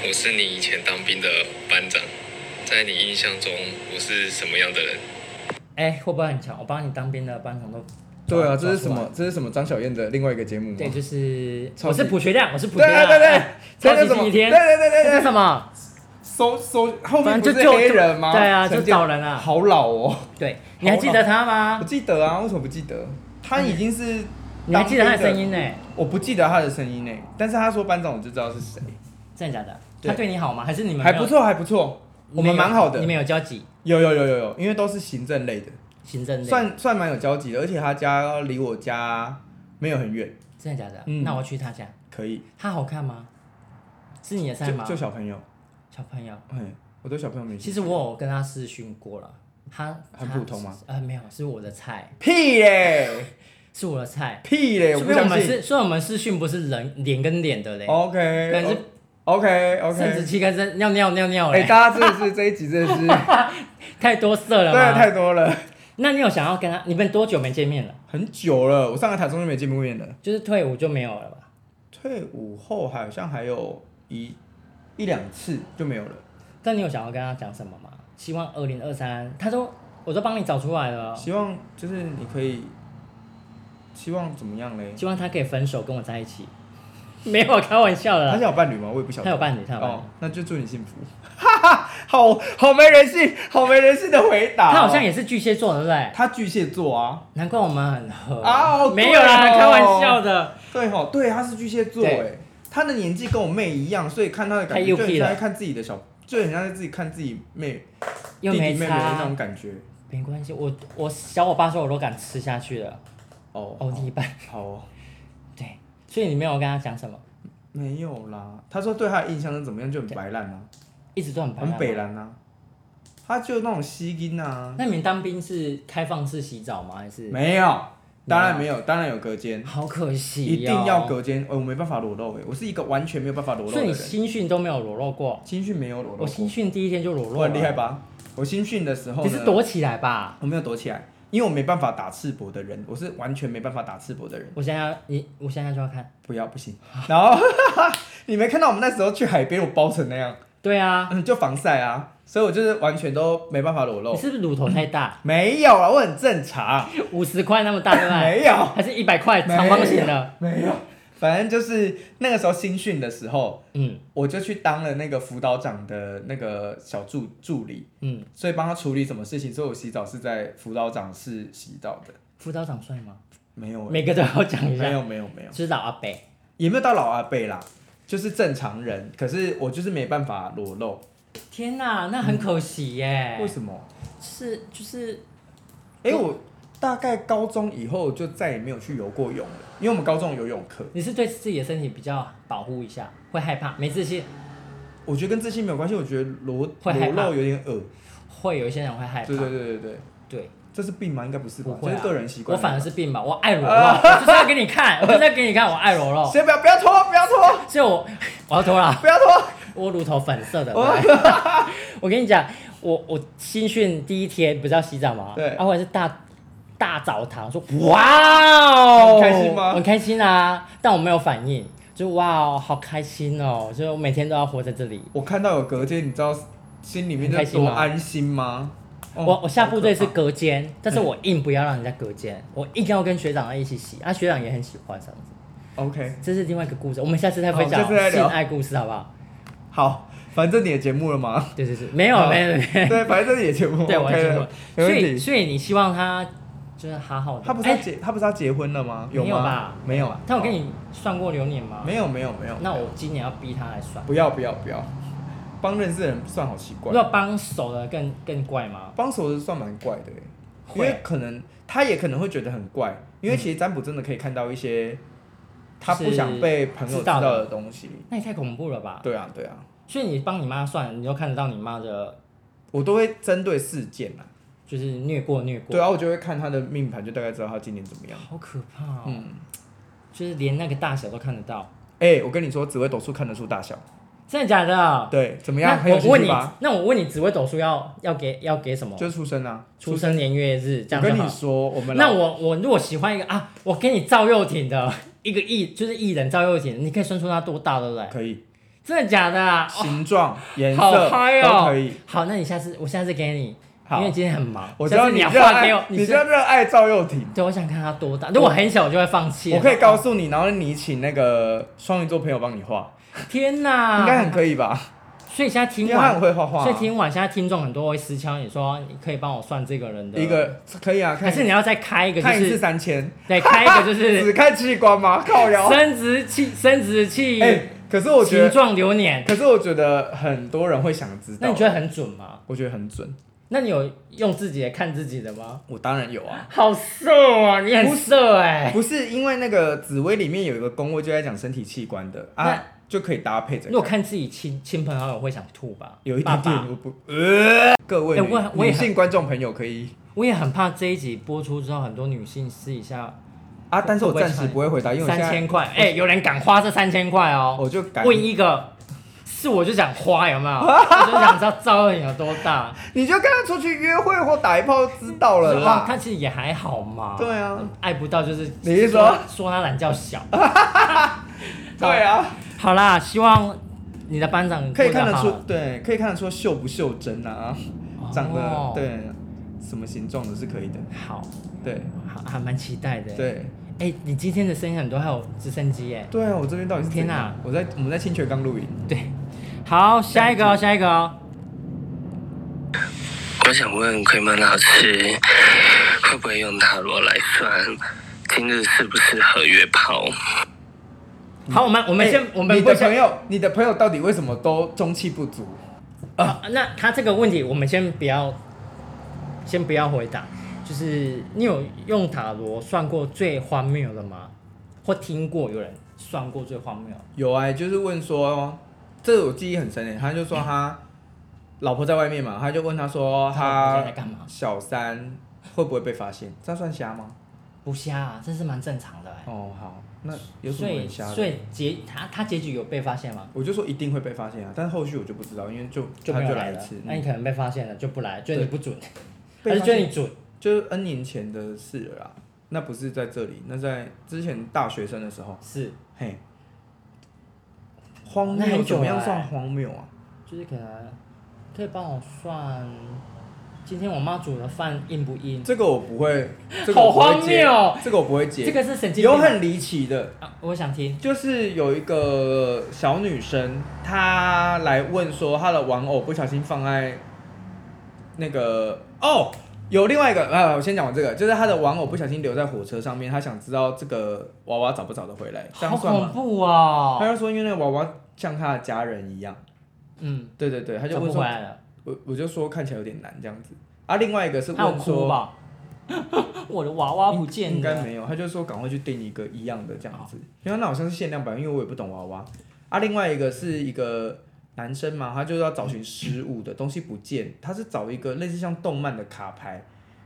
[SPEAKER 7] 我是你以前当兵的班长，在你印象中，我是什么样的人？
[SPEAKER 1] 哎、会不会很强？我帮你当兵的班长都抓。
[SPEAKER 2] 对啊，这
[SPEAKER 1] 抓
[SPEAKER 2] 是什
[SPEAKER 1] 出来
[SPEAKER 2] 么？？这是什么？张小燕的另外一个节目吗？
[SPEAKER 1] 对，就是
[SPEAKER 2] 超
[SPEAKER 1] 我
[SPEAKER 2] 级
[SPEAKER 1] 是朴学亮，我是朴学
[SPEAKER 2] 对
[SPEAKER 1] 亮。
[SPEAKER 2] 对对对
[SPEAKER 1] 哎，
[SPEAKER 2] 这是
[SPEAKER 1] 超
[SPEAKER 2] 什
[SPEAKER 1] 级
[SPEAKER 2] 么？
[SPEAKER 1] 星期
[SPEAKER 2] 对
[SPEAKER 1] 天，
[SPEAKER 2] 对对对
[SPEAKER 1] 这
[SPEAKER 2] 对
[SPEAKER 1] 是，什么？
[SPEAKER 2] 搜搜后面
[SPEAKER 1] 反
[SPEAKER 2] 不
[SPEAKER 1] 正
[SPEAKER 2] 是
[SPEAKER 1] 就就
[SPEAKER 2] 黑人吗？
[SPEAKER 1] 就对啊
[SPEAKER 2] 陈
[SPEAKER 1] 就
[SPEAKER 2] 建
[SPEAKER 1] 找人啊
[SPEAKER 2] 好老哦，
[SPEAKER 1] 对，你还记得他
[SPEAKER 2] 我
[SPEAKER 1] 吗？
[SPEAKER 2] 记得啊，为什么不记得？他已经是
[SPEAKER 1] 嗯你还记得他的声音呢、
[SPEAKER 2] 我不记得他的声音呢，但是他说班长我就知道是谁，
[SPEAKER 1] 真的假的？
[SPEAKER 2] 对
[SPEAKER 1] 他对你好吗？还是你们没
[SPEAKER 2] 还
[SPEAKER 1] 有
[SPEAKER 2] 不？错还不错，
[SPEAKER 1] 你
[SPEAKER 2] 我们
[SPEAKER 1] 有
[SPEAKER 2] 蛮好的
[SPEAKER 1] 你，们有交集？
[SPEAKER 2] 有有有有有，因为都是行政类的，
[SPEAKER 1] 行政类
[SPEAKER 2] 算算蛮有交集的，而且他家离我家没有很远，
[SPEAKER 1] 真的假的？
[SPEAKER 2] 嗯
[SPEAKER 1] 那我去他家，
[SPEAKER 2] 可以，
[SPEAKER 1] 他好看吗？是你的菜
[SPEAKER 2] 就
[SPEAKER 1] 吗？
[SPEAKER 2] 就小朋友，
[SPEAKER 1] 小朋友，
[SPEAKER 2] 嗯，我对小朋友没兴趣
[SPEAKER 1] 其实我有跟他私讯过了，他
[SPEAKER 2] 很
[SPEAKER 1] 他
[SPEAKER 2] 普通吗
[SPEAKER 1] 呃，没有，是我的菜，
[SPEAKER 2] 屁嘞
[SPEAKER 1] 是我的菜。
[SPEAKER 2] 屁哎嘞，我
[SPEAKER 1] 说
[SPEAKER 2] 不
[SPEAKER 1] 明我
[SPEAKER 2] 相
[SPEAKER 1] 们
[SPEAKER 2] 信
[SPEAKER 1] 是，说明我们私讯不是人脸跟脸的嘞，可能
[SPEAKER 2] ，OK 哦
[SPEAKER 1] 是
[SPEAKER 2] OK
[SPEAKER 1] 生殖
[SPEAKER 2] OK，
[SPEAKER 1] 器跟生尿尿尿尿
[SPEAKER 2] 哎、
[SPEAKER 1] 嘞，
[SPEAKER 2] 大家真的是这一集 真的是真
[SPEAKER 1] 太多色了
[SPEAKER 2] 的
[SPEAKER 1] 吗？
[SPEAKER 2] 太多了，
[SPEAKER 1] 那你有想要跟他？你们多久没见面了？
[SPEAKER 2] 很久了，我上个台中就没见过面了，
[SPEAKER 1] 就是退伍就没有了吧？
[SPEAKER 2] 退伍后好像还有一一两次就没有了。
[SPEAKER 1] 但你有想要跟他讲什么吗？希望二零二三，他说我都帮你找出来了，
[SPEAKER 2] 希望就是你可以，希望怎么样嘞？
[SPEAKER 1] 希望他可以分手跟我在一起。没有开玩笑的
[SPEAKER 2] 他
[SPEAKER 1] 啦
[SPEAKER 2] 现在有伴侣吗？我也不晓得。
[SPEAKER 1] 他有伴侣他有伴侣
[SPEAKER 2] 哦，那就祝你幸福。好好没人性，好没人性的回答哦、
[SPEAKER 1] 他好像也是巨蟹座，对不对？
[SPEAKER 2] 他巨蟹座啊，
[SPEAKER 1] 难怪我们很合
[SPEAKER 2] 啊好
[SPEAKER 1] 没有啦，
[SPEAKER 2] 对哦
[SPEAKER 1] 开玩笑的。
[SPEAKER 2] 对吼，对，他是巨蟹座
[SPEAKER 1] 对
[SPEAKER 2] 哎，他的年纪跟我妹一样，所以看他的感
[SPEAKER 1] 太
[SPEAKER 2] 觉
[SPEAKER 1] 幼
[SPEAKER 2] 就很
[SPEAKER 1] 屁
[SPEAKER 2] 像
[SPEAKER 1] 了
[SPEAKER 2] 在看自己的小，就很像在自己看自己妹弟
[SPEAKER 1] 又
[SPEAKER 2] 弟妹
[SPEAKER 1] 没
[SPEAKER 2] 妹的那
[SPEAKER 1] 差
[SPEAKER 2] 种，感觉。
[SPEAKER 1] 没关系，我我小我爸说我都敢吃下去了，
[SPEAKER 2] 哦
[SPEAKER 1] 哦，另一半，
[SPEAKER 2] 好哦，
[SPEAKER 1] 对，所以你没有跟他讲什么，
[SPEAKER 2] 没有啦。他说对他的印象是怎么样，就很白烂啊，
[SPEAKER 1] 一直都很白
[SPEAKER 2] 很北
[SPEAKER 1] 了。
[SPEAKER 2] 蓝啊，他就那种吸音啊，
[SPEAKER 1] 那你们当兵是开放式洗澡吗？还是？
[SPEAKER 2] 没有，当然没
[SPEAKER 1] 没
[SPEAKER 2] 有，当然有隔间，
[SPEAKER 1] 好可惜、哦，
[SPEAKER 2] 一定要隔间。呃，我没办法裸露哎，我是一个完全没有办法裸露
[SPEAKER 1] 所
[SPEAKER 2] 的
[SPEAKER 1] 以你
[SPEAKER 2] 人。
[SPEAKER 1] 新训都没有裸露过，
[SPEAKER 2] 新训没有裸露，
[SPEAKER 1] 我新，训第一天就裸露
[SPEAKER 2] 我
[SPEAKER 1] 了，
[SPEAKER 2] 很厉害？吧？我新训的时候呢，
[SPEAKER 1] 你是躲起来吧？
[SPEAKER 2] 我没有躲起来，因为我没办法打赤膊的人，我是完全没办法打赤膊的人，
[SPEAKER 1] 我现在要你，我现在就要看。
[SPEAKER 2] 不要不行。然后 你没看到我们那时候去海边，我包成那样，
[SPEAKER 1] 对啊，
[SPEAKER 2] 嗯，就防晒啊，所以我就是完全都没办法裸
[SPEAKER 1] 你
[SPEAKER 2] 露。
[SPEAKER 1] 是不是乳头太大？
[SPEAKER 2] 没有啊，我很正常，
[SPEAKER 1] 五十块那么 大，对不对？
[SPEAKER 2] 没有
[SPEAKER 1] 还是一百块 长方形的？
[SPEAKER 2] 没有，反正就是那个时候新训的时候，
[SPEAKER 1] 嗯
[SPEAKER 2] 我就去当了那个辅导长的那个小助助理，
[SPEAKER 1] 嗯，
[SPEAKER 2] 所以帮他处理什么事情，所以我洗澡是在辅导长室洗澡的，
[SPEAKER 1] 辅导长帅吗？
[SPEAKER 2] 没有欸，
[SPEAKER 1] 每个都要讲一
[SPEAKER 2] 没有
[SPEAKER 1] 下。
[SPEAKER 2] 没有没有，
[SPEAKER 1] 知道阿北，
[SPEAKER 2] 也没有到老阿贝啦，就是正常人，可是我就是没办法裸露，
[SPEAKER 1] 天哪，那很可惜耶。
[SPEAKER 2] 为什么？
[SPEAKER 1] 是就是
[SPEAKER 2] 哎、我大概高中以后就再也没有去游过泳了，因为我们高中有游泳课，
[SPEAKER 1] 你是对自己的身体比较保护一下，会害怕，没自信，
[SPEAKER 2] 我觉得跟自信没有关系，我觉得裸
[SPEAKER 1] 会害
[SPEAKER 2] 裸
[SPEAKER 1] 怕
[SPEAKER 2] 露有点恶，
[SPEAKER 1] 会有一些人会害怕。
[SPEAKER 2] 对对对对对，
[SPEAKER 1] 对
[SPEAKER 2] 这是病吗？应该不是吧
[SPEAKER 1] 不，会、
[SPEAKER 2] 这
[SPEAKER 1] 啊，
[SPEAKER 2] 是个人习惯。
[SPEAKER 1] 我反而是病吧，我 爱裸露，我就是要给你看，我就是要给你看，我爱裸露。
[SPEAKER 2] 先不要不要脱不要脱
[SPEAKER 1] 所以我我要脱了，
[SPEAKER 2] 不要脱，
[SPEAKER 1] 我乳头粉色的。
[SPEAKER 2] 哦
[SPEAKER 1] 对 我跟你讲，我我新训第一天不是要洗澡吗？
[SPEAKER 2] 对
[SPEAKER 1] 然后我是大大澡堂，说哇哦，
[SPEAKER 2] 很开心吗
[SPEAKER 1] 我很开心啊，但我没有反应，就哇哦，好开心哦，就是我每天都要活在这里。
[SPEAKER 2] 我看到有隔间，你知道心里面
[SPEAKER 1] 很开
[SPEAKER 2] 就
[SPEAKER 1] 心
[SPEAKER 2] 多
[SPEAKER 1] 吗
[SPEAKER 2] 安心吗？哦
[SPEAKER 1] 我我下部队是
[SPEAKER 2] 好可怕嗯
[SPEAKER 1] 隔间，但是我硬不要让人家隔间，我硬要跟学长在一起洗，啊，学长也很喜欢这样子。
[SPEAKER 2] OK，
[SPEAKER 1] 这是另外一个故事，我们下次再分
[SPEAKER 2] 好
[SPEAKER 1] 享
[SPEAKER 2] 我们哦下次再
[SPEAKER 1] 性
[SPEAKER 2] 聊
[SPEAKER 1] 爱故事，好不好？
[SPEAKER 2] 好，反正你的节目了吗？
[SPEAKER 1] 对对对，没有
[SPEAKER 2] 好
[SPEAKER 1] 没有没有，
[SPEAKER 2] 哦对，反正这是你的节 目，
[SPEAKER 1] 对
[SPEAKER 2] OK
[SPEAKER 1] 我的节目
[SPEAKER 2] 了，没
[SPEAKER 1] 所
[SPEAKER 2] 问
[SPEAKER 1] 以
[SPEAKER 2] 题。
[SPEAKER 1] 所以你希望他就是好好的，
[SPEAKER 2] 他不是要
[SPEAKER 1] 哎
[SPEAKER 2] 结，他不是要结婚了吗？
[SPEAKER 1] 没有
[SPEAKER 2] 吗
[SPEAKER 1] 吧？
[SPEAKER 2] 没有啊。
[SPEAKER 1] 他有跟你算过流年吗？
[SPEAKER 2] 没有没有没有。
[SPEAKER 1] 那我今年要逼他来算，
[SPEAKER 2] 不要不要不要，帮认识的人算好奇怪。
[SPEAKER 1] 要帮手的更更怪吗？
[SPEAKER 2] 帮手的算蛮怪的欸，因
[SPEAKER 1] 会
[SPEAKER 2] 为可能他也可能会觉得很怪，因为其实占卜真的可以看到一些他不想被朋友
[SPEAKER 1] 知
[SPEAKER 2] 知
[SPEAKER 1] 道
[SPEAKER 2] 道
[SPEAKER 1] 的
[SPEAKER 2] 的东西。
[SPEAKER 1] 那也太恐怖了吧？
[SPEAKER 2] 对啊，对啊，
[SPEAKER 1] 所以你帮你妈算，你就看得到你妈的，
[SPEAKER 2] 我都会针对事件啊。
[SPEAKER 1] 就是虐过虐过。
[SPEAKER 2] 对啊，我就会看他的命盘，就大概知道他今年怎么样。
[SPEAKER 1] 好可怕哦！
[SPEAKER 2] 嗯，
[SPEAKER 1] 就是连那个大小都看得到，
[SPEAKER 2] 哎、我跟你说，紫微斗数看得出大小。
[SPEAKER 1] 真的假的？
[SPEAKER 2] 对，怎么样？
[SPEAKER 1] 哦那
[SPEAKER 2] 很有
[SPEAKER 1] 我
[SPEAKER 2] 兴
[SPEAKER 1] 问
[SPEAKER 2] 趣
[SPEAKER 1] 你
[SPEAKER 2] 吧？，
[SPEAKER 1] 那我问你，紫微斗数要要给要给什么？
[SPEAKER 2] 就是出生啊，
[SPEAKER 1] 出生年月日这
[SPEAKER 2] 我
[SPEAKER 1] 样就
[SPEAKER 2] 跟
[SPEAKER 1] 好
[SPEAKER 2] 你。说，我们
[SPEAKER 1] 那
[SPEAKER 2] 老
[SPEAKER 1] 我我如果喜欢一个啊，我给你赵又廷的一个艺，就是艺人赵又廷，你可以算出他多大，对不对？
[SPEAKER 2] 可以
[SPEAKER 1] 真的假的啊？哦
[SPEAKER 2] 形状、颜
[SPEAKER 1] 好
[SPEAKER 2] 色
[SPEAKER 1] 嗨
[SPEAKER 2] 都
[SPEAKER 1] 哦！
[SPEAKER 2] 可以。
[SPEAKER 1] 好，那你下次我下次给你，
[SPEAKER 2] 好
[SPEAKER 1] 因为今天很忙，
[SPEAKER 2] 我知
[SPEAKER 1] 下次
[SPEAKER 2] 道
[SPEAKER 1] 你要
[SPEAKER 2] 热
[SPEAKER 1] 画给
[SPEAKER 2] 爱
[SPEAKER 1] 我，，
[SPEAKER 2] 你
[SPEAKER 1] 是
[SPEAKER 2] 知道热爱赵又廷。
[SPEAKER 1] 对，我想看他多大。如果很小，我就会放弃了。
[SPEAKER 2] 我可以告诉你，然后你请那个双鱼座朋友帮你画，
[SPEAKER 1] 天哪，
[SPEAKER 2] 应该很可以 吧？
[SPEAKER 1] 所以现在听
[SPEAKER 2] 因为他
[SPEAKER 1] 完
[SPEAKER 2] 很，会画画啊。
[SPEAKER 1] 啊所以听完现在听众很多会私敲你说，你可以帮我算这个人的
[SPEAKER 2] 一，个可以啊，看
[SPEAKER 1] 还是你要再开一个，就
[SPEAKER 2] 看一次
[SPEAKER 1] 是
[SPEAKER 2] 三千，
[SPEAKER 1] 对，开一个就
[SPEAKER 2] 只
[SPEAKER 1] 是
[SPEAKER 2] 看器官吗？靠腰。
[SPEAKER 1] 生殖器，生殖器
[SPEAKER 2] 哦哎、可是我觉
[SPEAKER 1] 形
[SPEAKER 2] 得，
[SPEAKER 1] 状流年，
[SPEAKER 2] 可是我觉得很多人会想知道。
[SPEAKER 1] 那你觉得？很准吗？
[SPEAKER 2] 我觉得很准，
[SPEAKER 1] 那你有用自己的看自己的吗？
[SPEAKER 2] 我当然有啊。
[SPEAKER 1] 好色啊，你很色哎、
[SPEAKER 2] 不是因为那个紫薇里面有一个宫位就在讲身体器官的
[SPEAKER 1] 那
[SPEAKER 2] 啊，就可以搭配着
[SPEAKER 1] 如。果看自己亲亲朋好友会想吐吧，
[SPEAKER 2] 有一点
[SPEAKER 1] 爸爸
[SPEAKER 2] 点我不，呃，各位
[SPEAKER 1] 哎
[SPEAKER 2] 女,、
[SPEAKER 1] 我我也
[SPEAKER 2] 女
[SPEAKER 1] 很
[SPEAKER 2] 性观众朋友可以
[SPEAKER 1] 我也很怕这一集播出之后，很多女性试一下
[SPEAKER 2] 啊，但是我
[SPEAKER 1] 会不会
[SPEAKER 2] 暂时
[SPEAKER 1] 穿
[SPEAKER 2] 不会回答，因为我
[SPEAKER 1] 三
[SPEAKER 2] 现在
[SPEAKER 1] 千块，哎、有人敢花这三千块哦？
[SPEAKER 2] 我就敢
[SPEAKER 1] 问一个，是我就想花有没 有？我就想知道赵二颖有多大。
[SPEAKER 2] 你就跟他出去约会或打一炮就知道了
[SPEAKER 1] 说哇，他
[SPEAKER 2] 啦。
[SPEAKER 1] 其实也还好嘛。
[SPEAKER 2] 对啊，
[SPEAKER 1] 爱不到就是
[SPEAKER 2] 你是
[SPEAKER 1] 说
[SPEAKER 2] 说
[SPEAKER 1] 说他懒觉小？
[SPEAKER 2] 对啊，
[SPEAKER 1] 好啦，希望你的班长
[SPEAKER 2] 可以看
[SPEAKER 1] 过
[SPEAKER 2] 得
[SPEAKER 1] 好
[SPEAKER 2] 出，对，可以看得出袖不袖珍啊，长
[SPEAKER 1] 哦
[SPEAKER 2] 得对什么形状的是可以的，
[SPEAKER 1] 好，
[SPEAKER 2] 对
[SPEAKER 1] 好还蛮期待的。，
[SPEAKER 2] 对
[SPEAKER 1] 哎、你今天的声音很多，还有直升机耶。
[SPEAKER 2] 对啊！我这边到底是
[SPEAKER 1] 天
[SPEAKER 2] 哪、
[SPEAKER 1] 哪
[SPEAKER 2] 我在我们在清泉岗露营，
[SPEAKER 1] 对，好，下一个哦，下一个哦。
[SPEAKER 6] 我想问奎曼老师，会不会用塔罗来算今日适不适合约炮？
[SPEAKER 1] 好，我们我
[SPEAKER 2] 我
[SPEAKER 1] 们先，我们
[SPEAKER 2] 哎你
[SPEAKER 1] 不
[SPEAKER 2] 的
[SPEAKER 1] 先
[SPEAKER 2] 朋友，你的朋友到底为什么都中气不足？
[SPEAKER 1] 啊，那他这个问题我们先不要，先不要回答。就是你有用塔罗算过最荒谬的吗？或听过有人算过最荒谬？
[SPEAKER 2] 有哎、就是问说，这个我记忆很深诶、欸他就说他老婆在外面嘛，他就问他说
[SPEAKER 1] 他老婆
[SPEAKER 2] 他
[SPEAKER 1] 在干嘛
[SPEAKER 2] 小三会不会被发现？这样算瞎吗？
[SPEAKER 1] 不瞎啊，这是蛮正常的哎、
[SPEAKER 2] 哦，好，那有什
[SPEAKER 1] 所
[SPEAKER 2] 么
[SPEAKER 1] 以
[SPEAKER 2] 很瞎的？
[SPEAKER 1] 所以结他他结局有被发现吗？
[SPEAKER 2] 我就说一定会被发现啊，但是后续我就不知道，因为就
[SPEAKER 1] 就
[SPEAKER 2] 他
[SPEAKER 1] 没有
[SPEAKER 2] 就
[SPEAKER 1] 来
[SPEAKER 2] 一
[SPEAKER 1] 了
[SPEAKER 2] 次，，嗯
[SPEAKER 1] 那你可能被发现了就不来，觉得你不准，
[SPEAKER 2] 被
[SPEAKER 1] 还是
[SPEAKER 2] 发
[SPEAKER 1] 觉得
[SPEAKER 2] 现
[SPEAKER 1] 你准？
[SPEAKER 2] 就是 N 年前的事了啦。那不是在这里，那在之前大学生的时候，
[SPEAKER 1] 是，
[SPEAKER 2] 嘿，荒
[SPEAKER 1] 那
[SPEAKER 2] 谬
[SPEAKER 1] 很久
[SPEAKER 2] 怎么样
[SPEAKER 1] 了欸
[SPEAKER 2] 算荒谬啊？
[SPEAKER 1] 就是可能可以帮我算今天我妈煮的饭硬不硬？
[SPEAKER 2] 这个我不会，这个我不会
[SPEAKER 1] 好荒谬哦
[SPEAKER 2] 接这个我不会接，
[SPEAKER 1] 这个是神经病吧
[SPEAKER 2] 有很离奇的，
[SPEAKER 1] 啊，我想听。
[SPEAKER 2] 就是有一个小女生，她来问说她的玩偶不小心放在那个哦，有另外一个呃，我先讲完这个，就是她的玩偶不小心留在火车上面，她想知道这个娃娃找不找得回来，这
[SPEAKER 1] 好
[SPEAKER 2] 样算
[SPEAKER 1] 恐
[SPEAKER 2] 吗？
[SPEAKER 1] 怖哦！
[SPEAKER 2] 她就说因为那个娃娃像她的家人一样，
[SPEAKER 1] 嗯，
[SPEAKER 2] 对对对，她就
[SPEAKER 1] 找
[SPEAKER 2] 问
[SPEAKER 1] 不
[SPEAKER 2] 说
[SPEAKER 1] 回，来了，
[SPEAKER 2] 我我就说看起来有点难这样子。啊，另外一个是
[SPEAKER 1] 哦他有
[SPEAKER 2] 问
[SPEAKER 1] 哭
[SPEAKER 2] 说，
[SPEAKER 1] 吧？ 我的娃娃哦不见
[SPEAKER 2] 应该
[SPEAKER 1] 了，哦
[SPEAKER 2] 没有，他就说赶快去订一个一样的这样子，因为那好像是限量版，因为我也不懂娃娃。啊，另外一个是一个男生嘛，他就是要找寻失物的东西不见，他是找一个类似像动漫的卡牌，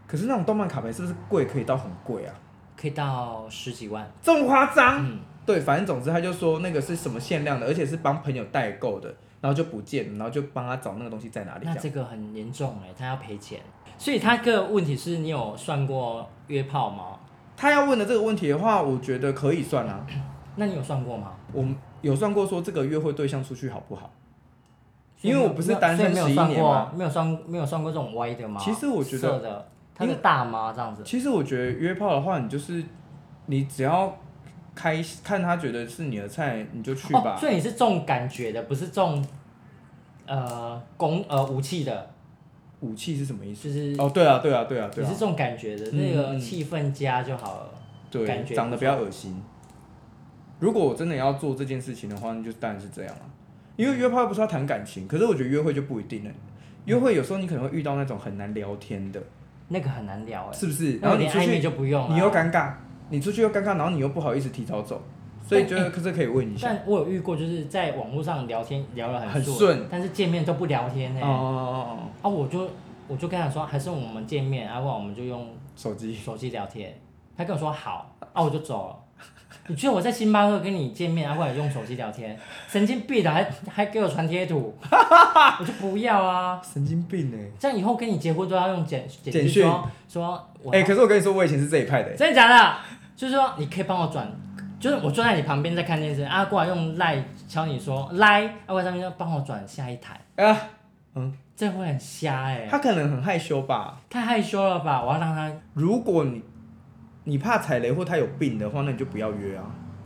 [SPEAKER 2] 可是那种动漫卡牌是不是贵可以到很贵啊？
[SPEAKER 1] 可以到十几万。
[SPEAKER 2] 这么夸张？
[SPEAKER 1] 嗯
[SPEAKER 2] 对，反正总之他就说那个是什么限量的，而且是帮朋友代购的，然后就不见了，然后就帮他找那个东西在哪里这
[SPEAKER 1] 那
[SPEAKER 2] 样。
[SPEAKER 1] 这个很严重哎、他要赔钱。所以他个问题是你有算过约炮吗？
[SPEAKER 2] 他要问的这个问题的话，我觉得可以算啊，
[SPEAKER 1] 那你有算过吗？
[SPEAKER 2] 我们有算过说这个约会对象出去好不好？
[SPEAKER 1] 所以
[SPEAKER 2] 因为
[SPEAKER 1] 没有
[SPEAKER 2] 我不是单身
[SPEAKER 1] 没有所以没有算
[SPEAKER 2] 11年
[SPEAKER 1] 过
[SPEAKER 2] 吗，
[SPEAKER 1] 没有算没有算过这种歪的吗？
[SPEAKER 2] 其实我觉得
[SPEAKER 1] 色的，他的
[SPEAKER 2] 因为
[SPEAKER 1] 大妈这样子，
[SPEAKER 2] 其实我觉得约炮的话，你就是你只要开看他觉得是你的菜，你就去
[SPEAKER 1] 哦
[SPEAKER 2] 吧。，
[SPEAKER 1] 所以你是重感觉的，不是重呃攻呃武器的，
[SPEAKER 2] 武器是什么意思？
[SPEAKER 1] 就是
[SPEAKER 2] 哦，对啊，对啊，对啊，对
[SPEAKER 1] 你
[SPEAKER 2] 啊
[SPEAKER 1] 是，重感觉的，
[SPEAKER 2] 嗯
[SPEAKER 1] 那个
[SPEAKER 2] 嗯
[SPEAKER 1] 气氛加就好了。感觉
[SPEAKER 2] 对，长得
[SPEAKER 1] 不
[SPEAKER 2] 比较恶心。如果我真的要做这件事情的话，那就当然是这样啊。因为约炮又不是要谈感情，可是我觉得约会就不一定了。约会有时候你可能会遇到那种很难聊天的，
[SPEAKER 1] 那个很难聊哎、
[SPEAKER 2] 是不是？
[SPEAKER 1] 那我
[SPEAKER 2] 然后你
[SPEAKER 1] 连
[SPEAKER 2] 出
[SPEAKER 1] 暧昧
[SPEAKER 2] 去
[SPEAKER 1] 就不用了，
[SPEAKER 2] 你又尴尬，你出去又尴尬，然后你又不好意思提早走，所以觉得可是可以问一下。
[SPEAKER 1] 但我有遇过，就是在网络上聊天聊得
[SPEAKER 2] 很
[SPEAKER 1] 顺，
[SPEAKER 2] 顺
[SPEAKER 1] 但是见面都不聊天呢、
[SPEAKER 2] 哦哦哦哦，
[SPEAKER 1] 啊，我就我就跟他说，还是我们见面，啊，不然我们就用
[SPEAKER 2] 手机
[SPEAKER 1] 手机聊天。他跟我说好，啊，我就走了。你觉得我在星巴克跟你见面，啊，或者用手机聊天，神经病啊的，还还给我传贴图， 我就不要啊。
[SPEAKER 2] 神经病哎！
[SPEAKER 1] 这样以后跟你结婚都要用简简
[SPEAKER 2] 简
[SPEAKER 1] 讯
[SPEAKER 2] 讯
[SPEAKER 1] 说说我
[SPEAKER 2] 哎，可是我跟你说，我以前是这一派的欸。
[SPEAKER 1] 真的假的？就是说你可以帮我转，就是我坐在你旁边在看电视，啊，过来用赖敲你说赖，啊，过来上面说帮我转下一台，
[SPEAKER 2] 啊，
[SPEAKER 1] 这会很瞎哎、
[SPEAKER 2] 他可能很害羞吧？
[SPEAKER 1] 太害羞了吧？我要让他
[SPEAKER 2] 如果你你怕踩雷或他有病的话，那你就不要约啊。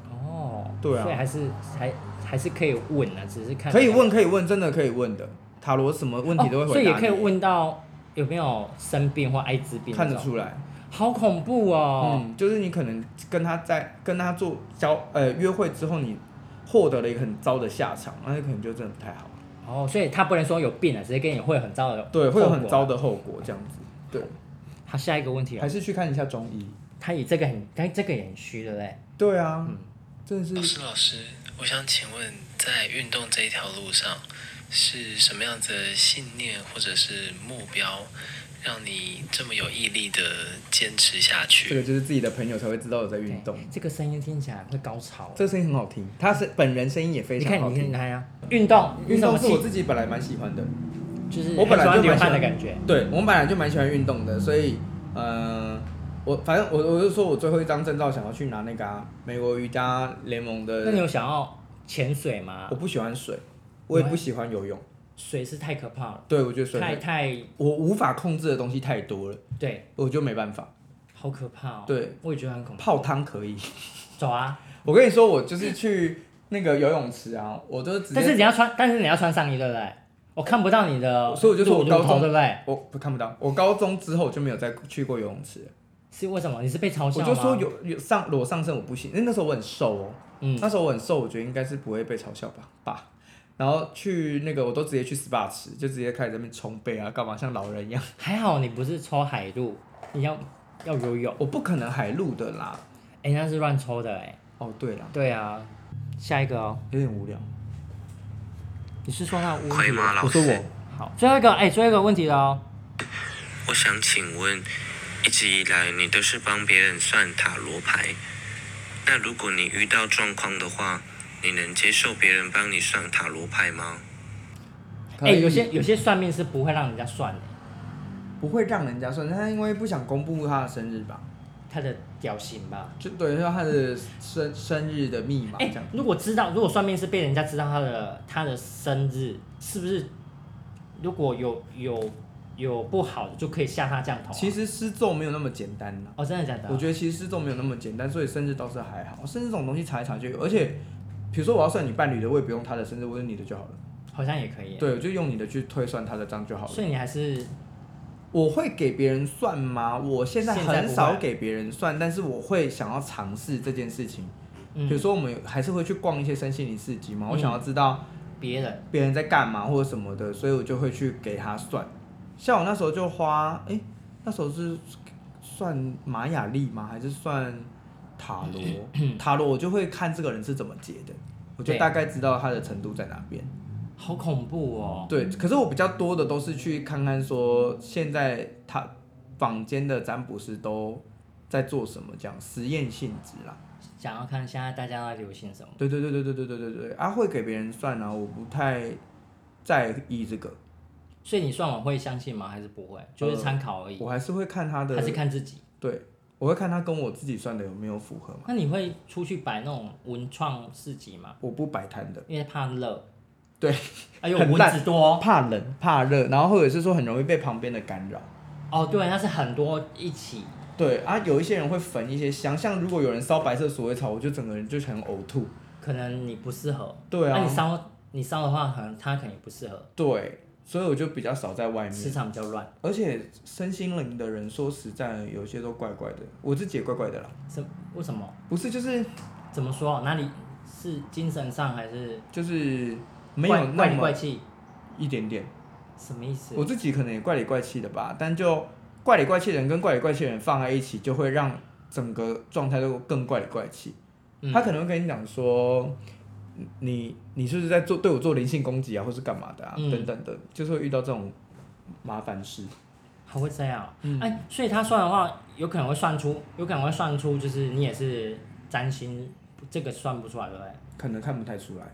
[SPEAKER 1] 哦，
[SPEAKER 2] 对啊
[SPEAKER 1] 所以还是还还是可以问啊，只是看
[SPEAKER 2] 可以问，可以问，真的可以问的。塔罗什么问题都会
[SPEAKER 1] 哦，所
[SPEAKER 2] 回
[SPEAKER 1] 以也
[SPEAKER 2] 答
[SPEAKER 1] 可以
[SPEAKER 2] 你，
[SPEAKER 1] 问到有没有生病或艾滋病，
[SPEAKER 2] 看得，出来。
[SPEAKER 1] 好恐怖哦。
[SPEAKER 2] 嗯，就是你可能跟他在跟他做交呃约会之后，你获得了一个很糟的下场，那可能就真的不太好。
[SPEAKER 1] 哦，所以他不能说有病啊，直接跟你会很糟的，
[SPEAKER 2] 对，会有很糟。的后果这样子。对，
[SPEAKER 1] 好，下一个问题
[SPEAKER 2] 还
[SPEAKER 1] 哦，
[SPEAKER 2] 是去看一下中医。
[SPEAKER 1] 他以这个很，他这个也很虚，对不对？
[SPEAKER 2] 对啊，真的
[SPEAKER 8] 老
[SPEAKER 2] 是
[SPEAKER 8] 师，老师，我想请问，在运动这一条路上，是什么样子的信念或者是目标，让你这么有毅力的坚持下
[SPEAKER 2] 这
[SPEAKER 8] 去？
[SPEAKER 2] 个就是自己的朋友才会知道我在运动
[SPEAKER 1] 对。这个声音听起来会高潮。
[SPEAKER 2] 嗯这声音很好听，他是本人声音也非
[SPEAKER 1] 你
[SPEAKER 2] 常
[SPEAKER 1] 看，
[SPEAKER 2] 好
[SPEAKER 1] 你看，你
[SPEAKER 2] 听。
[SPEAKER 1] 看呀，运动，
[SPEAKER 2] 运动是我
[SPEAKER 1] 器
[SPEAKER 2] 自己本来蛮喜欢的，
[SPEAKER 1] 就是
[SPEAKER 2] 我本来
[SPEAKER 1] 很喜
[SPEAKER 2] 就
[SPEAKER 1] 欢流
[SPEAKER 2] 蛮
[SPEAKER 1] 汗
[SPEAKER 2] 喜欢
[SPEAKER 1] 的感觉。。
[SPEAKER 2] 对，我本来就蛮喜欢运动的，所以呃，我反正我我就说我最后一张证照想要去拿那个、啊、美国瑜伽联盟的。
[SPEAKER 1] 那你有想要潜水吗
[SPEAKER 2] 我？不喜欢水，我也不喜欢游泳。
[SPEAKER 1] 水是太可怕了，
[SPEAKER 2] 对，我觉得水
[SPEAKER 1] 太
[SPEAKER 2] 很，
[SPEAKER 1] 太
[SPEAKER 2] 我无法控制的东西太多了，
[SPEAKER 1] 对，
[SPEAKER 2] 我就没办法。
[SPEAKER 1] 好可怕哦。
[SPEAKER 2] 对，
[SPEAKER 1] 我也觉得很恐怖。
[SPEAKER 2] 泡汤可以，
[SPEAKER 1] 走啊！
[SPEAKER 2] 我跟你说，我就是去那个游泳池啊，我就直
[SPEAKER 1] 但是
[SPEAKER 2] 接，
[SPEAKER 1] 你要穿，但是你要穿上衣，对不对？我看不到你的，
[SPEAKER 2] 所以我就说我高中
[SPEAKER 1] 对不对？
[SPEAKER 2] 我不看不到。我高中之后就没有再去过游泳池了，
[SPEAKER 1] 是为什么？你是被嘲笑
[SPEAKER 2] 我
[SPEAKER 1] 吗？
[SPEAKER 2] 就说有有上裸上身我不行，因为那时候我很瘦哦，
[SPEAKER 1] 嗯
[SPEAKER 2] 那时候我很瘦，我觉得应该是不会被嘲笑吧，爸。然后去那个我都直接去 SPA 池，就直接开始在那边冲背啊，干嘛像老人一样。
[SPEAKER 1] 还好你不是抽海陆，你要要游泳，
[SPEAKER 2] 我不可能海陆的啦。
[SPEAKER 1] 哎、那是乱抽的哎、
[SPEAKER 2] 哦，对啦，
[SPEAKER 1] 对啊，下一个哦，
[SPEAKER 2] 有点无聊。
[SPEAKER 1] 你是说那乌
[SPEAKER 7] 可以吗，老
[SPEAKER 2] 我
[SPEAKER 7] 师？
[SPEAKER 2] 说我。
[SPEAKER 1] 好，最后一个哎、最后一个问题了哦。
[SPEAKER 7] 我想请问，一直以来你都是帮别人算塔罗牌，那如果你遇到状况的话，你能接受别人帮你算塔罗牌吗？
[SPEAKER 1] 哎、有些有些算命是不会让人家算的，
[SPEAKER 2] 不会让人家算，但他因为不想公布他的生日吧，
[SPEAKER 1] 他的表情吧。
[SPEAKER 2] 就等于说他的生生日的密码这
[SPEAKER 1] 哎、
[SPEAKER 2] 样。
[SPEAKER 1] 如果知道，如果算命是被人家知道他的他的生日，是不是？如果有有有不好的，就可以下他降头啊、
[SPEAKER 2] 其实施咒没有那么简单啦，
[SPEAKER 1] 哦，真的假的？
[SPEAKER 2] 我觉得其实施咒没有那么简单，所以生日倒是还好。生日这种东西查一查就有，而且比如说我要算你伴侣的，我也不用他的生日，我用你的就好了。
[SPEAKER 1] 好像也可以。，
[SPEAKER 2] 对，我就用你的去推算他的账就好
[SPEAKER 1] 所以
[SPEAKER 2] 了。
[SPEAKER 1] 你还是
[SPEAKER 2] 我会给别人算吗？我现在
[SPEAKER 1] 现在不
[SPEAKER 2] 很
[SPEAKER 1] 会
[SPEAKER 2] 少给别人算，但是我会想要尝试这件事情。
[SPEAKER 1] 嗯
[SPEAKER 2] 比如说，我们有还是会去逛一些身心灵市集嘛，我
[SPEAKER 1] 嗯
[SPEAKER 2] 想要知道。
[SPEAKER 1] 别人
[SPEAKER 2] 别人在干嘛或者什么的，所以我就会去给他算。像我那时候就花，诶，那时候是算玛雅历吗？还是算塔罗？塔罗我就会看这个人是怎么解的，我
[SPEAKER 1] 嗯
[SPEAKER 2] 就
[SPEAKER 1] 对
[SPEAKER 2] 大概知道他的程度在哪边。
[SPEAKER 1] 好恐怖哦。
[SPEAKER 2] 对，可是我比较多的都是去看看说现在他坊间的占卜师都在做什么，这样实验性质啦。
[SPEAKER 1] 想要看现在大家在流行什么？
[SPEAKER 2] 对对对对对对对对对，啊，会给别人算啊，我不太在意这个。
[SPEAKER 1] 所以你算完会相信吗？还是不会？就是参考而已，
[SPEAKER 2] 呃我还是会看他的，
[SPEAKER 1] 还是看自己。
[SPEAKER 2] 对，我会看他跟我自己算的有没有符合嘛。
[SPEAKER 1] 那你会出去摆那种文创市集吗？
[SPEAKER 2] 我不摆摊的，
[SPEAKER 1] 因为怕热，
[SPEAKER 2] 对，
[SPEAKER 1] 哎呦，
[SPEAKER 2] 很
[SPEAKER 1] 蚊
[SPEAKER 2] 烂
[SPEAKER 1] 子多
[SPEAKER 2] 怕冷怕热，然后或者是说很容易被旁边的干扰。
[SPEAKER 1] 哦，对，那是很多一起，
[SPEAKER 2] 对啊，有一些人会焚一些香，像如果有人烧白色鼠尾草，我就整个人就很呕吐。
[SPEAKER 1] 可能你不适合，
[SPEAKER 2] 对啊
[SPEAKER 1] 那、你烧你烧的话，可能他可能也不适合，
[SPEAKER 2] 对，所以我就比较少在外
[SPEAKER 1] 磁
[SPEAKER 2] 面。
[SPEAKER 1] 场比较乱，
[SPEAKER 2] 而且身心灵的人，说实在，有些都怪怪的，我自己也怪怪的啦。
[SPEAKER 1] 是为什么？
[SPEAKER 2] 不是，就是
[SPEAKER 1] 怎么说？哪里是精神上还是
[SPEAKER 2] 就是没有
[SPEAKER 1] 怪
[SPEAKER 2] 那
[SPEAKER 1] 怪里
[SPEAKER 2] 么
[SPEAKER 1] 怪气？
[SPEAKER 2] 一点点。
[SPEAKER 1] 什么意思？
[SPEAKER 2] 我自己可能也怪里怪气的吧，但就怪里怪气的人跟怪里怪气的人放在一起，就会让整个状态都更怪里怪气。
[SPEAKER 1] 嗯
[SPEAKER 2] 他可能会跟你讲说，你你是不是在做对我做灵性攻击啊，或是干嘛的啊，
[SPEAKER 1] 嗯
[SPEAKER 2] 等等的，就是会遇到这种麻烦事。
[SPEAKER 1] 还会这样哦、
[SPEAKER 2] 嗯
[SPEAKER 1] 哎、所以他算的话，有可能会算出，有可能会算出，就是你也是占星，这个算不出来，对不对？
[SPEAKER 2] 可能看不太出来，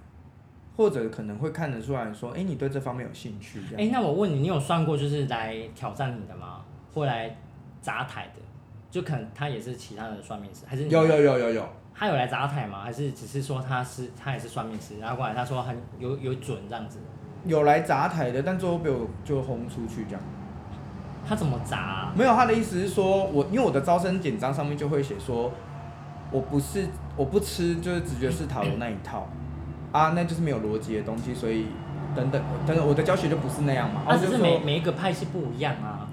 [SPEAKER 2] 或者可能会看得出来说，哎、你对这方面有兴趣这
[SPEAKER 1] 哎、
[SPEAKER 2] 样。
[SPEAKER 1] 那我问你，你有算过就是来挑战你的吗？或来砸台的？就可能他也是其他的算命师，还是你
[SPEAKER 2] 有有有有有，
[SPEAKER 1] 他有来砸台吗？还是只是说他是他也是算命师，然后过来他说很有有准这样子，
[SPEAKER 2] 有来砸台的，但最后被我就轰出去这样。
[SPEAKER 1] 他怎么砸啊、
[SPEAKER 2] 没有，他的意思是说我因为我的招生简章上面就会写说，我不是我不吃就是直觉式塔罗那一套啊，那就是没有逻辑的东西，所以等等等等，我的教学就不是那样嘛。
[SPEAKER 1] 他
[SPEAKER 2] 然
[SPEAKER 1] 啊
[SPEAKER 2] 后
[SPEAKER 1] 只
[SPEAKER 2] 哦就是说
[SPEAKER 1] 每每一个派系不一样啊。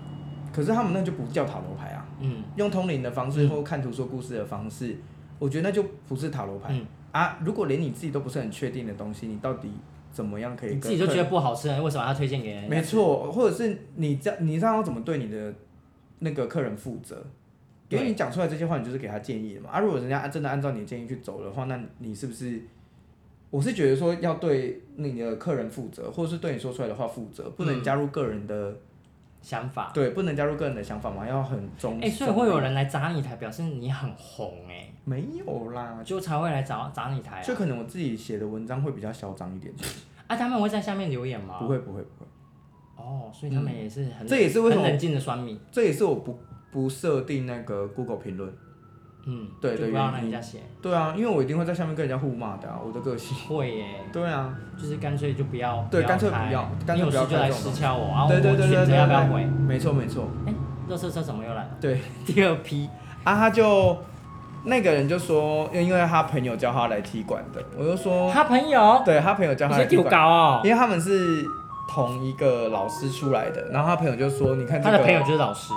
[SPEAKER 2] 可是他们那就不叫塔罗牌啊，
[SPEAKER 1] 嗯
[SPEAKER 2] 用通灵的方式或看图说故事的方式，我觉得那就不是塔罗牌、
[SPEAKER 1] 嗯，
[SPEAKER 2] 啊。如果连你自己都不是很确定的东西，你到底怎么样可以
[SPEAKER 1] 你
[SPEAKER 2] 跟
[SPEAKER 1] 自己就觉
[SPEAKER 2] 客
[SPEAKER 1] 得
[SPEAKER 2] 人
[SPEAKER 1] 不好吃，为什么要推荐给人？
[SPEAKER 2] 没，错，或者是你这你这样要怎么对你的那个客人负责？因为
[SPEAKER 1] 对
[SPEAKER 2] 你讲出来这些话，你就是给他建议的嘛。啊，如果人家真的按照你的建议去走的话，那你是不是？我是觉得说要对你的客人负责，或者是对你说出来的话负
[SPEAKER 1] 嗯
[SPEAKER 2] 责，不能加入个人的、
[SPEAKER 1] 想法。
[SPEAKER 2] 对，不能加入个人的想法嘛，要很中。
[SPEAKER 1] 哎、所以会有人来砸你台，表示你很红哎、
[SPEAKER 2] 没有啦，就
[SPEAKER 1] 就才会来砸砸你台、啊。
[SPEAKER 2] 就可能我自己写的文章会比较嚣张一点，
[SPEAKER 1] 啊，他们会在下面留言吗？
[SPEAKER 2] 不。会不会不会，
[SPEAKER 1] 哦，所以他们也是很、
[SPEAKER 2] 这也是为什么
[SPEAKER 1] 很冷静的酸米，
[SPEAKER 2] 这也是我不不设定那个 Google 评论。
[SPEAKER 1] 嗯，
[SPEAKER 2] 对
[SPEAKER 1] 就
[SPEAKER 2] 对
[SPEAKER 1] 不要
[SPEAKER 2] 原
[SPEAKER 1] 让
[SPEAKER 2] 因
[SPEAKER 1] 人家写。
[SPEAKER 2] 对啊，因为我一定会在下面跟人家互骂的、啊，我的个性。
[SPEAKER 1] 会耶、
[SPEAKER 2] 对啊，
[SPEAKER 1] 就是干脆就不要，
[SPEAKER 2] 对
[SPEAKER 1] 要
[SPEAKER 2] 干脆不
[SPEAKER 1] 开
[SPEAKER 2] 要干脆
[SPEAKER 1] 你有
[SPEAKER 2] 不
[SPEAKER 1] 事
[SPEAKER 2] 要
[SPEAKER 1] 就
[SPEAKER 2] 开
[SPEAKER 1] 来
[SPEAKER 2] 这种
[SPEAKER 1] 私
[SPEAKER 2] 东西
[SPEAKER 1] 敲我，然后
[SPEAKER 2] 对对
[SPEAKER 1] 我
[SPEAKER 2] 对对
[SPEAKER 1] 选择
[SPEAKER 2] 对，
[SPEAKER 1] 要不要
[SPEAKER 2] 对
[SPEAKER 1] 回。
[SPEAKER 2] 没错没错，
[SPEAKER 1] 哎、热车车怎么又来了？
[SPEAKER 2] 对
[SPEAKER 1] 第二批，
[SPEAKER 2] 啊，他就那个人就说，因为他朋友叫他来踢馆的，我就说，
[SPEAKER 1] 他朋友，
[SPEAKER 2] 对他朋友叫
[SPEAKER 1] 你
[SPEAKER 2] 他来
[SPEAKER 1] 是
[SPEAKER 2] 踢
[SPEAKER 1] 丢
[SPEAKER 2] 馆，
[SPEAKER 1] 稿哦
[SPEAKER 2] 因，为他们是同一个老师出来的，然后他朋友就说，你看
[SPEAKER 1] 他
[SPEAKER 2] 这个，
[SPEAKER 1] 的朋友就是老师，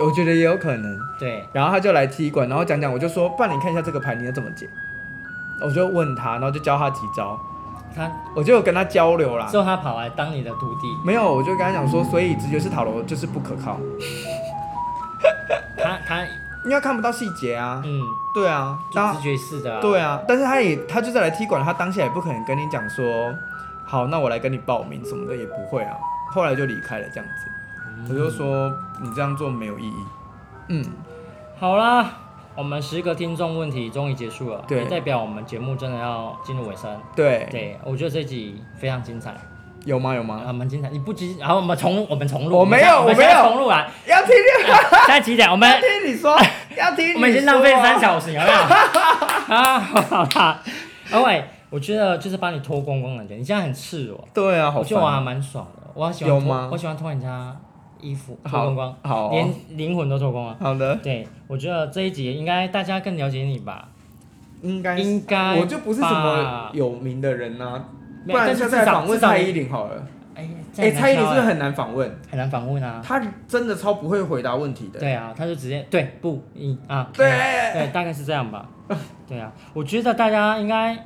[SPEAKER 2] 我觉得也有可能，
[SPEAKER 1] 对，
[SPEAKER 2] 然后他就来踢馆，然后讲讲，我就说，不然你看一下这个牌，你要怎么解？我就问他，然后就教他几招，
[SPEAKER 1] 他
[SPEAKER 2] 我就有跟他交流啦
[SPEAKER 1] 之。后他跑来当你的徒弟，
[SPEAKER 2] 没有，我就跟他讲说，所以直觉式塔罗就是不可靠，
[SPEAKER 1] 他他
[SPEAKER 2] 因为他看不到细节啊。
[SPEAKER 1] 嗯，
[SPEAKER 2] 对啊，
[SPEAKER 1] 就
[SPEAKER 2] 当
[SPEAKER 1] 直觉式的、啊，
[SPEAKER 2] 对啊，但是他也他就是来踢馆了，他当下也不可能跟你讲说，好，那我来跟你报名什么的也不会啊。后来就离开了这样
[SPEAKER 1] 嗯
[SPEAKER 2] 子，我就说你这样做没有意义。嗯，
[SPEAKER 1] 好啦，我们十个听众问题终于结束了，
[SPEAKER 2] 对
[SPEAKER 1] 也代表我们节目真的要进入尾声。
[SPEAKER 2] 对，
[SPEAKER 1] 对，我觉得这集非常精彩，
[SPEAKER 2] 有吗？有吗？
[SPEAKER 1] 啊，蛮精彩。你不急，然后我们重，我们重录。
[SPEAKER 2] 我没有
[SPEAKER 1] 我们现在重录啊！
[SPEAKER 2] 要听就
[SPEAKER 1] 现在几点？我们
[SPEAKER 2] 要 听你说，要听你
[SPEAKER 1] 我
[SPEAKER 2] 说。啊
[SPEAKER 1] 们已经浪费三小时，有没有？ 啊，好啦，阿伟，我觉得就是把你脱光光的感觉，你现在很赤裸，
[SPEAKER 2] 对啊，好
[SPEAKER 1] 我觉得我还
[SPEAKER 2] 烦。
[SPEAKER 1] 蛮爽的。我喜欢
[SPEAKER 2] 有
[SPEAKER 1] 脱
[SPEAKER 2] 吗
[SPEAKER 1] 我喜欢脱人家衣服，脱
[SPEAKER 2] 好
[SPEAKER 1] 光光，
[SPEAKER 2] 好哦
[SPEAKER 1] 连灵魂都脱光了。
[SPEAKER 2] 好的，
[SPEAKER 1] 对，我觉得这一集应该大家更了解你吧。
[SPEAKER 2] 应该
[SPEAKER 1] 应该
[SPEAKER 2] 我就不是什么
[SPEAKER 1] 吧
[SPEAKER 2] 有名的人呐、啊，
[SPEAKER 1] 没有
[SPEAKER 2] 不然
[SPEAKER 1] 但
[SPEAKER 2] 下
[SPEAKER 1] 是
[SPEAKER 2] 次
[SPEAKER 1] 至
[SPEAKER 2] 来
[SPEAKER 1] 少
[SPEAKER 2] 访问
[SPEAKER 1] 至少
[SPEAKER 2] 蔡
[SPEAKER 1] 你
[SPEAKER 2] 依林好了。
[SPEAKER 1] 哎、
[SPEAKER 2] 哎、蔡依林是不是
[SPEAKER 1] 很
[SPEAKER 2] 很难访问？
[SPEAKER 1] 很难访问啊？
[SPEAKER 2] 她真的超不会回答问题的。
[SPEAKER 1] 对啊，他就直接对不一啊，
[SPEAKER 2] 对
[SPEAKER 1] 对，大概是这样 吧。对啊，我觉得大家应该，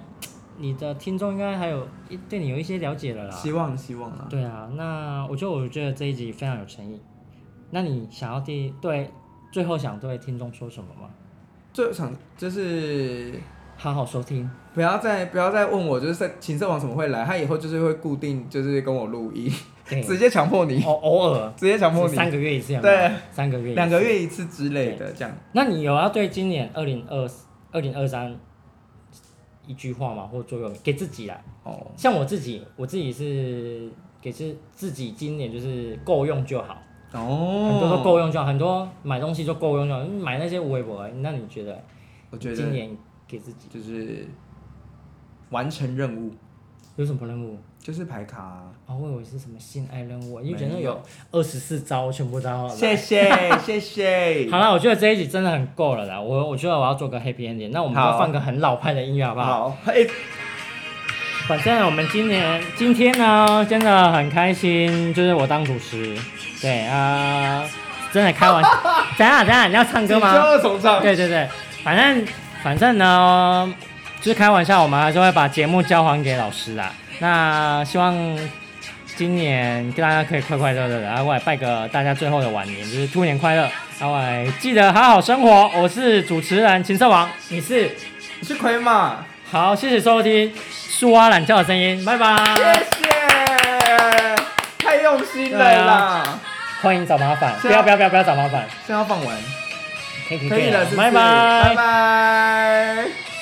[SPEAKER 1] 你的听众应该还有一对你有一些了解了啦。
[SPEAKER 2] 希望希望啊。
[SPEAKER 1] 对啊，那我觉得我觉得这一集非常有诚意。那你想要第对最后想对听众说什么吗？
[SPEAKER 2] 最后想就是
[SPEAKER 1] 好好收听，
[SPEAKER 2] 不要再不要再问我，就是在秦色王怎么会来？他以后就是会固定就是跟我录音，
[SPEAKER 1] 对，
[SPEAKER 2] 直接强迫你，
[SPEAKER 1] 偶偶 尔
[SPEAKER 2] 直接强迫
[SPEAKER 1] 是三
[SPEAKER 2] 你，
[SPEAKER 1] 个月一次有没有
[SPEAKER 2] 对，
[SPEAKER 1] 三个月一次
[SPEAKER 2] 两个。月一次之类的这样。
[SPEAKER 1] 那你有要对今年二零二二零二三一句话吗？或座右铭给自己啦？
[SPEAKER 2] 哦，
[SPEAKER 1] 像我自己，我自己是给自自己今年就是够用就好，
[SPEAKER 2] 哦，
[SPEAKER 1] 很多都够用就好，很多买东西就够用就好，买那些微博，那你觉得
[SPEAKER 2] 我觉
[SPEAKER 1] 今
[SPEAKER 2] 得
[SPEAKER 1] 年给自己
[SPEAKER 2] 就是完成任务，
[SPEAKER 1] 有什么任务？
[SPEAKER 2] 就是排卡啊、
[SPEAKER 1] 哦，我以为是什么性爱任务啊，因为
[SPEAKER 2] 没有
[SPEAKER 1] 人类有二十四招，全部都要来。
[SPEAKER 2] 谢谢 谢谢。
[SPEAKER 1] 好了，我觉得这一集真的很够了啦，我我觉得我要做个 happy ending，那我们就
[SPEAKER 2] 好
[SPEAKER 1] 放个很老派的音乐好不好？
[SPEAKER 2] 好，哎、
[SPEAKER 1] 反正我们今年今天呢，真的很开心，就是我当主持，对啊、呃真的开玩 笑。等一下等一下，你要唱歌
[SPEAKER 2] 请
[SPEAKER 1] 吗？
[SPEAKER 2] 二重唱，
[SPEAKER 1] 对对对，反正反正呢，就是开玩笑，我们还是会把节目交还给老师啦。那希望今年大家可以快快乐乐的，然后我也拜个大家最后的晚年，就是兔年快乐，然后我也记得好好生活。我是主持人秦少王，你是
[SPEAKER 2] 我是奎马，
[SPEAKER 1] 好，谢谢收听树蛙懒觉的声音，拜
[SPEAKER 2] 谢
[SPEAKER 1] 拜。
[SPEAKER 2] 谢，太用心
[SPEAKER 1] 对
[SPEAKER 2] 了
[SPEAKER 1] 啊
[SPEAKER 2] 啦！
[SPEAKER 1] 欢迎找麻烦，
[SPEAKER 2] 是
[SPEAKER 1] 不
[SPEAKER 2] 啊
[SPEAKER 1] 要不要不要不要找麻烦，
[SPEAKER 2] 现在要放完，
[SPEAKER 1] 可以
[SPEAKER 2] 可以了，是不
[SPEAKER 1] 拜
[SPEAKER 2] 是
[SPEAKER 1] 拜
[SPEAKER 2] 拜拜。